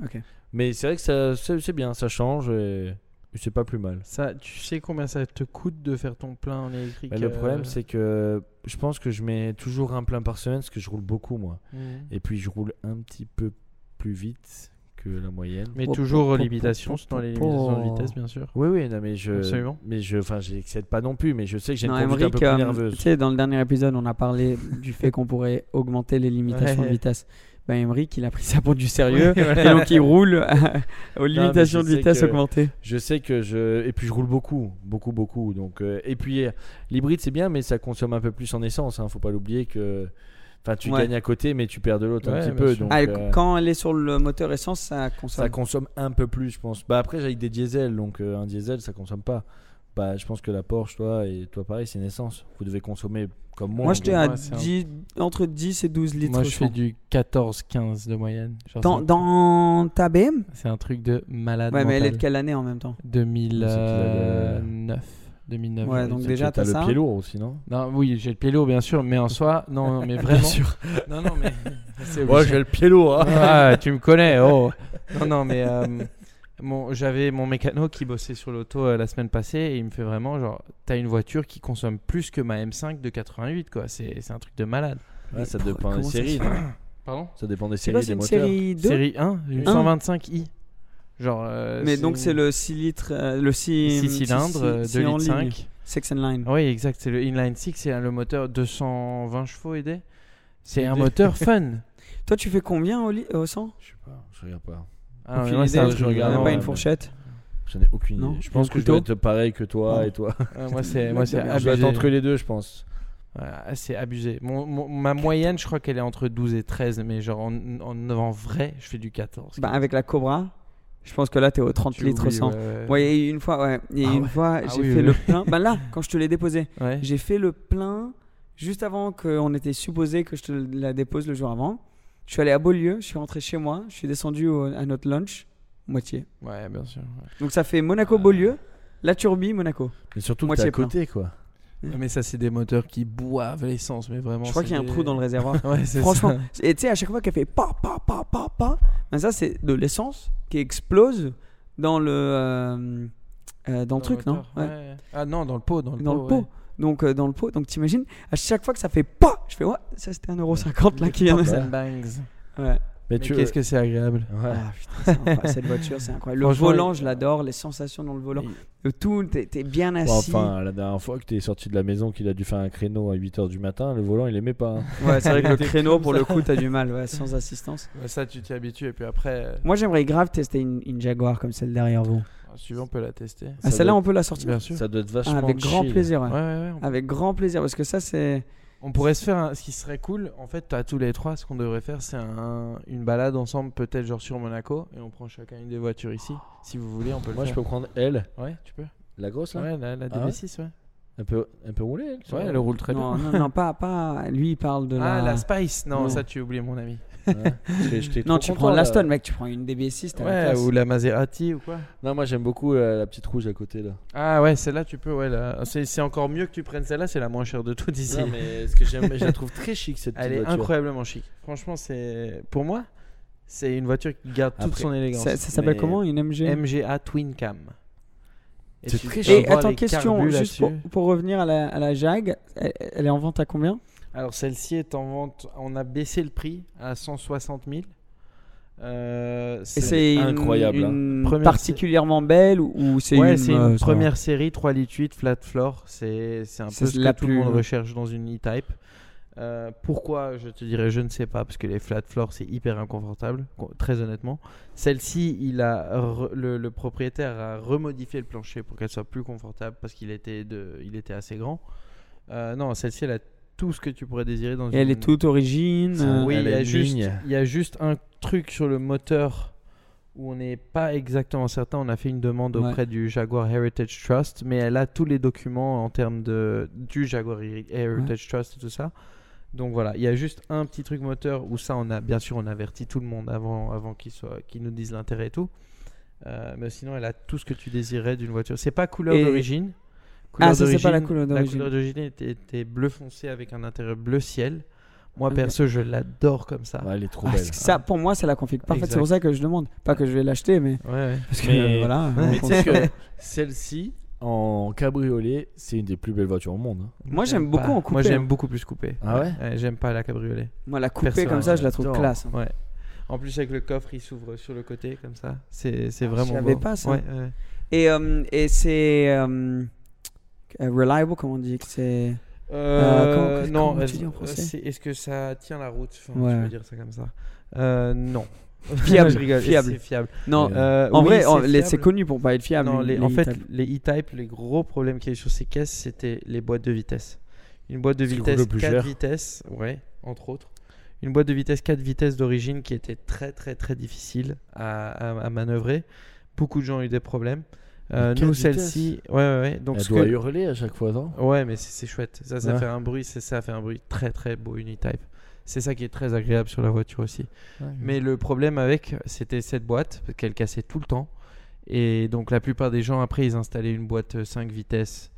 Speaker 5: Ok.
Speaker 4: Mais c'est vrai que ça- c'est c'est bien, ça change et, et c'est pas plus mal.
Speaker 3: Ça, tu sais combien ça te coûte de faire ton plein en électrique
Speaker 4: Mais le problème,
Speaker 3: euh,
Speaker 4: c'est que je pense que je mets toujours un plein par semaine parce que je roule beaucoup, moi.
Speaker 3: Mhm.
Speaker 4: Et puis, je roule un petit peu plus vite que la moyenne.
Speaker 3: Mais
Speaker 5: Pou- pou-
Speaker 3: toujours
Speaker 5: pou-
Speaker 3: limitation,
Speaker 5: pou-
Speaker 3: c'est dans les
Speaker 5: pou-
Speaker 3: limitations de
Speaker 5: pou-
Speaker 3: vitesse bien sûr.
Speaker 4: Oui, oui, non, mais je.
Speaker 3: Absolument.
Speaker 4: Mais je. Enfin, je l'excède pas non plus, mais je sais que j'ai une
Speaker 5: Non,
Speaker 4: conduite un peu
Speaker 5: Emmerich,
Speaker 4: plus
Speaker 5: euh,
Speaker 4: nerveuse.
Speaker 5: tu sais, dans le dernier épisode, on a parlé du fait qu'on pourrait augmenter les limitations de
Speaker 3: Ouais.
Speaker 5: vitesse. Ben, Emmerich, il a pris ça pour du sérieux.
Speaker 3: Oui, voilà.
Speaker 5: Et donc, il roule à- aux
Speaker 4: mais
Speaker 5: limitations
Speaker 4: je
Speaker 5: de
Speaker 4: sais
Speaker 5: vitesse
Speaker 4: que-
Speaker 5: augmentées.
Speaker 4: Je sais que je. Et puis, je roule beaucoup, beaucoup, beaucoup. Donc, euh, Et puis, euh, l'hybride, c'est bien, mais ça consomme un peu plus en essence. Hein, faut pas l'oublier que. Enfin, tu
Speaker 5: Ouais.
Speaker 4: gagnes à côté, mais tu perds de l'autre
Speaker 3: Ouais,
Speaker 4: un petit
Speaker 3: bien
Speaker 4: peu.
Speaker 3: sûr.
Speaker 4: Donc,
Speaker 5: Ah, et
Speaker 4: euh,
Speaker 5: Quand elle est sur le moteur essence, ça consomme.
Speaker 4: ça consomme un peu plus, je pense. Bah, après, j'ai avec des diesels, donc euh, un diesel, ça consomme pas. Bah, je pense que la Porsche, toi, et toi, pareil, c'est une essence. Vous devez consommer comme moi.
Speaker 5: Moi,
Speaker 4: en
Speaker 5: j'étais
Speaker 4: gros.
Speaker 5: à
Speaker 3: Ouais, c'est un-
Speaker 5: 10 entre 10 et 12 litres.
Speaker 3: Moi, je
Speaker 5: je
Speaker 3: fais
Speaker 5: crois.
Speaker 3: du 14-15 de moyenne. Genre,
Speaker 5: dans,
Speaker 3: c'est-
Speaker 5: dans ta BM
Speaker 3: C'est un truc de malade.
Speaker 5: Ouais, mais elle est
Speaker 3: Ah, mental. euh,
Speaker 5: de quelle année en même temps
Speaker 3: 2009. 2009.
Speaker 5: Ouais,
Speaker 3: je
Speaker 5: donc
Speaker 3: veux dire.
Speaker 5: déjà,
Speaker 4: T'as
Speaker 5: t'as ça. hein.
Speaker 4: le pied lourd aussi, non
Speaker 3: Non, oui, j'ai le pied lourd, bien sûr, mais en soi, non, non, mais vraiment. Non, non, mais. c'est
Speaker 4: Ouais,
Speaker 3: obligé.
Speaker 4: j'ai le pied lourd. hein.
Speaker 3: Ah, tu me connais, oh. Non, non, mais. euh, mon- J'avais mon mécano qui bossait sur l'auto euh, la semaine passée et il me fait vraiment genre t'as une voiture qui consomme plus que ma M5 de 88 quoi c'est c'est un truc de malade
Speaker 4: Ouais,
Speaker 5: Mais
Speaker 4: ça
Speaker 5: pour-
Speaker 4: dépend des
Speaker 5: comment ça se
Speaker 4: séries.
Speaker 5: fait
Speaker 4: non
Speaker 3: pardon
Speaker 4: Ça dépend des
Speaker 5: C'est
Speaker 4: séries,
Speaker 5: quoi,
Speaker 4: des
Speaker 5: c'est une
Speaker 4: moteurs.
Speaker 5: série 2
Speaker 3: série 1 une
Speaker 5: Un.
Speaker 3: 125i genre euh,
Speaker 5: Mais donc, c'est le 6 litres, euh, le 6,
Speaker 3: 6 cylindres euh, 2 litres 5
Speaker 5: Sex and Line.
Speaker 3: Oui, exact. C'est le inline six, c'est le moteur 220 chevaux et des. C'est un
Speaker 4: Aidé.
Speaker 3: moteur fun.
Speaker 5: Toi, tu fais combien au, li- au 100
Speaker 4: Je sais pas, je regarde pas.
Speaker 3: Ah, mais
Speaker 5: Aucune
Speaker 3: moi, c'est
Speaker 5: idée,
Speaker 3: un
Speaker 5: je
Speaker 3: truc
Speaker 4: regarde.
Speaker 3: vraiment,
Speaker 5: Même
Speaker 3: euh,
Speaker 5: pas
Speaker 4: ouais,
Speaker 5: une
Speaker 4: mais-
Speaker 5: fourchette.
Speaker 4: J'en ai aucune
Speaker 5: Non.
Speaker 4: idée. Je pense
Speaker 5: Un
Speaker 4: que je dois
Speaker 5: couteau
Speaker 4: être pareil que toi
Speaker 5: Non.
Speaker 4: et toi.
Speaker 3: euh, moi, c'est moi, c'est
Speaker 5: Mec de
Speaker 4: Je dois être
Speaker 3: abusé.
Speaker 4: entre les deux, je pense.
Speaker 3: Voilà, c'est abusé. Mon- mon- ma moyenne, je crois qu'elle est entre 12 et 13, mais genre en, en, en vrai, je fais du 14.
Speaker 5: Bah, avec la Cobra, je pense que là, t'es au 30
Speaker 3: Tu
Speaker 5: litres au
Speaker 3: oublies,
Speaker 5: 100.
Speaker 3: ouais.
Speaker 5: Ouais, et une fois, ouais. et
Speaker 3: Ah
Speaker 5: une
Speaker 3: ouais.
Speaker 5: fois,
Speaker 3: Ah
Speaker 5: j'ai
Speaker 3: oui,
Speaker 5: fait
Speaker 3: oui,
Speaker 5: le
Speaker 3: oui.
Speaker 5: plein. bah là, quand je te l'ai déposé,
Speaker 3: Ouais.
Speaker 5: j'ai fait le plein juste avant qu'on était supposé que je te la dépose le jour avant. Je suis allé à Beaulieu, je suis rentré chez moi, je suis descendu au- à notre lunch, moitié.
Speaker 3: Ouais, bien sûr. ouais.
Speaker 5: Donc ça fait Monaco-Beaulieu, La Turbie, Monaco.
Speaker 4: Mais surtout que t'es
Speaker 5: Moitié
Speaker 4: à côté, quoi.
Speaker 3: Ah, Mais ça, c'est des moteurs qui boivent l'essence, mais vraiment.
Speaker 5: Je crois
Speaker 3: c'est
Speaker 5: qu'il y a un
Speaker 3: des-
Speaker 5: trou dans le réservoir.
Speaker 3: Ouais, c'est
Speaker 5: Franchement,
Speaker 3: ça.
Speaker 5: et tu sais, à chaque fois qu'elle fait pa pa pa pa pa, ben ça c'est de l'essence qui explose dans le euh, euh, dans le truc, non
Speaker 3: moteur,
Speaker 5: Ouais.
Speaker 3: ouais. Ah non, dans le pot, dans le
Speaker 5: Dans
Speaker 3: pot.
Speaker 5: le pot.
Speaker 3: ouais.
Speaker 5: Donc euh, dans le pot, donc t'imagines à chaque fois que ça fait pas, je fais ouais, ça c'était 1,50€ là qui vient de
Speaker 3: Pops
Speaker 5: ça.
Speaker 3: and bangs.
Speaker 5: Ouais.
Speaker 4: Mais,
Speaker 3: Mais
Speaker 4: tu
Speaker 3: qu'est-ce que c'est agréable.
Speaker 4: Ouais.
Speaker 5: Ah, putain, c'est incroyable, cette voiture, c'est incroyable. Le
Speaker 3: Franchement,
Speaker 5: volant,
Speaker 3: il-
Speaker 5: je l'adore, les sensations dans le volant,
Speaker 3: Il-
Speaker 5: le tout, t'es t'es bien
Speaker 4: Bon,
Speaker 5: assis.
Speaker 4: enfin, la dernière fois que t'es sorti de la maison, qu'il a dû faire un créneau à 8h du matin, le volant il aimait pas. hein.
Speaker 5: Ouais, c'est vrai que le
Speaker 3: t'es
Speaker 5: créneau
Speaker 3: comme
Speaker 5: pour
Speaker 3: ça.
Speaker 5: le coup, t'as du mal, ouais, sans assistance.
Speaker 3: Ouais, Ça, tu t'y habitues, et puis après, euh,
Speaker 5: Moi, j'aimerais grave tester une, une Jaguar comme celle derrière vous.
Speaker 3: suivant, on peut la tester.
Speaker 5: Ah,
Speaker 4: Ça
Speaker 5: celle-là,
Speaker 4: doit-
Speaker 5: on peut la sortir
Speaker 3: Bien sûr.
Speaker 4: Ça doit être
Speaker 5: Ah,
Speaker 4: vachement
Speaker 5: Avec grand
Speaker 4: chill.
Speaker 5: plaisir, ouais.
Speaker 3: Ouais, ouais, ouais, on-
Speaker 5: Avec grand plaisir, parce que ça, c'est.
Speaker 3: On pourrait se faire un- ce qui serait cool. En fait, à tous les trois, ce qu'on devrait faire, c'est un- une balade ensemble, peut-être genre sur Monaco, et on prend chacun une des voitures ici. Si vous voulez, on peut le
Speaker 4: Moi je
Speaker 3: faire.
Speaker 4: peux prendre elle,
Speaker 3: Ouais, tu peux.
Speaker 4: la grosse là.
Speaker 3: Ouais, la, la
Speaker 4: Ah ouais
Speaker 3: DB6, ouais.
Speaker 4: Elle peut, elle peut rouler elle. ça
Speaker 3: Ouais,
Speaker 4: va.
Speaker 3: elle roule très
Speaker 5: Non,
Speaker 3: bien.
Speaker 5: non, non, pas, pas. Lui, il parle de la.
Speaker 3: Ah, la Spice. Non,
Speaker 5: Non.
Speaker 3: ça, tu oublies, mon ami.
Speaker 4: Ouais. J'étais- j'étais
Speaker 5: Non,
Speaker 4: trop
Speaker 5: tu
Speaker 4: content,
Speaker 5: prends
Speaker 4: là.
Speaker 5: l'Aston, mec, tu prends une DB6, t'as la
Speaker 3: Ouais,
Speaker 5: classe.
Speaker 3: ou la Maserati ou quoi.
Speaker 4: Non, moi j'aime beaucoup euh, la petite rouge à côté là.
Speaker 3: Ah ouais, celle-là, tu peux. Ouais, la- c'est c'est encore mieux que tu prennes celle-là. C'est la moins chère de toutes ici.
Speaker 4: Non, mais ce que j'aime, je la trouve très chic cette petite
Speaker 3: Elle est
Speaker 4: voiture.
Speaker 3: incroyablement chic. Franchement, c'est pour moi, c'est une voiture qui garde toute
Speaker 4: Après,
Speaker 3: son élégance.
Speaker 5: Ça, ça s'appelle
Speaker 3: Mais-
Speaker 5: comment Une MG
Speaker 3: MGA Twin Cam.
Speaker 4: C'est
Speaker 3: tu-
Speaker 4: très
Speaker 3: tu vas
Speaker 5: Et
Speaker 3: voir
Speaker 5: attends,
Speaker 3: les
Speaker 5: question,
Speaker 3: carbus
Speaker 5: juste pour,
Speaker 3: là-dessus.
Speaker 5: pour revenir à la, à la Jag, elle, elle est en vente à combien
Speaker 3: Alors celle-ci est en vente. On a baissé le prix à 160 000. Euh,
Speaker 5: Et c'est une-
Speaker 4: incroyable, hein.
Speaker 5: une
Speaker 3: Première-
Speaker 5: particulièrement belle ou, ou c'est
Speaker 3: ouais,
Speaker 5: une,
Speaker 3: c'est une
Speaker 5: euh, ça va
Speaker 3: première série 3.8 flat floor. C'est c'est un peu
Speaker 5: C'est
Speaker 3: ce
Speaker 5: la
Speaker 3: que tout le
Speaker 5: plus-
Speaker 3: monde recherche dans une E-Type. Euh, pourquoi je te dirais je ne sais pas parce que les flat floor c'est hyper inconfortable con- très honnêtement celle-ci il a re- le, le propriétaire a remodifié le plancher pour qu'elle soit plus confortable parce qu'il était de il était assez grand Euh, non celle-ci elle a tout ce que tu pourrais désirer dans
Speaker 5: Et elle
Speaker 3: une
Speaker 5: est toute origine. euh,
Speaker 3: oui,
Speaker 4: Elle
Speaker 3: il y,
Speaker 4: a
Speaker 3: a
Speaker 4: une
Speaker 3: juste,
Speaker 4: ligne.
Speaker 3: il y a juste un truc sur le moteur où on n'est pas exactement certain. On a fait une demande
Speaker 5: Ouais.
Speaker 3: auprès du Jaguar Heritage Trust, mais elle a tous les documents en termes de, du Jaguar Heri- Heritage Trust et tout ça. Donc voilà, il y a juste un petit truc moteur où ça, on a bien sûr, on avertit tout le monde avant, avant qu'ils soient- qu'ils nous disent l'intérêt et tout. Euh, mais sinon, elle a tout ce que tu désirais d'une voiture. C'est pas couleur
Speaker 5: Et-
Speaker 3: d'origine.
Speaker 5: Ah, ça, c'est pas la
Speaker 3: d'origine-
Speaker 5: couleur
Speaker 3: La
Speaker 5: d'origine.
Speaker 3: couleur d'origine était, était bleu foncé avec un intérieur bleu ciel. Moi,
Speaker 5: Ok.
Speaker 3: perso, je l'adore comme ça.
Speaker 4: Ouais, elle est trop
Speaker 5: Ah,
Speaker 4: belle.
Speaker 5: c'est que ça, pour moi, c'est la config parfaite.
Speaker 3: Exact.
Speaker 5: C'est pour ça que je demande. Pas que je vais l'acheter, mais.
Speaker 3: Ouais, ouais.
Speaker 5: Parce que
Speaker 4: Mais-
Speaker 5: euh, voilà.
Speaker 3: Mais
Speaker 5: on
Speaker 4: Mais tu sais
Speaker 5: pense-
Speaker 4: que Ah, celle-ci en cabriolet, c'est une des plus belles voitures au monde. hein.
Speaker 5: Moi, j'aime beaucoup
Speaker 3: pas.
Speaker 5: en hein. coupé.
Speaker 3: Moi, j'aime beaucoup plus coupé.
Speaker 4: Ah ouais
Speaker 3: J'aime pas la cabriolet.
Speaker 5: Moi, la coupée
Speaker 3: Perso,
Speaker 5: comme ça,
Speaker 3: ouais,
Speaker 5: je la trouve
Speaker 3: j'adore.
Speaker 5: classe. hein.
Speaker 3: Ouais. En plus, avec le coffre, il s'ouvre sur le côté comme ça. C'est c'est vraiment.
Speaker 5: Ah, savais
Speaker 3: beau.
Speaker 5: pas ça.
Speaker 3: Ouais, ouais.
Speaker 5: Et, euh, et c'est. euh, euh, reliable, comment on dit que c'est.
Speaker 3: Euh,
Speaker 5: comment-
Speaker 3: non,
Speaker 5: comment tu
Speaker 3: est-ce-
Speaker 5: dis en français
Speaker 3: c'est- est-ce que ça tient la route Enfin,
Speaker 5: Ouais.
Speaker 3: Je peux dire ça comme ça. Euh, non.
Speaker 5: Fiable,
Speaker 3: Je rigole,
Speaker 5: fiable.
Speaker 3: C'est fiable.
Speaker 5: Non,
Speaker 4: Ouais.
Speaker 3: Euh,
Speaker 5: en
Speaker 3: oui,
Speaker 5: vrai, en- les-
Speaker 3: fiable.
Speaker 5: c'est connu pour pas être fiable.
Speaker 3: Non,
Speaker 5: une-
Speaker 3: les- en fait,
Speaker 5: e-type.
Speaker 3: les E-Type, les gros problèmes qu'il y avait sur ces caisses, c'était les boîtes de vitesse. Une boîte de
Speaker 4: Ce qui coûte
Speaker 3: vitesse
Speaker 4: le plus
Speaker 3: 4
Speaker 4: cher.
Speaker 3: vitesses, ouais, entre autres. Une boîte de vitesse 4 vitesses d'origine qui était très très très difficile à, à- à manœuvrer. Beaucoup de gens ont eu des problèmes. Euh,
Speaker 4: Mais
Speaker 3: nous,
Speaker 4: quatre
Speaker 3: celle-ci, ouais, ouais, ouais. Donc,
Speaker 4: elle
Speaker 3: ce
Speaker 4: doit
Speaker 3: que-
Speaker 4: hurler à chaque fois,
Speaker 5: hein.
Speaker 4: non
Speaker 3: Ouais, mais c'est c'est chouette. Ça, ça
Speaker 4: Ouais.
Speaker 3: fait un bruit, c'est- ça fait un bruit très très beau, une E-Type. C'est ça qui est très agréable sur la voiture aussi. Mais le problème avec, c'était cette boîte, parce qu'elle cassait tout le temps. Et donc la plupart des gens, après, ils installaient une boîte euh, 5 vitesses.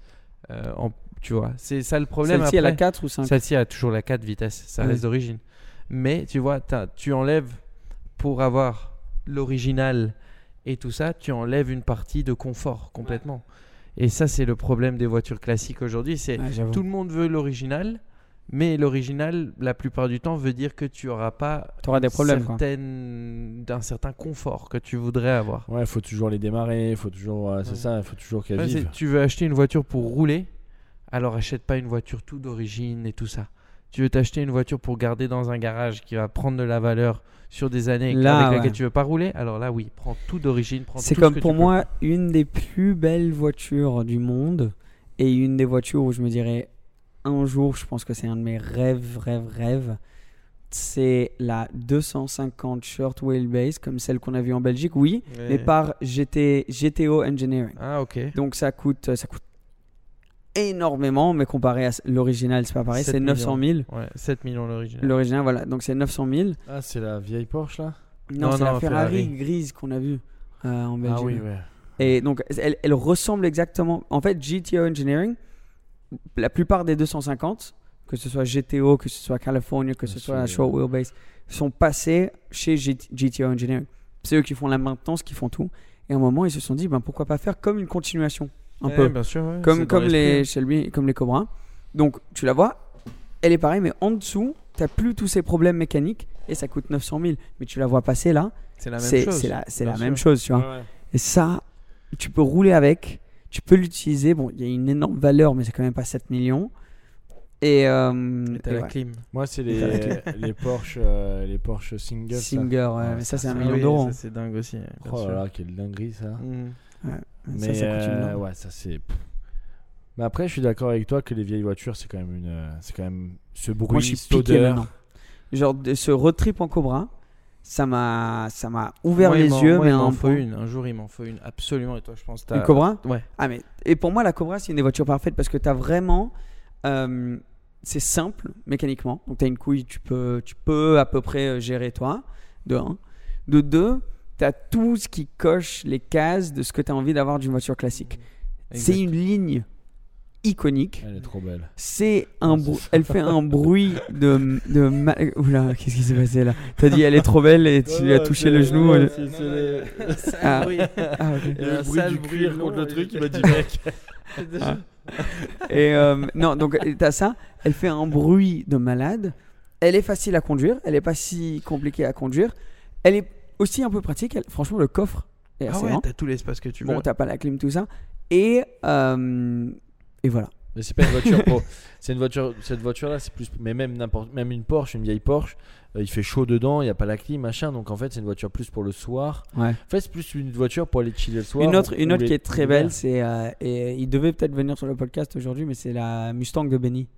Speaker 3: euh, en, tu vois, c'est ça le problème.
Speaker 5: Celle-ci, elle a
Speaker 3: après.
Speaker 5: 4 ou 5
Speaker 3: Celle-ci a toujours la 4 vitesses, ça
Speaker 5: Ouais.
Speaker 3: reste d'origine. Mais tu vois, t'as- tu enlèves, pour avoir l'original et tout ça, tu enlèves une partie de confort complètement. Et ça, c'est le problème des voitures classiques aujourd'hui. C'est tout le monde veut l'original, mais l'original, la plupart du temps, veut dire que tu auras pas
Speaker 5: T'auras des problèmes. quoi.
Speaker 3: certaine- d'un certain confort que tu voudrais avoir.
Speaker 4: Ouais, faut toujours les démarrer, faut toujours, voilà, c'est
Speaker 3: Ouais.
Speaker 4: ça, faut toujours qu'elle
Speaker 3: Ouais, c'est-
Speaker 4: vive.
Speaker 3: tu veux acheter une voiture pour rouler, alors achète pas une voiture tout d'origine et tout ça. Tu veux t'acheter une voiture pour garder dans un garage qui va prendre de la valeur sur des années et
Speaker 5: Là,
Speaker 3: avec
Speaker 5: ouais.
Speaker 3: laquelle tu veux pas rouler, alors là oui, prends tout d'origine, prends
Speaker 5: C'est
Speaker 3: tout ce
Speaker 5: comme
Speaker 3: que
Speaker 5: pour
Speaker 3: tu
Speaker 5: moi une des plus belles voitures du monde et une des voitures où je me dirais un jour, je pense que c'est un de mes rêves, rêves, rêves. C'est la 250 short wheelbase comme celle qu'on a vue en Belgique, oui,
Speaker 3: peux.
Speaker 5: mais par GT, GTO Engineering.
Speaker 3: Ah OK.
Speaker 5: Donc ça coûte, ça coûte énormément, mais comparé à l'original, c'est pas pareil,
Speaker 3: 7
Speaker 5: c'est 900 000.
Speaker 3: Ouais, 7 millions l'original.
Speaker 5: L'original, voilà, donc c'est 900 000.
Speaker 4: Ah, c'est la vieille Porsche là
Speaker 5: Non,
Speaker 3: Non,
Speaker 5: c'est la
Speaker 3: non,
Speaker 5: Ferrari,
Speaker 3: Ferrari.
Speaker 5: grise qu'on a vue. euh, en Belgique.
Speaker 4: Ah oui, ouais.
Speaker 5: Et donc, elle, elle ressemble exactement. En fait, GTO Engineering, la plupart des 250, que ce soit GTO, que ce soit California, que ce
Speaker 4: Bien
Speaker 5: soit
Speaker 4: sûr,
Speaker 5: la Short Wheelbase, sont passés chez G- GTO Engineering. C'est eux qui font la maintenance, qui font tout. Et à un moment, ils se sont dit, ben, pourquoi pas faire comme une continuation Un
Speaker 3: Eh,
Speaker 5: peu.
Speaker 3: bien sûr, ouais, c'est
Speaker 5: comme
Speaker 3: dans
Speaker 5: comme les
Speaker 3: l'esprit, hein.
Speaker 5: Shelby, comme les Cobra. Donc, tu la vois, elle est pareille, mais en dessous, tu plus tous ces problèmes mécaniques et ça coûte 900 000. Mais tu la vois passer là,
Speaker 3: hein. C'est la même
Speaker 5: c'est
Speaker 3: chose.
Speaker 5: c'est la, c'est
Speaker 3: bien
Speaker 5: la
Speaker 3: sûr.
Speaker 5: même chose, tu vois. Et ça, tu peux rouler avec, tu peux l'utiliser. Bon, il y a une énorme valeur, mais c'est quand même pas 7 millions. Et, euh,
Speaker 3: Et t'as
Speaker 5: et
Speaker 3: la
Speaker 5: ouais.
Speaker 3: clim.
Speaker 4: Moi, c'est
Speaker 5: T'as la
Speaker 4: les, les Porsche, euh, les Porsche single. ça.
Speaker 5: Singer, ouais,
Speaker 4: Ouais,
Speaker 5: mais ça, c'est
Speaker 4: ça,
Speaker 5: un
Speaker 3: Ah
Speaker 5: million
Speaker 3: oui,
Speaker 5: d'euros. hein.
Speaker 3: ça, C'est dingue aussi. bien
Speaker 4: Oh
Speaker 3: sûr.
Speaker 4: là là, quelle dinguerie ça.
Speaker 3: Mm.
Speaker 5: Ça,
Speaker 4: Mais
Speaker 5: ça hein. coûte une
Speaker 4: euh,
Speaker 5: blinde.
Speaker 4: ouais, ça c'est. pff. Mais après, je suis d'accord avec toi que les vieilles voitures, c'est quand même une, euh, c'est quand même ce bruit,
Speaker 5: Moi, je suis
Speaker 4: cette
Speaker 5: piqué
Speaker 4: odeur.
Speaker 5: maintenant. Genre, de- ce road trip en Cobra, ça m'a ça m'a ouvert
Speaker 3: Moi, il
Speaker 5: les
Speaker 3: m'en-
Speaker 5: yeux,
Speaker 3: moi,
Speaker 5: mais
Speaker 3: il
Speaker 5: à
Speaker 3: m'en
Speaker 5: un
Speaker 3: faut
Speaker 5: point.
Speaker 3: une. Un jour, il m'en faut une. Absolument. Et toi, je pense que t'as.
Speaker 5: Une Cobra
Speaker 3: Ouais.
Speaker 5: Ah mais et pour moi la Cobra c'est une des voitures parfaites parce que t'as vraiment euh, c'est simple mécaniquement donc t'as une couille tu peux tu peux à peu près euh, gérer toi de 1 de 2 t'as tout ce qui coche les cases de ce que t'as envie d'avoir d'une voiture classique c'est
Speaker 3: Exact.
Speaker 5: une ligne iconique
Speaker 4: Elle est trop belle.
Speaker 5: c'est un brou- elle fait un bruit de de ma- oula qu'est-ce qui s'est passé là t'as dit elle est trop belle et tu lui as touché le genou euh, Ah. ah, ok.
Speaker 3: Le bruit du cuir contre le truc, il m'a dit
Speaker 5: Et euh, non, donc t'as ça. Elle fait un bruit de malade. Elle est facile à conduire. Elle est pas si compliquée à conduire. Elle est aussi un peu pratique. Elle- franchement, le coffre est
Speaker 3: Ah
Speaker 5: assez
Speaker 3: ouais,
Speaker 5: grand.
Speaker 3: t'as tout l'espace que tu veux.
Speaker 5: Bon, t'as pas la clim, tout ça. Et euh, et voilà.
Speaker 4: Mais c'est pas une voiture pro. C'est une voiture, cette voiture-là, c'est plus. Mais même n'importe, même une Porsche, une vieille Porsche, euh, il fait chaud dedans, il y a pas la clim, machin. Donc en fait, c'est une voiture plus pour le soir.
Speaker 5: Ouais.
Speaker 4: En fait, c'est plus une voiture pour aller chiller le soir.
Speaker 5: Une autre,
Speaker 4: ou-
Speaker 5: une
Speaker 4: ou
Speaker 5: autre
Speaker 4: les-
Speaker 5: qui est très belle, c'est euh, et il devait peut-être venir sur le podcast aujourd'hui, mais c'est la Mustang de Benny.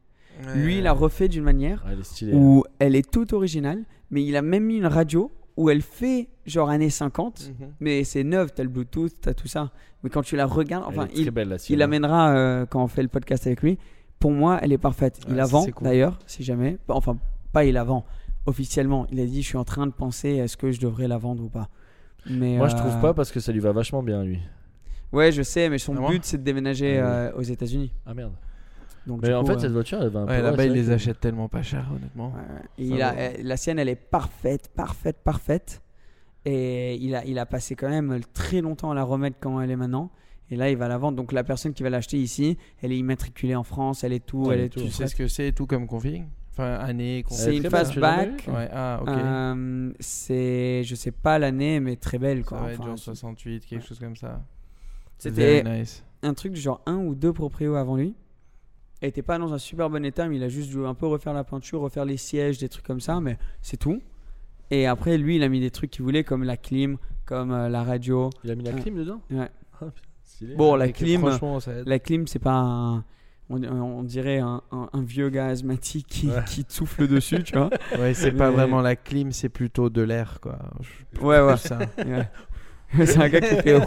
Speaker 5: Lui, il a refait d'une manière
Speaker 3: Ah,
Speaker 4: Ouais, elle est stylée. hein.
Speaker 5: où elle est toute originale, mais il a même mis une radio où elle fait genre années 50,
Speaker 3: Mhm.
Speaker 5: mais c'est neuf, t'as le Bluetooth, t'as tout ça. Mais quand tu la regardes,
Speaker 4: Elle
Speaker 5: enfin,
Speaker 4: est très
Speaker 5: il,
Speaker 4: belle la
Speaker 5: il
Speaker 4: sienne.
Speaker 5: amènera euh, quand on fait le podcast avec lui. Pour moi, elle est parfaite. Il
Speaker 3: Ouais,
Speaker 5: la
Speaker 3: ça,
Speaker 5: vend
Speaker 3: c'est cool.
Speaker 5: d'ailleurs, si jamais. Bah, Enfin, pas il la vend. Officiellement, il a dit Je suis en train de penser est-ce que je devrais la vendre ou pas. Mais,
Speaker 4: Moi, je
Speaker 5: euh,
Speaker 4: trouve pas parce que ça lui va vachement bien lui.
Speaker 5: Ouais, je sais, mais son
Speaker 3: Ah bon
Speaker 5: but c'est de déménager
Speaker 4: Ah oui.
Speaker 5: euh, aux États-Unis.
Speaker 4: Ah merde.
Speaker 5: Donc,
Speaker 4: Mais
Speaker 5: du
Speaker 4: en
Speaker 5: coup,
Speaker 4: fait,
Speaker 5: euh,
Speaker 4: cette voiture, elle va un peu.
Speaker 3: Ouais, là-bas,
Speaker 4: ouais,
Speaker 3: ils
Speaker 4: c'est
Speaker 3: les
Speaker 4: vrai que-
Speaker 3: achètent tellement pas cher, honnêtement.
Speaker 5: Ouais, ouais. Et il
Speaker 4: Ça
Speaker 5: a,
Speaker 4: va.
Speaker 5: euh, la sienne, elle est parfaite, parfaite, parfaite. Et il a, il a passé quand même très longtemps à la remettre quand elle est maintenant. Et là, il va la vendre. Donc la personne qui va l'acheter ici, elle est immatriculée en France, elle est tout,
Speaker 4: Ouais,
Speaker 5: elle
Speaker 4: et
Speaker 5: est
Speaker 4: tout.
Speaker 5: tout.
Speaker 3: Tu sais
Speaker 5: prête.
Speaker 3: ce que c'est et tout comme config Enfin, année, config.
Speaker 5: C'est
Speaker 4: Elle est
Speaker 5: une
Speaker 4: très belle,
Speaker 5: fast
Speaker 4: tu l'as jamais
Speaker 5: back.
Speaker 4: vue
Speaker 3: Ouais, ah, ok.
Speaker 5: Euh, c'est, je sais pas l'année, mais très belle
Speaker 3: ça
Speaker 5: quoi.
Speaker 3: va être
Speaker 5: Enfin,
Speaker 3: genre 68, quelque chose comme ça.
Speaker 5: C'était-
Speaker 3: Very nice.
Speaker 5: un truc du genre un ou deux proprios avant lui. Elle était pas dans un super bon état, mais il a juste dû un peu refaire la peinture, refaire les sièges, des trucs comme ça, mais c'est tout. Et après, lui, il a mis des trucs qu'il voulait, comme la clim, comme euh, la radio.
Speaker 4: Il a mis la
Speaker 5: Ouais.
Speaker 4: clim dedans
Speaker 5: Ouais.
Speaker 4: Ah, stylé.
Speaker 5: Bon, la
Speaker 3: Et que
Speaker 5: clim,
Speaker 3: Franchement, ça va être-
Speaker 5: la clim, c'est pas un- on, on dirait un, un- un vieux gars asthmatique qui, qui te souffle dessus, tu vois.
Speaker 3: Ouais, c'est pas
Speaker 5: Mais-
Speaker 3: vraiment la clim, c'est plutôt de l'air, quoi. Je-
Speaker 5: Ouais, ouais.
Speaker 3: ça.
Speaker 5: Ouais. c'est un gars qui fait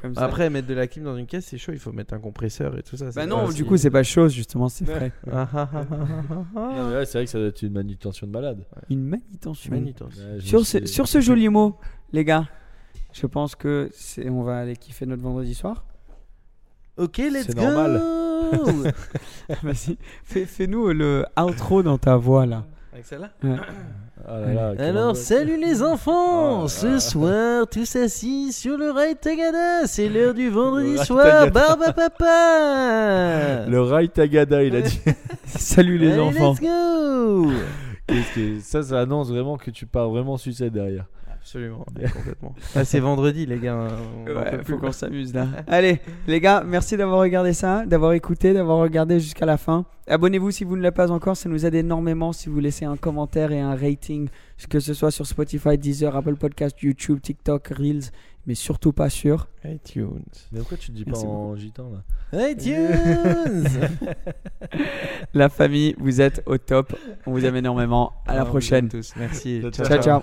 Speaker 5: comme ça.
Speaker 3: Après, mettre de la clim dans une caisse, c'est chaud, il faut mettre un compresseur et tout ça.
Speaker 5: bah
Speaker 3: c'est
Speaker 5: non,
Speaker 3: pas
Speaker 5: du
Speaker 3: si-
Speaker 5: coup, c'est pas chose, justement, c'est frais.
Speaker 3: Ah, ah, ah, ah, ah, ah.
Speaker 4: Non, mais ouais, c'est vrai que ça doit être une manutention de malade.
Speaker 5: Une manutention.
Speaker 3: Magnitos.
Speaker 4: Ouais, je me
Speaker 5: Sur
Speaker 4: suis-
Speaker 5: ce, sur ce joli mot, les gars, je pense que c'est, on va aller kiffer notre vendredi soir.
Speaker 3: Ok, let's
Speaker 4: C'est
Speaker 3: go.
Speaker 4: normal.
Speaker 5: Vas-y, fais, nous le outro dans ta voix là.
Speaker 3: Avec celle-là
Speaker 4: Ah là là, quelle
Speaker 3: Alors,
Speaker 4: angoisse.
Speaker 3: salut les enfants
Speaker 4: Oh là
Speaker 3: Ce
Speaker 4: là.
Speaker 3: soir, tous assis sur le rail Tagada, c'est l'heure du vendredi
Speaker 4: Le rail
Speaker 3: soir,
Speaker 4: Tagada.
Speaker 3: barbe à papa
Speaker 4: Le rail tagada, il a dit.
Speaker 5: Salut les
Speaker 3: Allez,
Speaker 5: enfants.
Speaker 3: let's go
Speaker 4: Qu'est-ce que- Ça, ça annonce vraiment que tu pars vraiment sucette derrière.
Speaker 3: Absolument, complètement. Ah, c'est vendredi, les gars.
Speaker 5: hein. Ouais, faut qu'on s'amuse là. Allez, les gars, merci d'avoir regardé ça, d'avoir écouté, d'avoir regardé jusqu'à la fin. Abonnez-vous si vous ne l'avez pas encore, ça nous aide énormément si vous laissez un commentaire et un rating, que ce soit sur Spotify, Deezer, Apple Podcast, YouTube, TikTok, Reels, mais surtout pas sur
Speaker 3: iTunes.
Speaker 4: Mais pourquoi tu te dis pas
Speaker 5: Merci
Speaker 4: en gitan là
Speaker 3: iTunes
Speaker 5: la famille. Vous êtes au top. On vous aime énormément. À
Speaker 3: Ah
Speaker 5: la prochaine.
Speaker 3: tous. Merci.
Speaker 4: Ciao,
Speaker 5: Ciao, ciao.